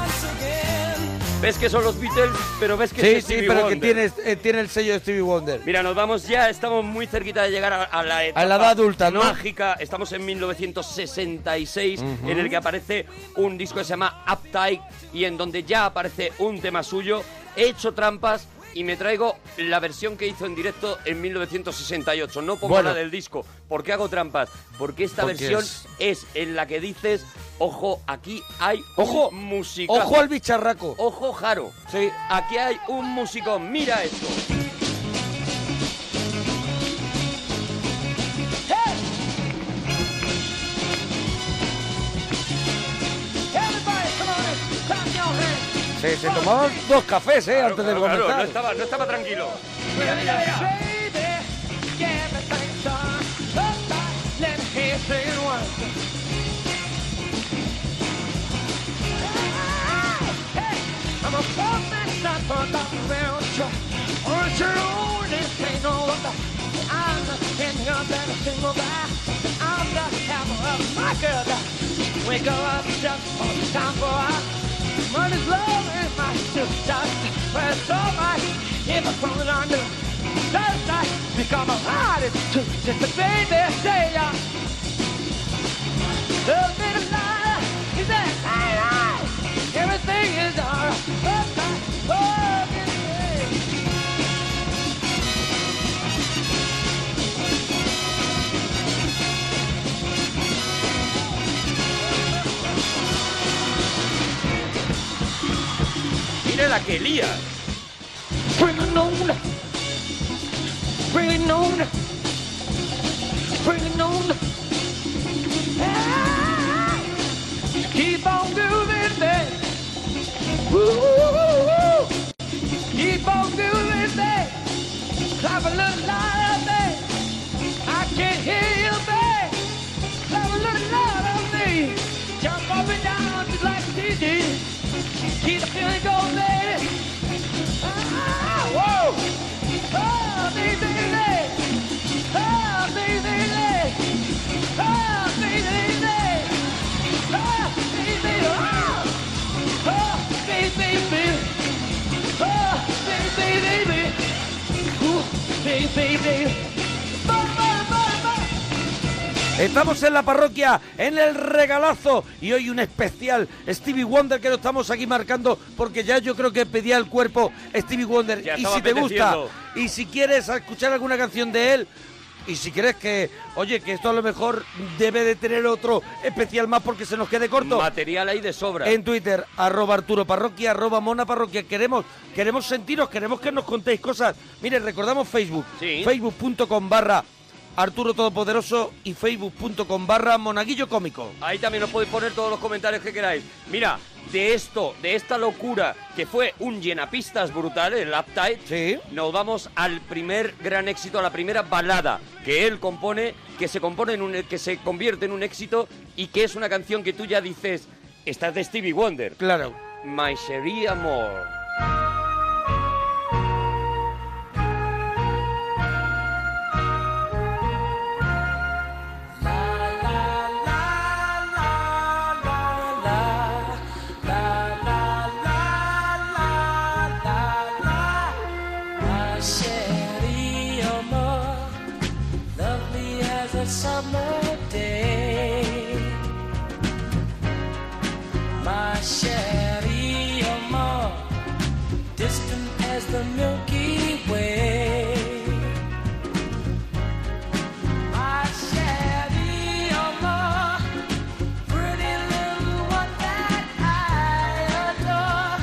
S5: once again.
S2: ¿Ves que son los Beatles? Pero ves que
S1: Sí,
S2: es
S1: sí,
S2: Stevie
S1: pero que
S2: Wonder.
S1: tiene, eh, tiene el sello de Stevie Wonder.
S2: Mira, nos vamos ya, estamos muy cerquita de llegar a, a la etapa
S1: A la edad adulta, ¿no?
S2: mágica. Estamos en 1966,
S1: Ujú.
S2: en el que aparece un disco que se llama Uptight y en donde ya aparece un tema suyo. He hecho trampas y me traigo la versión que hizo en directo en 1968. No pongo
S1: Bueno.
S2: la del disco. ¿Por qué hago trampas? Porque esta
S1: Porque
S2: versión
S1: es-
S2: es... en la que dices, ojo, aquí hay
S1: Ojo,
S2: un músico.
S1: Ojo al bicharraco.
S2: Ojo, Jaro. Sí. Aquí hay un músico. Mira esto.
S5: Everybody, come on in. Clap your hands.
S1: Se, se tomaban dos cafés, ¿eh? Antes de
S2: Claro,
S1: comenzar.
S2: no estaba, no estaba tranquilo.
S5: Mira, mira, mira. Baby, yeah, everything's done. Goodbye, let me hear you say it once. Hey, I'm a poor man, not for a real truck. Or it's your own, it ain't no other. I'm the king of that single guy. I'm the hammer of my girl. that We go up just all the time for us. Money's love and my shoes dust. But it's all right if I put it on the Thursday. Become a party to just a baby. Say ya. Love me tonight. Is that alright? Everything is alright. Thursday. Oh,
S2: mire la que lía.
S5: Keep on doing that. Woo, woo, woo, woo. Keep on doing that. Clap a little louder, babe. I can't hear you, babe. Clap a little louder, babe. Jump up and down just like she did. Keep the feeling going, baby. Ah, whoa. Ah, baby, baby. Ah, baby, baby. Ah, baby, baby.
S1: Estamos en la parroquia, en el regalazo y hoy un especial Stevie Wonder que lo estamos aquí marcando porque ya yo creo que pedía el cuerpo Stevie Wonder
S2: Ya
S1: y
S2: estaba
S1: si te gusta
S2: apeteciendo.
S1: y si quieres escuchar alguna canción de él y si crees que oye que esto a lo mejor debe de tener otro especial más porque se nos quede corto
S2: Material ahí de sobra.
S1: en Twitter, arroba Arturo Parroquia, arroba Mona Parroquia. Queremos, queremos sentiros, queremos que nos contéis cosas. Mire, recordamos Facebook,
S2: Sí.
S1: facebook.com barra Arturo Todopoderoso y facebook.com barra Monaguillo Cómico.
S2: Ahí también os podéis poner todos los comentarios que queráis. Mira, de esto, de esta locura que fue un llenapistas brutal, el Uptight, nos vamos al primer gran éxito, a la primera balada que él compone, que se compone en un, que se convierte en un éxito y que es una canción que tú ya dices, estás de Stevie Wonder.
S1: Claro.
S2: My Cherie Amor.
S5: My chérie, amor, lovely as a summer day. My chérie, amor, distant as the Milky Way. My chérie, amor, pretty little one that I adore.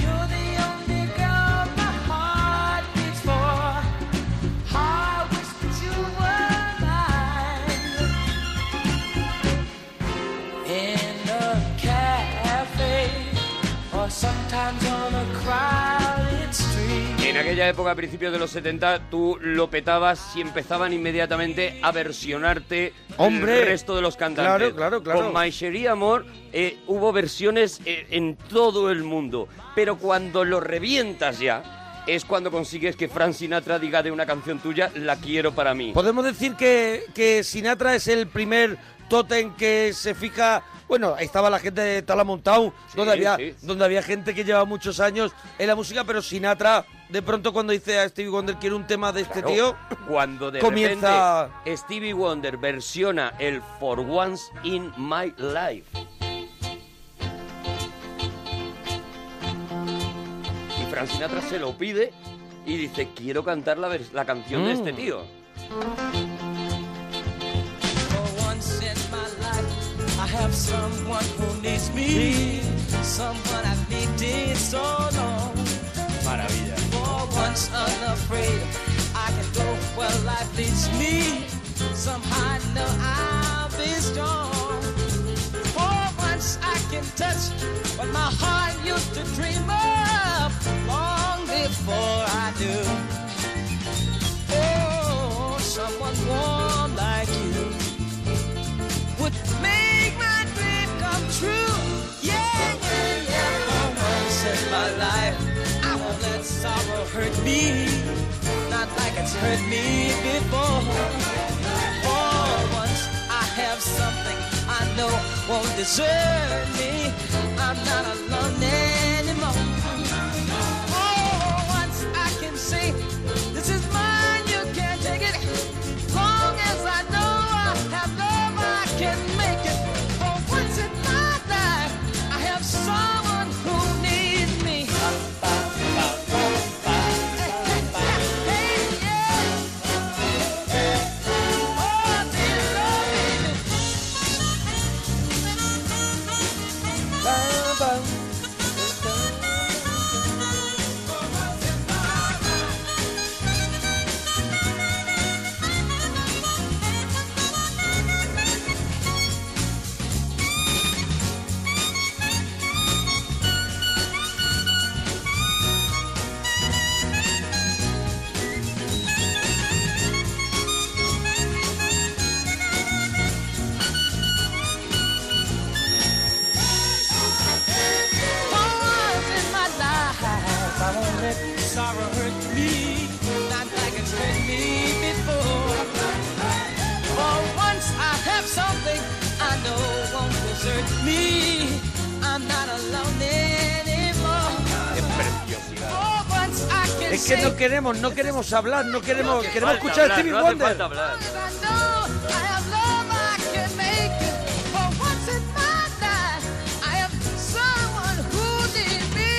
S5: You're the only girl my heart beats for. I wish that you were mine. In a cafe, or sometimes on a crowded street.
S2: En aquella época, a principios de los 70, tú lo petabas y empezaban inmediatamente a versionarte
S1: ¡Hombre!
S2: el resto de los cantantes.
S1: Claro, claro, claro.
S2: Con My Cherie Amor eh, hubo versiones eh, en todo el mundo, pero cuando lo revientas ya es cuando consigues que Frank Sinatra diga de una canción tuya, la quiero para mí.
S1: Podemos decir que, que Sinatra es el primer tótem que se fija. Bueno, ahí estaba la gente de Talamount Town, donde, había,
S2: sí.
S1: donde había gente que llevaba muchos años en la música, pero Sinatra, de pronto cuando dice a Stevie Wonder quiero un tema de este
S2: Claro,
S1: tío,
S2: Cuando de
S1: comienza...
S2: repente Stevie Wonder versiona el For Once in My Life. Y Frank Sinatra se lo pide y dice, quiero cantar la, vers- la canción de este
S5: Mm.
S2: tío.
S5: For once in my life, I have someone who needs me. Someone I've needed so long.
S2: Maravilla.
S5: For once unafraid, I can go where life leads me. Somehow I know I'll be strong. For once I can touch what my heart used to dream of long before I do. Oh, someone warm like you would make my dream come true. Yeah, yeah, yeah. For once in my life, I won't let sorrow hurt me. Not like it's hurt me before. For once, I have something I know won't desert me. I'm not alone anymore. For once, I can say, This is mine, you can't take it. Long as I know I have love, I can make it. For once in my life, I have someone who needs me. answered me. I'm not alone anymore.
S2: Qué preciosidad.
S5: For once I can
S1: Es que
S5: say
S1: no queremos, no queremos hablar, no queremos,
S2: hace
S1: queremos
S2: falta
S1: escuchar a
S2: hablar,
S1: Stevie
S2: no hace
S1: Wonder.
S2: falta hablar.
S5: I know I have love I can make it. For once in my life, I have someone who needs me.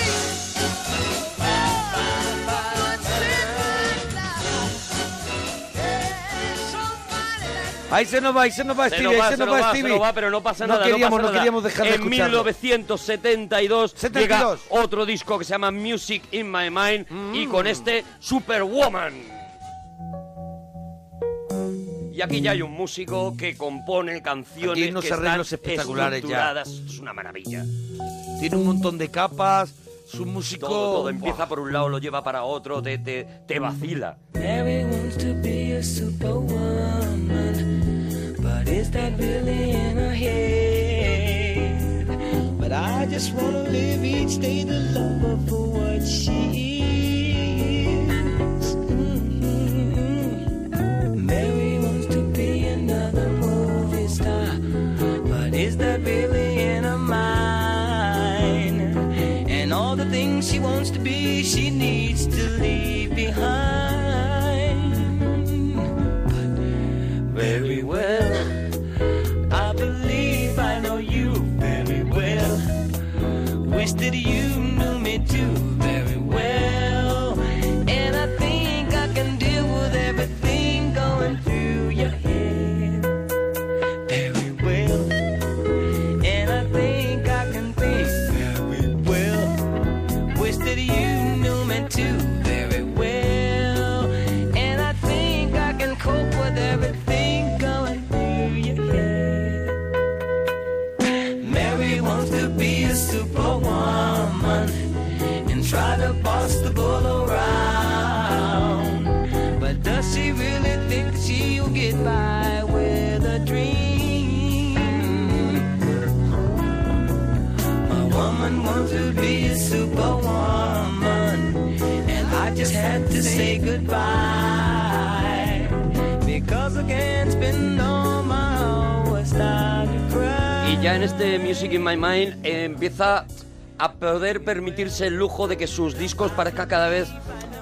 S5: For once in my life, there's somebody that
S1: Ahí se nos va, ahí se nos va
S2: Se
S1: Stevie,
S2: nos va,
S1: ahí se nos va, Stevie.
S2: se nos va, pero no pasa
S1: no
S2: nada.
S1: Queríamos,
S2: pasa
S1: no
S2: nada.
S1: queríamos dejar de
S2: En
S1: escucharlo.
S2: 1972 llega
S1: 72.
S2: otro disco que se llama Music in My Mind
S1: Mm.
S2: y con este Superwoman. Y aquí ya hay un músico que compone canciones
S1: Aquí unos
S2: que están
S1: arreglos espectaculares ya.
S2: estructuradas. Es una maravilla.
S1: Tiene un montón de capas, su músico...
S2: Todo, todo empieza por un lado, lo lleva para otro, te, te, te vacila.
S8: Mary wants to be a superwoman, but is that really in her head? But I just wanna live each day to love her for what she is. Mhm. Mary wants to be another movie star, but is that really in her mind? And all the things she wants to be, she needs to leave behind. Very well, I believe I know you very well. Wish that you knew me too very well. And I think I can deal with everything going through your head very well. And I think I can think very well. Wish that you knew me too very well. And I think I can cope with everything going through your head. Mary wants to be a superwoman and try to boss the bull around. But does she really think that she'll get by with a dream? My woman wants to be a superwoman, and I just had to say goodbye because I can't spend all my hours not to cry.
S2: Y ya en este Music in My Mind eh, empieza a poder permitirse el lujo de que sus discos parezcan cada vez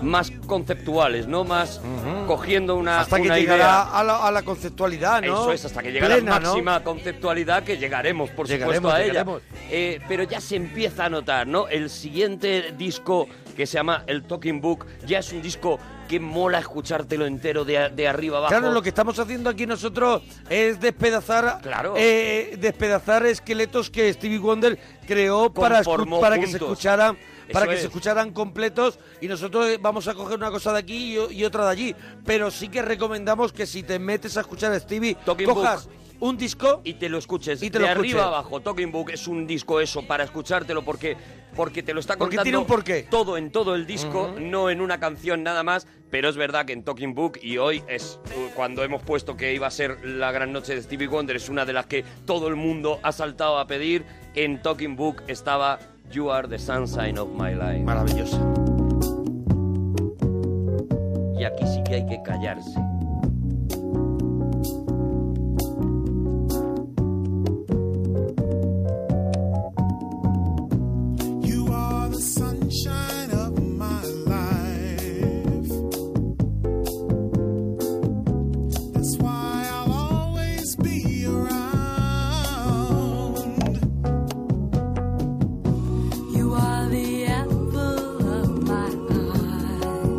S2: más conceptuales, ¿no? Más cogiendo una,
S1: Hasta que
S2: una
S1: llegará
S2: idea.
S1: a la, a la conceptualidad, ¿no?
S2: Eso es, hasta que llegue a
S1: Plena,
S2: la
S1: ¿no?
S2: máxima conceptualidad que llegaremos, por
S1: Llegaremos,
S2: supuesto, a ella.
S1: llegaremos.
S2: Eh, pero ya se empieza a notar, ¿no? El siguiente disco que se llama El Talking Book ya es un disco que mola escuchártelo entero de, a- de arriba abajo.
S1: Claro, lo que estamos haciendo aquí nosotros es despedazar, eh, despedazar esqueletos que Stevie Wonder creó para, escu-
S2: Conformó
S1: para que se
S2: juntos.
S1: escucharan, para
S2: Eso
S1: que
S2: es.
S1: se escucharan completos y nosotros eh, vamos a coger una cosa de aquí y, o- y otra de allí. Pero sí que recomendamos que si te metes a escuchar a Stevie, cojas un disco
S2: y te lo escuches
S1: y te
S2: de
S1: lo
S2: arriba
S1: escuches.
S2: abajo. Talking Book es un disco eso para escuchártelo porque porque te lo está
S1: Porque
S2: contando
S1: tiene un porqué.
S2: todo en todo el disco,
S1: Ujú.
S2: no en una canción nada más, pero es verdad que en Talking Book y hoy es uh, cuando hemos puesto que iba a ser la gran noche de Stevie Wonder, es una de las que todo el mundo ha saltado a pedir, en Talking Book estaba You are the sunshine of my life.
S1: Maravillosa.
S2: Y aquí sí que hay que callarse.
S5: You are the sunshine of my life. That's why I'll always be around.
S8: You are the apple of my eye.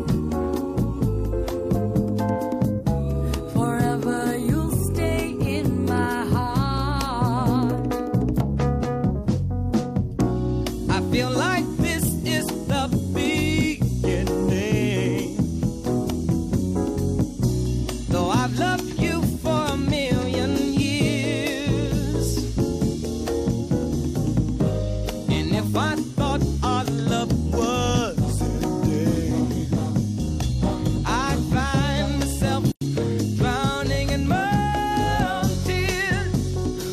S8: Forever you'll stay in my heart.
S5: I feel like this is the beginning. Though I've loved you for a million years. And if I thought our love was ending, I'd find myself drowning in my own tears.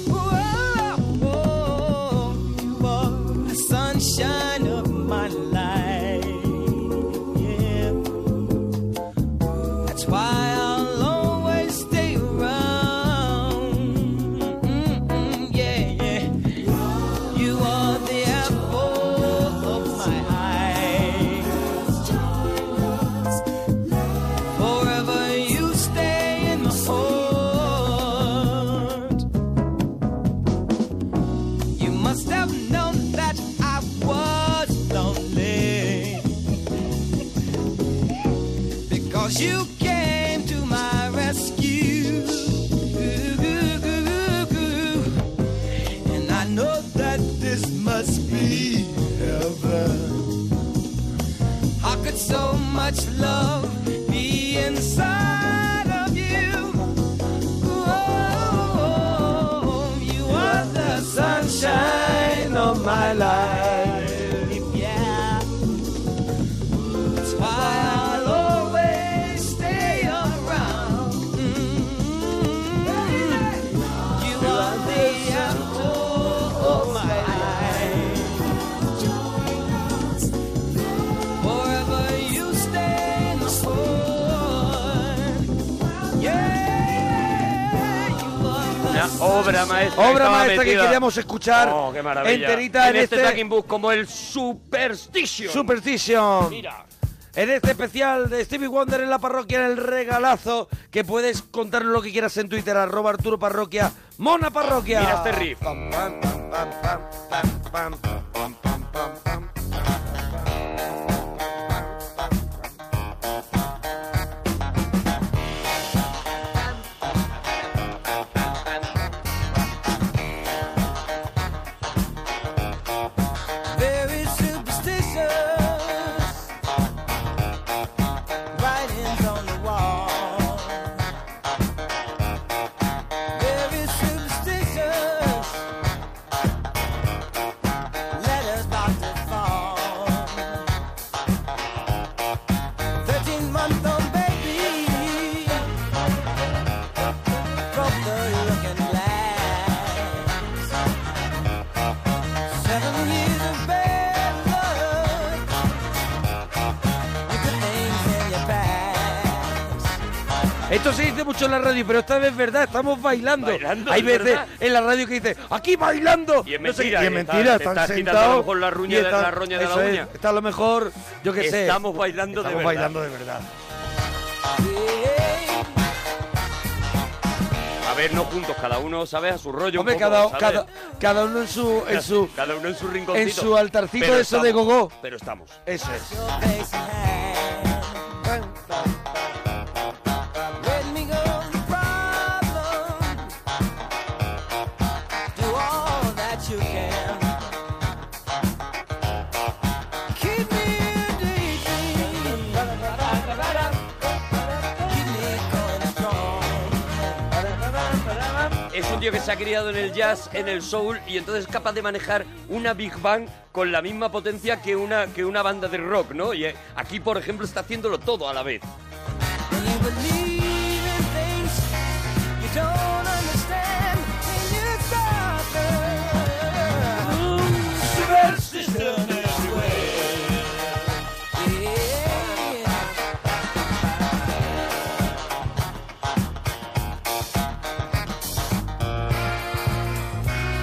S5: Whoa, whoa, you are the sunshine of You came to my rescue. And I know that this must be heaven. How could so much love be inside of you? Oh, you are the sunshine of my life. Yeah. That's why I'll always stay around. Mm. You are the apple of my eye. Forever you stand for. Yeah, you are the
S2: Una obra maestra.
S1: Obra
S2: estaba
S1: maestra que
S2: metida.
S1: queríamos escuchar
S2: Oh, qué maravilla.
S1: enterita en,
S2: en este,
S1: este-
S2: Talking Book, como el Superstition.
S1: Superstition.
S2: Mira.
S1: En este especial de Stevie Wonder en la parroquia, en el regalazo, que puedes contar lo que quieras en Twitter, arroba Arturo Parroquia, Mona Parroquia.
S2: Mira este riff.
S1: Pam, pam, pam, pam, pam, pam, pam, pam, pam, pam, pam.
S5: very superstitious. Writings on the wall. Very superstitious. Letters about to fall. Thirteen month old baby. Broke the looking glass. Seven years of bad luck. Good things in your past.
S1: Esto se dice mucho en la radio, pero esta vez es verdad, estamos bailando.
S2: Bailando,
S1: Hay
S2: es
S1: veces
S2: verdad.
S1: en la radio que dice, aquí bailando.
S2: Y es
S1: No sé qué. y
S2: mentira, y
S1: es
S2: está-
S1: mentira,
S2: te
S1: están
S2: estás quitando a lo
S1: sentados.
S2: mejor la ruña
S1: y
S2: de-
S1: están-
S2: la roña de la
S1: eso es,
S2: uña.
S1: está a lo mejor, yo qué sé.
S2: Estamos bailando de
S1: Estamos
S2: verdad.
S1: bailando de verdad.
S2: A ver, no juntos, cada uno, ¿sabes? A su rollo.
S1: Hombre,
S2: un poco,
S1: cada,
S2: ¿sabes?
S1: cada, cada uno en su, en su
S2: Cada uno en su rinconcito.
S1: en su altarcito
S2: Pero
S1: de eso de
S2: estamos,
S1: gogó.
S2: Pero estamos.
S1: Eso es.
S5: Let me go the problem. Do all that you can. Keep me a daydream. Keep me going strong.
S2: Es un tío que se ha criado en el jazz, en el soul, y entonces es capaz de manejar una Big Bang con la misma potencia que una, que una banda de rock, ¿no? Y eh, aquí, por ejemplo, está haciéndolo todo a la vez.
S5: You believe in things you don't understand, and you start to superstition everywhere.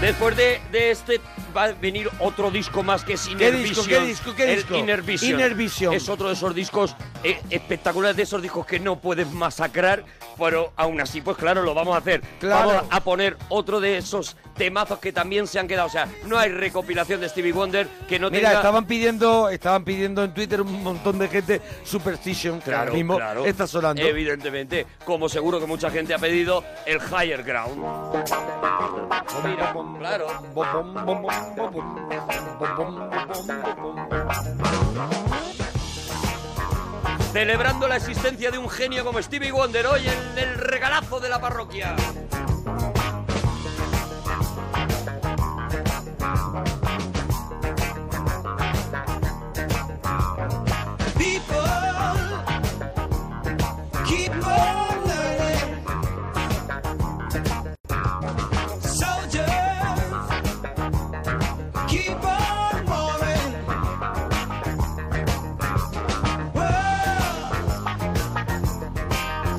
S2: Después de, de este va a venir otro disco más que es Inner
S1: ¿Qué disco,
S2: Vision.
S1: qué disco, qué
S2: El
S1: disco?
S2: Inner Vision.
S1: Inner Vision.
S2: Es otro de esos discos eh, espectaculares, de esos discos que no puedes masacrar, pero aún así, pues claro, lo vamos a hacer.
S1: Claro.
S2: Vamos a poner otro de esos temazos que también se han quedado. O sea, no hay recopilación de Stevie Wonder que no
S1: Mira,
S2: tenga...
S1: estaban pidiendo, estaban pidiendo en Twitter un montón de gente Superstition, que ahora mismo está sonando.
S2: Evidentemente, como seguro que mucha gente ha pedido, el Higher Ground. Mira, claro. Celebrando la existencia de un genio como Stevie Wonder hoy en el regalazo de la parroquia.
S5: People keep on learning. Soldiers keep on warring. World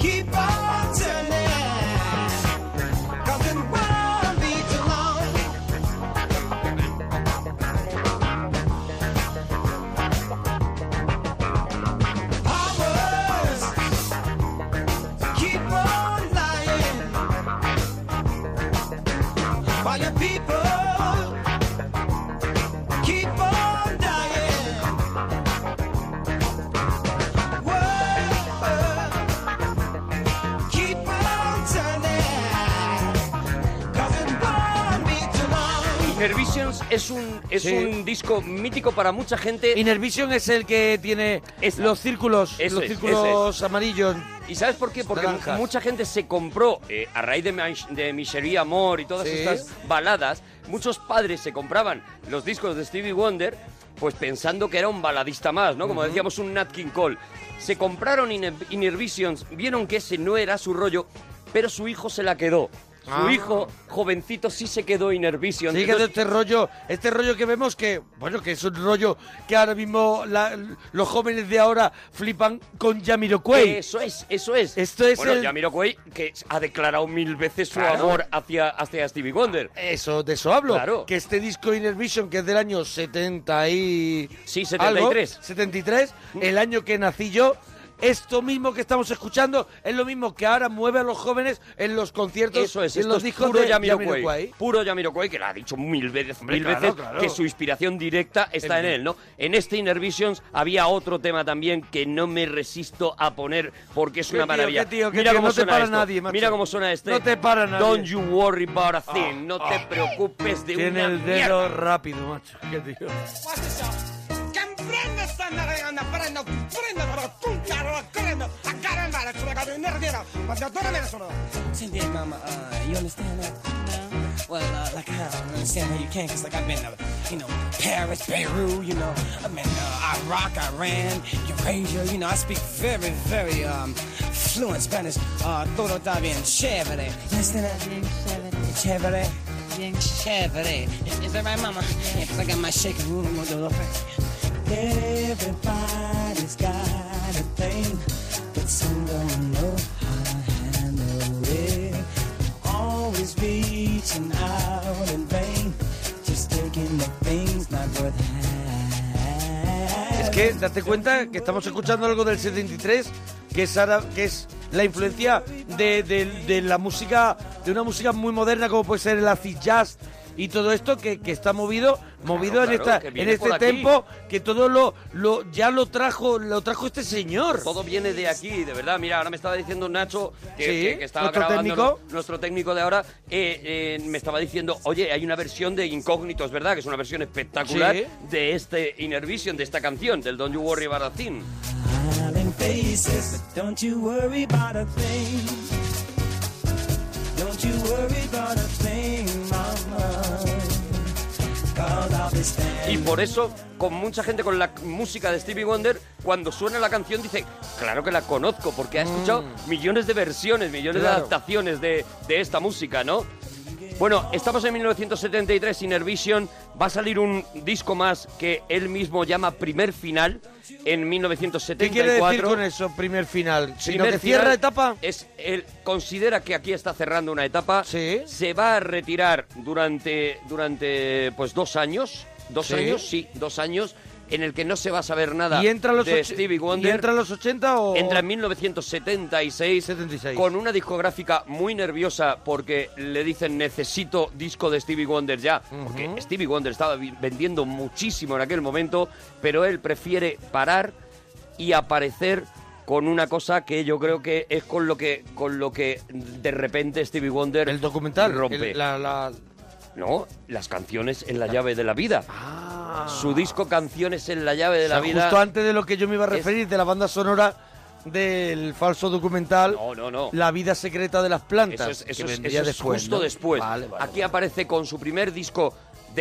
S5: keep on turning.
S2: Inner Visions es un, es
S1: Sí.
S2: un disco mítico para mucha gente.
S1: Inner Vision es el que tiene los círculos,
S2: Eso
S1: los
S2: es,
S1: círculos
S2: eso es.
S1: amarillos.
S2: ¿Y sabes por qué? Porque
S1: Naranjas.
S2: mucha gente se compró, eh, a raíz de, Mich- de Misery Amor y todas
S1: Sí.
S2: estas baladas, muchos padres se compraban los discos de Stevie Wonder, pues pensando que era un baladista más, ¿no? Como
S1: Ujú.
S2: decíamos, un Nat King Cole. Se compraron Inner, Inner Visions, vieron que ese no era su rollo, pero su hijo se la quedó. Su
S1: Ah.
S2: hijo, jovencito, sí se quedó Inner Visions.
S1: Sí, que
S2: Entonces,
S1: este rollo, este rollo que vemos que, bueno, que es un rollo que ahora mismo la- los jóvenes de ahora flipan con Jamiroquai.
S2: Eso es, eso es.
S1: Esto es
S2: bueno,
S1: el-
S2: Jamiroquai, que ha declarado mil veces su
S1: Claro. Eh,
S2: amor hacia, hacia Stevie Wonder.
S1: Eso, de eso hablo.
S2: Claro.
S1: Que este disco Inner Vision, que es del año 70 y...
S2: Sí, 73.
S1: algo, 73,
S2: Mm.
S1: el año que nací yo, esto mismo que estamos escuchando es lo mismo que ahora mueve a los jóvenes en los conciertos
S2: Eso es,
S1: y en
S2: esto
S1: los
S2: es
S1: discos
S2: puro
S1: de
S2: Jamiroquai.
S1: Jamiroquai.
S2: Puro Jamiroquai, que lo ha dicho mil veces,
S1: Hombre,
S2: mil
S1: claro,
S2: veces
S1: claro.
S2: que su inspiración directa está
S1: En
S2: en,
S1: fin.
S2: él, ¿no? En este Inner Visions había otro tema también que no me resisto a poner porque es
S1: Qué
S2: una
S1: tío,
S2: maravilla.
S1: qué tío, qué
S2: Mira
S1: tío,
S2: cómo
S1: no te
S2: suena
S1: para
S2: esto.
S1: nadie, macho.
S2: Mira cómo suena este.
S1: No te para nadie. Ah,
S2: Don't you worry about a thing. no te preocupes de
S1: Tiene
S2: una
S1: el dedo
S2: mierda.
S1: rápido, macho. Qué tío.
S8: Say, "Hey, mama, uh, you understand that? No? Well, uh, like, I don't understand how you can, because, like, I've been to, you know, Paris, Beirut, you know, I've been uh, Iraq, Iran, Eurasia, you know, I speak very, very um, fluent Spanish. Uh, todo está bien chévere. You understand that? Bien chévere. Chévere. Bien chévere. Is, is that right, mama? Yeah, 'cause I got my shaking room, I'm going to do it Everybody's got a thing, but some don't know how to handle it. Always reaching out in vain, just taking the things not worth having.
S1: Es que date cuenta que estamos escuchando algo del 73 que es ara- que es la influencia de, de- de la música de una música muy moderna como puede ser el acid jazz y todo esto que, que está movido movido
S2: claro,
S1: en esta
S2: que
S1: en
S2: viene por
S1: este
S2: aquí.
S1: tiempo que todo lo lo ya lo trajo lo trajo este señor.
S2: Todo viene de aquí, de verdad. Mira, ahora me estaba diciendo Nacho, que,
S1: Sí,
S2: que- que estaba
S1: nuestro
S2: grabando,
S1: técnico.
S2: ¿no? nuestro técnico de ahora, eh, eh, me estaba diciendo, oye, hay una versión de Incógnitos, ¿verdad? Que es una versión espectacular
S1: Sí.
S2: de este Inner Vision, de esta canción, del Don't You Worry About a Thing.
S8: Smiling faces, but don't you worry about a thing. Don't you worry about a thing, mama. Cause I'll be standing.
S2: Y por eso, con mucha gente con la música de Stevie Wonder, cuando suena la canción dice, claro que la conozco, porque ha escuchado millones de versiones, millones de
S1: Claro.
S2: adaptaciones de, de esta música, ¿no? Bueno, estamos en 1973, Inner Vision, va a salir un disco más que él mismo llama Primer Final en
S1: ¿Qué quiere decir
S2: 1974.
S1: con eso primer final? Sino
S2: Primer
S1: que cierra
S2: final
S1: etapa.
S2: Es él considera que aquí está cerrando una etapa. Se va a retirar durante durante pues dos años, dos
S1: Sí.
S2: años, sí, dos años en el que no se va a saber nada
S1: y entra a los
S2: de
S1: och-
S2: Stevie
S1: y
S2: Wonder.
S1: entra a los 80 o
S2: Entra en 1976 con una discográfica muy nerviosa porque le dicen necesito disco de Stevie Wonder ya. Porque Stevie Wonder estaba vi- vendiendo muchísimo en aquel momento, pero él prefiere parar y aparecer con una cosa que yo creo que es con lo que con lo que de repente Stevie Wonder el documental rompe
S1: el- la- la-
S2: no las canciones en la llave de la vida su disco canciones en la llave de
S1: Ah. O sea,
S2: la vida
S1: Justo antes de lo que yo me iba a
S2: es-
S1: referir, de la banda sonora del falso documental
S2: No, no, no.
S1: La vida secreta de las plantas.
S2: Eso es, eso
S1: que
S2: es-
S1: vendría
S2: eso es
S1: después,
S2: justo
S1: ¿no?
S2: después.
S1: Vale, vale,
S2: Aquí aparece con su primer disco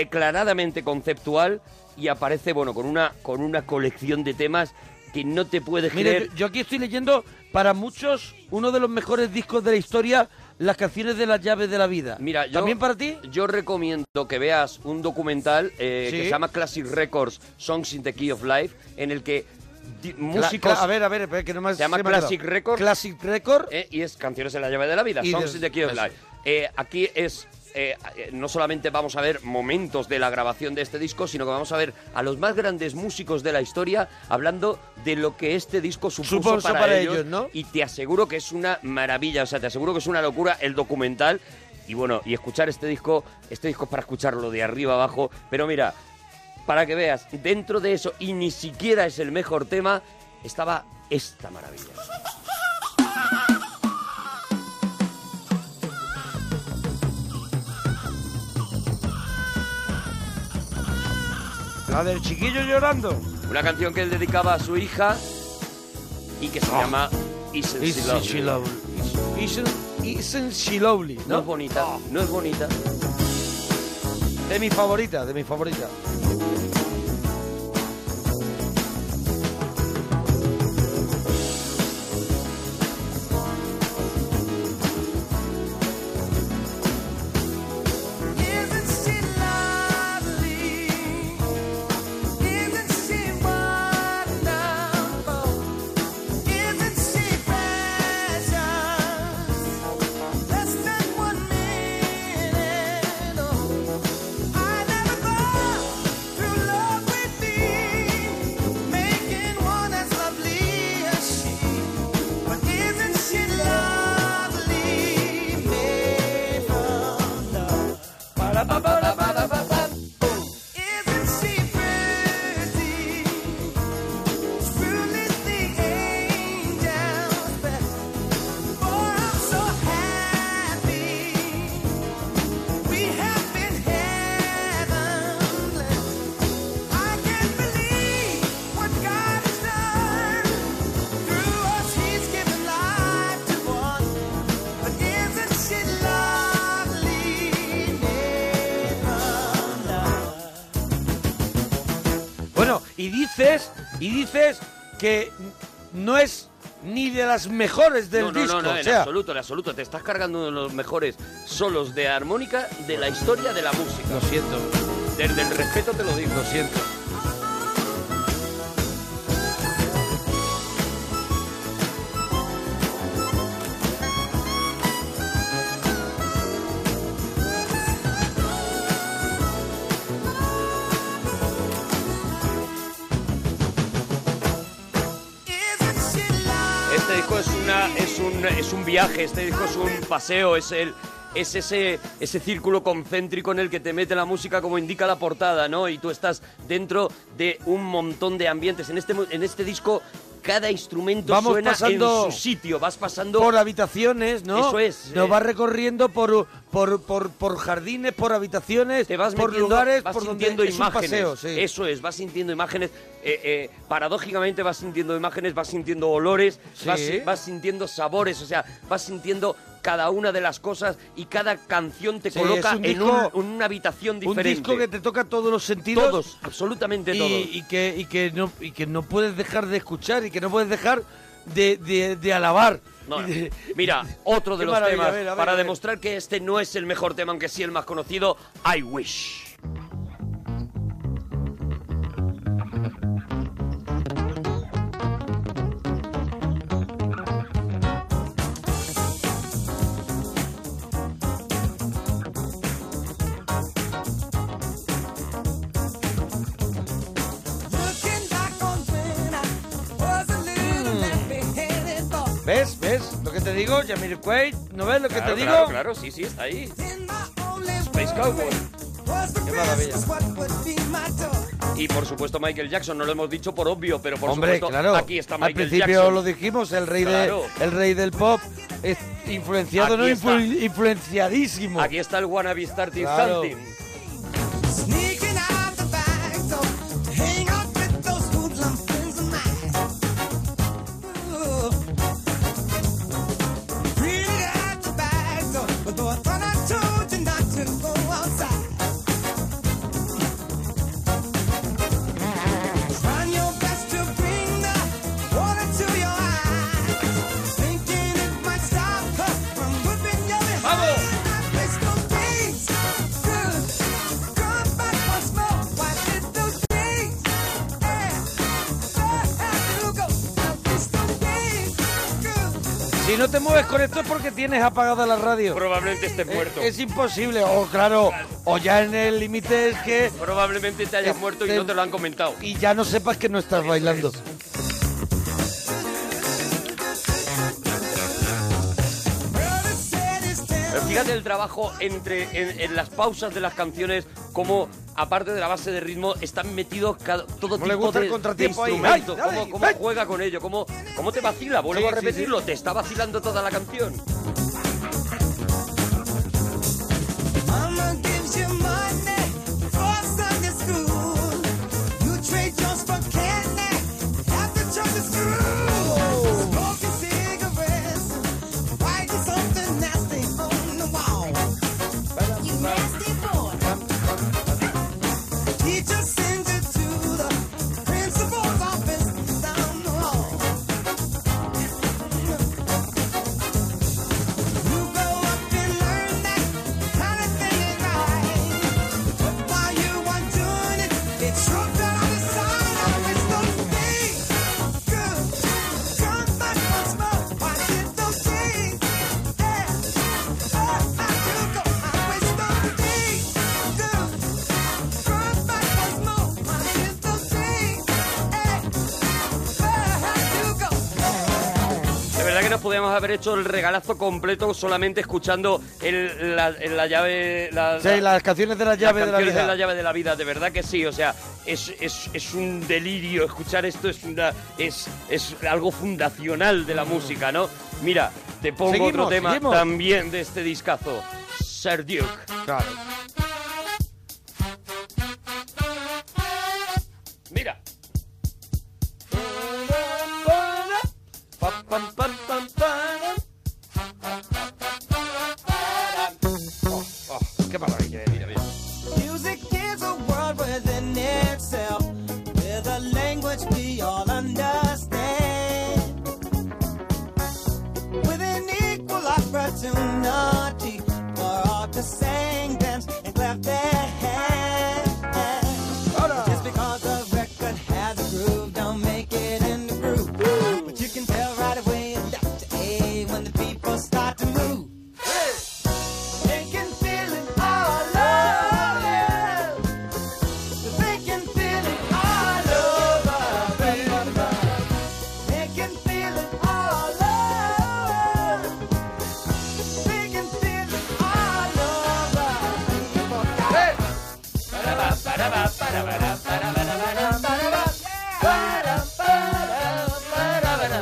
S2: declaradamente conceptual y aparece, bueno, con una, con una colección de temas que no te puedes
S1: Mira,
S2: creer.
S1: yo, yo aquí estoy leyendo, para muchos, uno de los mejores discos de la historia, las canciones de las llaves de la vida.
S2: Mira, yo,
S1: ¿También para ti?
S2: Yo recomiendo que veas un documental eh,
S1: Sí.
S2: que se llama Classic Records, Songs in the Key of Life, en el que di-
S1: Cla-
S2: músicos...
S1: cla- a ver, a ver, espera, que no me
S2: Se llama
S1: se me ha
S2: Classic
S1: quedado.
S2: Record. Eh,
S1: Classic Record.
S2: y es Canciones en la llave de la vida.
S1: Y
S2: Songs
S1: des-
S2: in the Key of
S1: eso.
S2: Life. Eh, aquí es. eh, eh, no solamente vamos a ver momentos de la grabación de este disco, sino que vamos a ver a los más grandes músicos de la historia hablando de lo que este disco supuso,
S1: Supuso
S2: para,
S1: para
S2: ellos.
S1: ellos, ¿no?
S2: Y te aseguro que es una maravilla, o sea, te aseguro que es una locura el documental. Y bueno, y escuchar este disco, este disco es para escucharlo de arriba abajo, pero mira, para que veas, dentro de eso, y ni siquiera es el mejor tema, estaba esta maravilla.
S1: La
S8: Don't you worry about a thing.
S1: del chiquillo llorando.
S2: Una canción que él dedicaba a su hija y que
S1: Oh.
S2: se llama Isn't She
S1: Isn't
S2: Lovely?
S1: She Lovely? Isn't, isn't she lovely, ¿no? es bonita, no es bonita. De mi favorita, de mi favorita.
S5: Isn't she lovely? Isn't she wonderful? Isn't she precious? Less than one minute. oh. I never thought through love would be making one as lovely as she. But isn't she lovely, made of love? Isn't she pretty? Truly the angel's best. For I'm so happy. We have been heaven blessed. I can't believe what God has done. Through us, He's given life to one. But isn't she lovely?
S1: Bueno, y dices, y dices que no es ni de las mejores del
S2: no, no,
S1: disco.
S2: No, no,
S1: o
S2: en
S1: sea,
S2: absoluto, en absoluto. Te estás cargando uno de los mejores solos de armónica de la historia de la música. Lo
S1: siento.
S2: Desde el respeto te lo digo.
S1: Lo siento.
S2: Este disco es una, es un, es un viaje. Este disco es un paseo. Es el es ese ese círculo concéntrico en el que te mete la música como indica la portada, ¿no? Y tú estás dentro de un montón de ambientes. En este mo- en este disco cada instrumento
S1: Vamos
S2: suena
S1: pasando
S2: en su sitio. Vas pasando
S1: Por habitaciones, ¿no?
S2: Eso es,
S1: Nos
S2: eh.
S1: va recorriendo por, por, por, por jardines, por habitaciones,
S2: vas
S1: por
S2: metiendo-
S1: lugares,
S2: vas
S1: por donde
S2: sintiendo
S1: es un
S2: imágenes.
S1: paseo, sí.
S2: Eso es, vas sintiendo imágenes. eh, eh, paradójicamente vas sintiendo imágenes, vas sintiendo olores,
S1: Sí.
S2: vas, vas sintiendo sabores, o sea, vas sintiendo cada una de las cosas y cada canción te
S1: Sí,
S2: coloca
S1: es un
S2: en,
S1: disco-
S2: un- en una habitación
S1: Un
S2: diferente.
S1: disco que te toca todos los sentidos.
S2: Todos, absolutamente
S1: y,
S2: todos.
S1: Y que, y, que no, y que no puedes dejar de escuchar y que no puedes dejar de, de- de alabar.
S2: No,
S1: Y de-
S2: Mira, otro de
S1: Qué
S2: los
S1: maravilla,
S2: temas,
S1: a ver, a ver,
S2: para
S1: a ver.
S2: demostrar que este no es el mejor tema, aunque sí el más conocido, I Wish.
S5: Looking back on when I was a little nappy-headed boy.
S1: ¿Ves? ¿Ves lo que te digo? Jamil Quaid, ¿no ves lo que
S2: Claro,
S1: te digo?
S2: claro, claro, sí, sí, está ahí. Space Cowboy.
S5: Was the
S2: Qué maravilla.
S5: rest what would be my toy.
S2: Y por supuesto Michael Jackson, no lo hemos dicho por obvio, pero por
S1: Hombre,
S2: supuesto
S1: claro.
S2: aquí está
S1: Al
S2: Michael
S1: principio
S2: Jackson.
S1: lo dijimos, el rey,
S2: Claro.
S1: de, el rey del pop. Es influenciado,
S2: Aquí
S1: no
S2: está.
S1: Influ- influenciadísimo.
S2: Aquí está el wannabe starting
S1: Claro.
S2: something.
S5: Sneaking out the back door to hang out with those hoodlum friends of mine. Ooh. Greeted at the back door, but though I thought I told you not to go outside. Trying your best to bring the water to your eyes. Thinking it might stop her from whipping your behind. I placed those things good. Come back once more. Why did those things? Yeah. So happy to go. I placed those things good.
S1: Si no te mueves con esto es porque tienes apagada la radio. Eh,
S2: Probablemente estés muerto.
S1: Es, imposible, o claro, o ya en el límite es que
S2: Probablemente te hayas muerto y
S1: Este-
S2: no te lo han comentado.
S1: y ya no sepas que no estás bailando.
S2: Pero fíjate el trabajo entre en, en las pausas de las canciones, como aparte de la base de ritmo, están metidos cada, todo
S1: ¿Cómo
S2: tipo
S1: le gusta
S2: de,
S1: el contratiempo
S2: de
S1: ahí?
S2: instrumentos,
S1: ¡Ay, dale,
S2: cómo, cómo juega con ello, cómo, cómo te vacila, vuelvo
S1: Sí,
S2: a
S1: sí, sí.
S2: repetirlo, te está vacilando toda la canción.
S5: Mama gives you money for Sunday school.
S2: menos podíamos haber hecho el regalazo completo solamente escuchando el- la, el- la llave. La,
S1: Sí, las canciones de la llave de la
S2: canciones
S1: vida.
S2: la llave de la vida, de verdad que sí. O sea, es, es- es un delirio escuchar esto, es, una, es, es algo fundacional de la música, ¿no? Mira, te pongo
S1: Mm. Seguimos,
S2: otro tema
S1: seguimos.
S2: también de este discazo, Sir Duke.
S1: Claro.
S2: Mira. Oh,
S1: qué maravilla, mira, mira.
S5: Music is a world within itself, with a language we all understand. With an equal opportunity for all to sing, dance, and clap their hands. Just because a record has a groove, don't make it in the groove. But you can tell right away in Dr. A when the people start to move. They can feel it all over. They can feel it all over, baby. They can feel it all over. They can feel it all over. Come on, hey! Ba-da-ba, ba-da-ba, ba-da-ba-da, ba-da-ba-da-ba-da,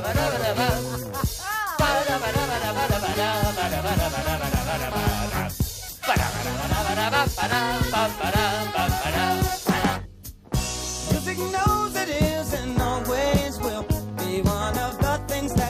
S5: ba-da-ba. Ba-da, ba-da, ba-da-ba-da, ba-da-ba-da-ba. Ba-da-ba-da-ba-da, ba-da-ba-da, ba-da-ba-da-ba-da, ba-da-ba-da-ba-da.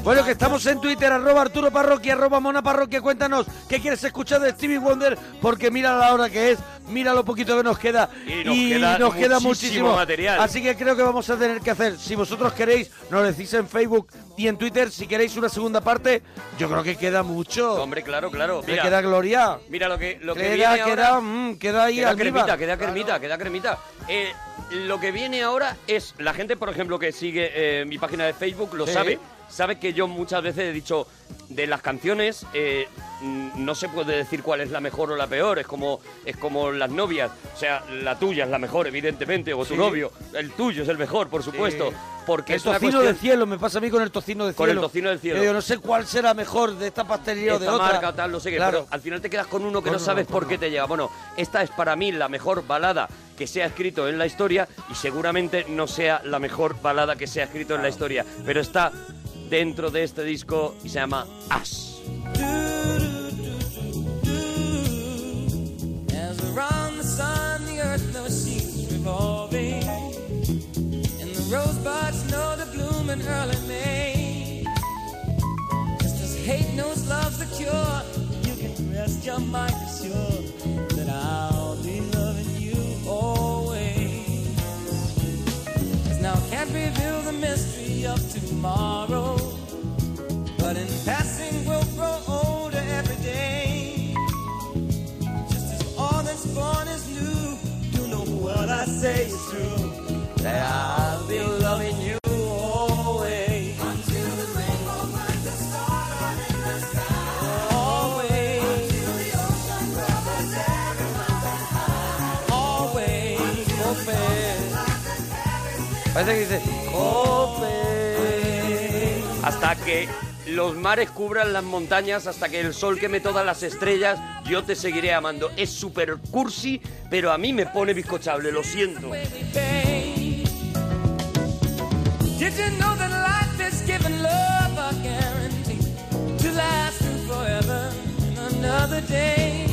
S1: Bueno, que estamos en Twitter, arroba Arturo Parroquia, arroba Mona Parroquia. Cuéntanos, ¿qué quieres escuchar de Stevie Wonder? Porque mira la hora que es, mira lo poquito que nos queda.
S2: Y nos queda
S1: nos queda
S2: muchísimo material.
S1: Así que creo que vamos a tener que hacer, si vosotros queréis, nos decís en Facebook y en Twitter. Si queréis una segunda parte, yo creo que queda mucho.
S2: Hombre, claro, claro.
S1: Me queda gloria.
S2: Mira lo que, lo que
S1: Queda,
S2: viene ahora.
S1: queda, mm, queda ahí
S2: Queda
S1: almíbar.
S2: cremita, queda cremita, queda cremita. Eh, lo que viene ahora es, la gente, por ejemplo, que sigue eh, mi página de Facebook, lo
S1: Sí.
S2: sabe. Sabe que yo muchas veces he dicho, de las canciones, eh, mm, no se puede decir cuál es la mejor o la peor. Es como, es como las novias. O sea, la tuya es la mejor, evidentemente, o tu
S1: Sí.
S2: novio. El tuyo es el mejor, por supuesto.
S1: Sí.
S2: Porque
S1: el
S2: es una
S1: tocino
S2: cuestión...
S1: del cielo, me pasa a mí con el tocino del cielo.
S2: Con el tocino del cielo.
S1: Yo digo, no sé cuál será mejor de esta pastelería o de
S2: esta
S1: otra.
S2: marca, tal, no sé qué.
S1: Claro.
S2: Pero al final te quedas con uno que
S1: Con
S2: no
S1: uno,
S2: sabes
S1: con
S2: por qué te llega. Bueno, esta es para mí la mejor balada que se ha escrito en la historia y seguramente no sea la mejor balada que se ha escrito en la historia, pero está dentro de este disco y se llama Ash.
S5: As around the sun, the earth now seems revolving. And the rosebuds know the bloom in early May. Just as hate knows love's the cure, you can rest your mind assured that I'll be loving you always. 'Cause now I can't reveal the mystery of tomorrow. But in passing, we'll grow older every day. All that's born is new. You know what I say is true. That I'll be loving you always. Until the rainbow burns the star in the sky. Always. Until the ocean covers everyone's eyes. Always.
S1: Parece que dice,
S2: Hasta que los mares cubran las montañas, hasta que el sol queme todas las estrellas, yo te seguiré amando. Es super cursi, pero a mí me pone bizcochable, lo siento.
S5: Babe, Did you know that life is giving love a guarantee to last through forever and another day?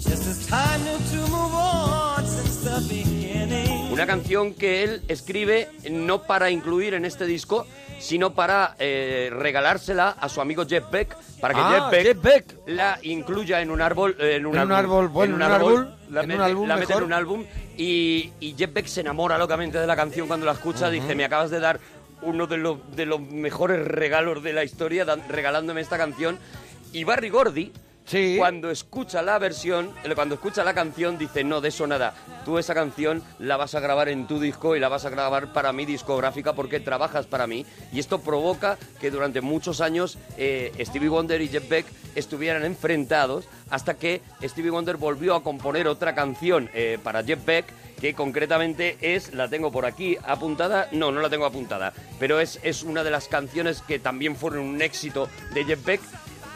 S5: Just as time knew to move on since the beginning.
S2: Una canción que él escribe no para incluir en este disco, sino para eh, regalársela a su amigo Jeff Beck, para que
S1: Ah,
S2: Jeff, Beck
S1: Jeff Beck.
S2: la incluya en un árbol, eh, en un,
S1: En un árbol, bueno, en un árbol,
S2: la
S1: en un
S2: mete,
S1: álbum
S2: la mete en
S1: mejor.
S2: un álbum y, y Jeff Beck se enamora locamente de la canción cuando la escucha, dice, me acabas de dar uno de los, de los mejores regalos de la historia dan- regalándome esta canción y Barry Gordy cuando escucha la versión, eh, cuando escucha la canción, dice, no, de eso nada. Tú esa canción la vas a grabar en tu disco y la vas a grabar para mi discográfica porque trabajas para mí. Y esto provoca que durante muchos años eh, Stevie Wonder y Jeff Beck estuvieran enfrentados hasta que Stevie Wonder volvió a componer otra canción eh, para Jeff Beck que concretamente es, la tengo por aquí apuntada, no, no la tengo apuntada, pero es, es una de las canciones que también fueron un éxito de Jeff Beck.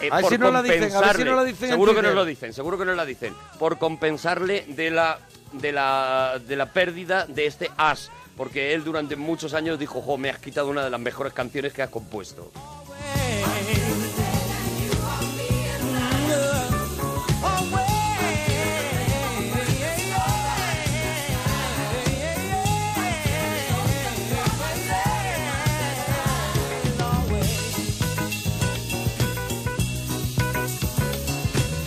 S2: eh,
S1: A ver
S2: por
S1: si no la dicen, a ver si
S2: compensarle.
S1: no la dicen en
S2: Seguro que no
S1: Twitter.
S2: lo dicen, seguro que no la dicen. Por compensarle de la, de la, de la pérdida de este as. Porque él durante muchos años dijo, jo, me has quitado una de las mejores canciones que has compuesto.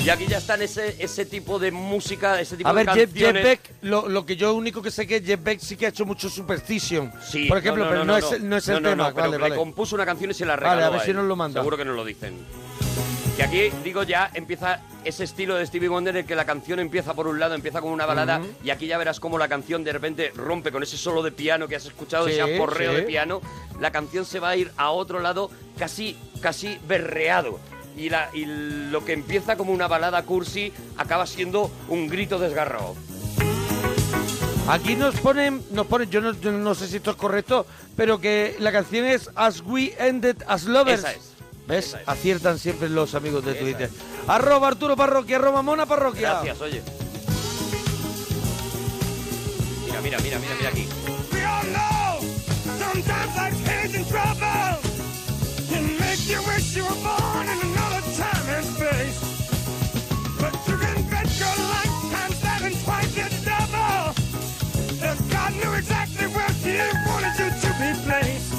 S2: Y aquí ya están ese, ese tipo de música, ese tipo
S1: A
S2: de
S1: ver, Jeff,
S2: canciones.
S1: Jeff Beck, lo, lo que yo único que sé que Jeff Beck sí que ha hecho mucho Superstition.
S2: Sí,
S1: por ejemplo, pero no, es, el- no es el tema.
S2: pero
S1: vale,
S2: le
S1: vale.
S2: compuso una canción y se la
S1: Vale, a
S2: regaló
S1: ver si
S2: él.
S1: nos lo manda.
S2: Seguro que nos lo dicen. Y aquí, digo, ya empieza ese estilo de Stevie Wonder en el que la canción empieza por un lado, empieza como una balada,
S1: Ujú.
S2: y aquí ya verás cómo la canción de repente rompe con ese solo de piano que has escuchado,
S1: Sí,
S2: ese aporreo
S1: sí.
S2: de piano. La canción se va a ir a otro lado casi, casi berreado. Y, la, y lo que empieza como una balada cursi acaba siendo un grito desgarrado.
S1: Aquí nos ponen, nos ponen yo, no, yo no sé si esto es correcto, pero que la canción es As We Ended As Lovers.
S2: Esa es.
S1: ¿Ves?
S2: Esa es.
S1: Aciertan siempre los amigos de Twitter. Arroba Arturo Parroquia, arroba Mona Parroquia.
S2: Gracias, oye. Mira, mira, mira, mira, mira aquí.
S29: We all know sometimes life's hands in trouble can make you wish you were born in another time and space. But you can bet your lifetime's having twice your double. If God knew exactly where He wanted you to be placed.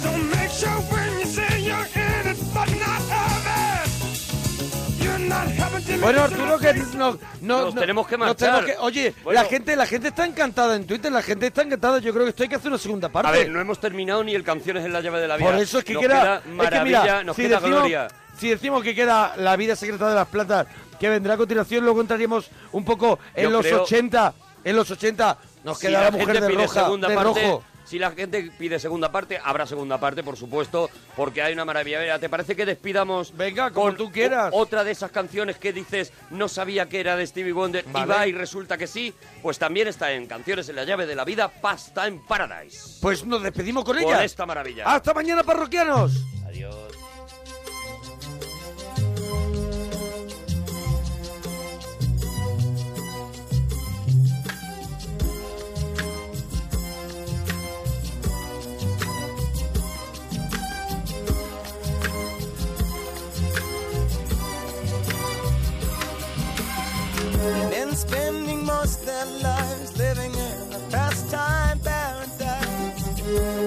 S29: So make sure when you say you're in it, but not of it, you're not helping to
S1: Bueno,
S29: make
S1: Arturo, que no, no-
S2: Nos
S1: no-
S2: tenemos que
S1: nos
S2: marchar.
S1: que- oye,
S2: Bueno.
S1: la gente la gente está encantada en Twitter, la gente está encantada. Yo creo que esto hay que hacer una segunda parte.
S2: A ver, no hemos terminado ni el Canciones en la llave de la vida.
S1: Por eso es que
S2: Nos
S1: queda, es que
S2: maravilla,
S1: mira,
S2: nos
S1: si,
S2: queda
S1: decimos,
S2: gloria.
S1: si decimos que queda la vida secreta de las plantas, que vendrá a continuación, luego entraríamos un poco en
S2: Yo
S1: los
S2: creo-
S1: 80, en los 80 nos
S2: Si
S1: queda la, mujer
S2: gente
S1: de
S2: pide
S1: roja,
S2: segunda
S1: de
S2: parte,
S1: rojo.
S2: Si la gente pide segunda parte, habrá segunda parte, por supuesto, porque hay una maravilla. Mira, ¿Te parece que despidamos Venga,
S1: como tú quieras.
S2: otra de esas canciones que dices no sabía que era de Stevie Wonder y
S1: Vale.
S2: va y resulta que sí? Pues también está en Canciones en la llave de la vida, Pasta en Paradise.
S1: Pues nos despedimos con
S2: Con
S1: ella.
S2: esta maravilla.
S1: Hasta mañana, parroquianos.
S2: Adiós.
S29: men spending most of their lives living in a pastime paradise.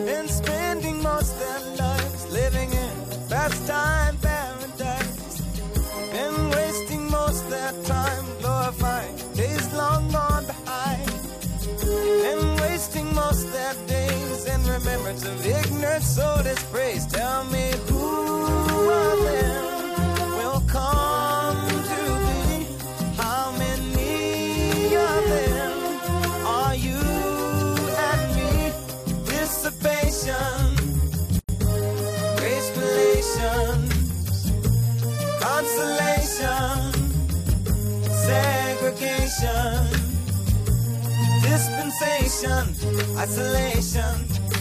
S29: Men spending most of their lives living in a pastime paradise. Men wasting most of their time glorifying days long gone behind. Men wasting most of their days in remembrance of ignorance so dispraised. Tell me who of them will come to be. How many of them are you and me? Dissipation, grace relations, consolation, segregation, dispensation, isolation,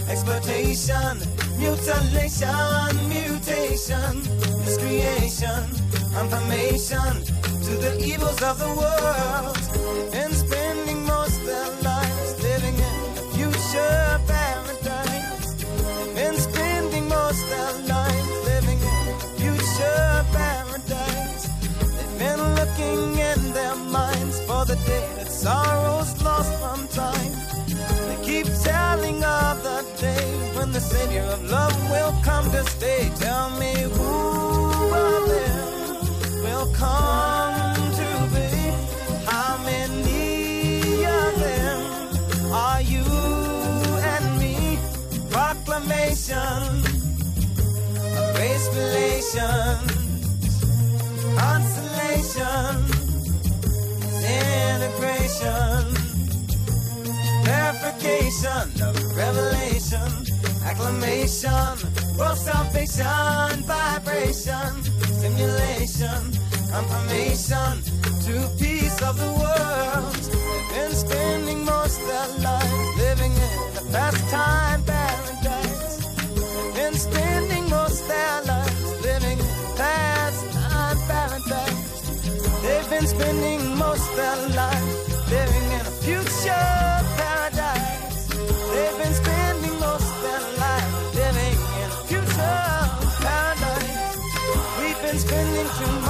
S29: exploitation, mutilation, mutation, miscreation, information to the evils of the world and spending most of their lives living in a future paradise and spending most of their lives living in a future paradise they've been looking in their minds for the day that sorrow's lost from time they keep telling of the day when the savior of love will come to stay tell me who of them will come to be. How many of them are you and me? Proclamation, grace relations, consolation, integration, verification of revelation, acclamation, world salvation, vibration, simulation confirmation to peace of the world. Been spending most their lives living in the pastime paradise. Been spending most their lives living in pastime paradise. They've been spending most their lives living in a future paradise. They've been spending most their lives living in a future paradise. We've been spending too much.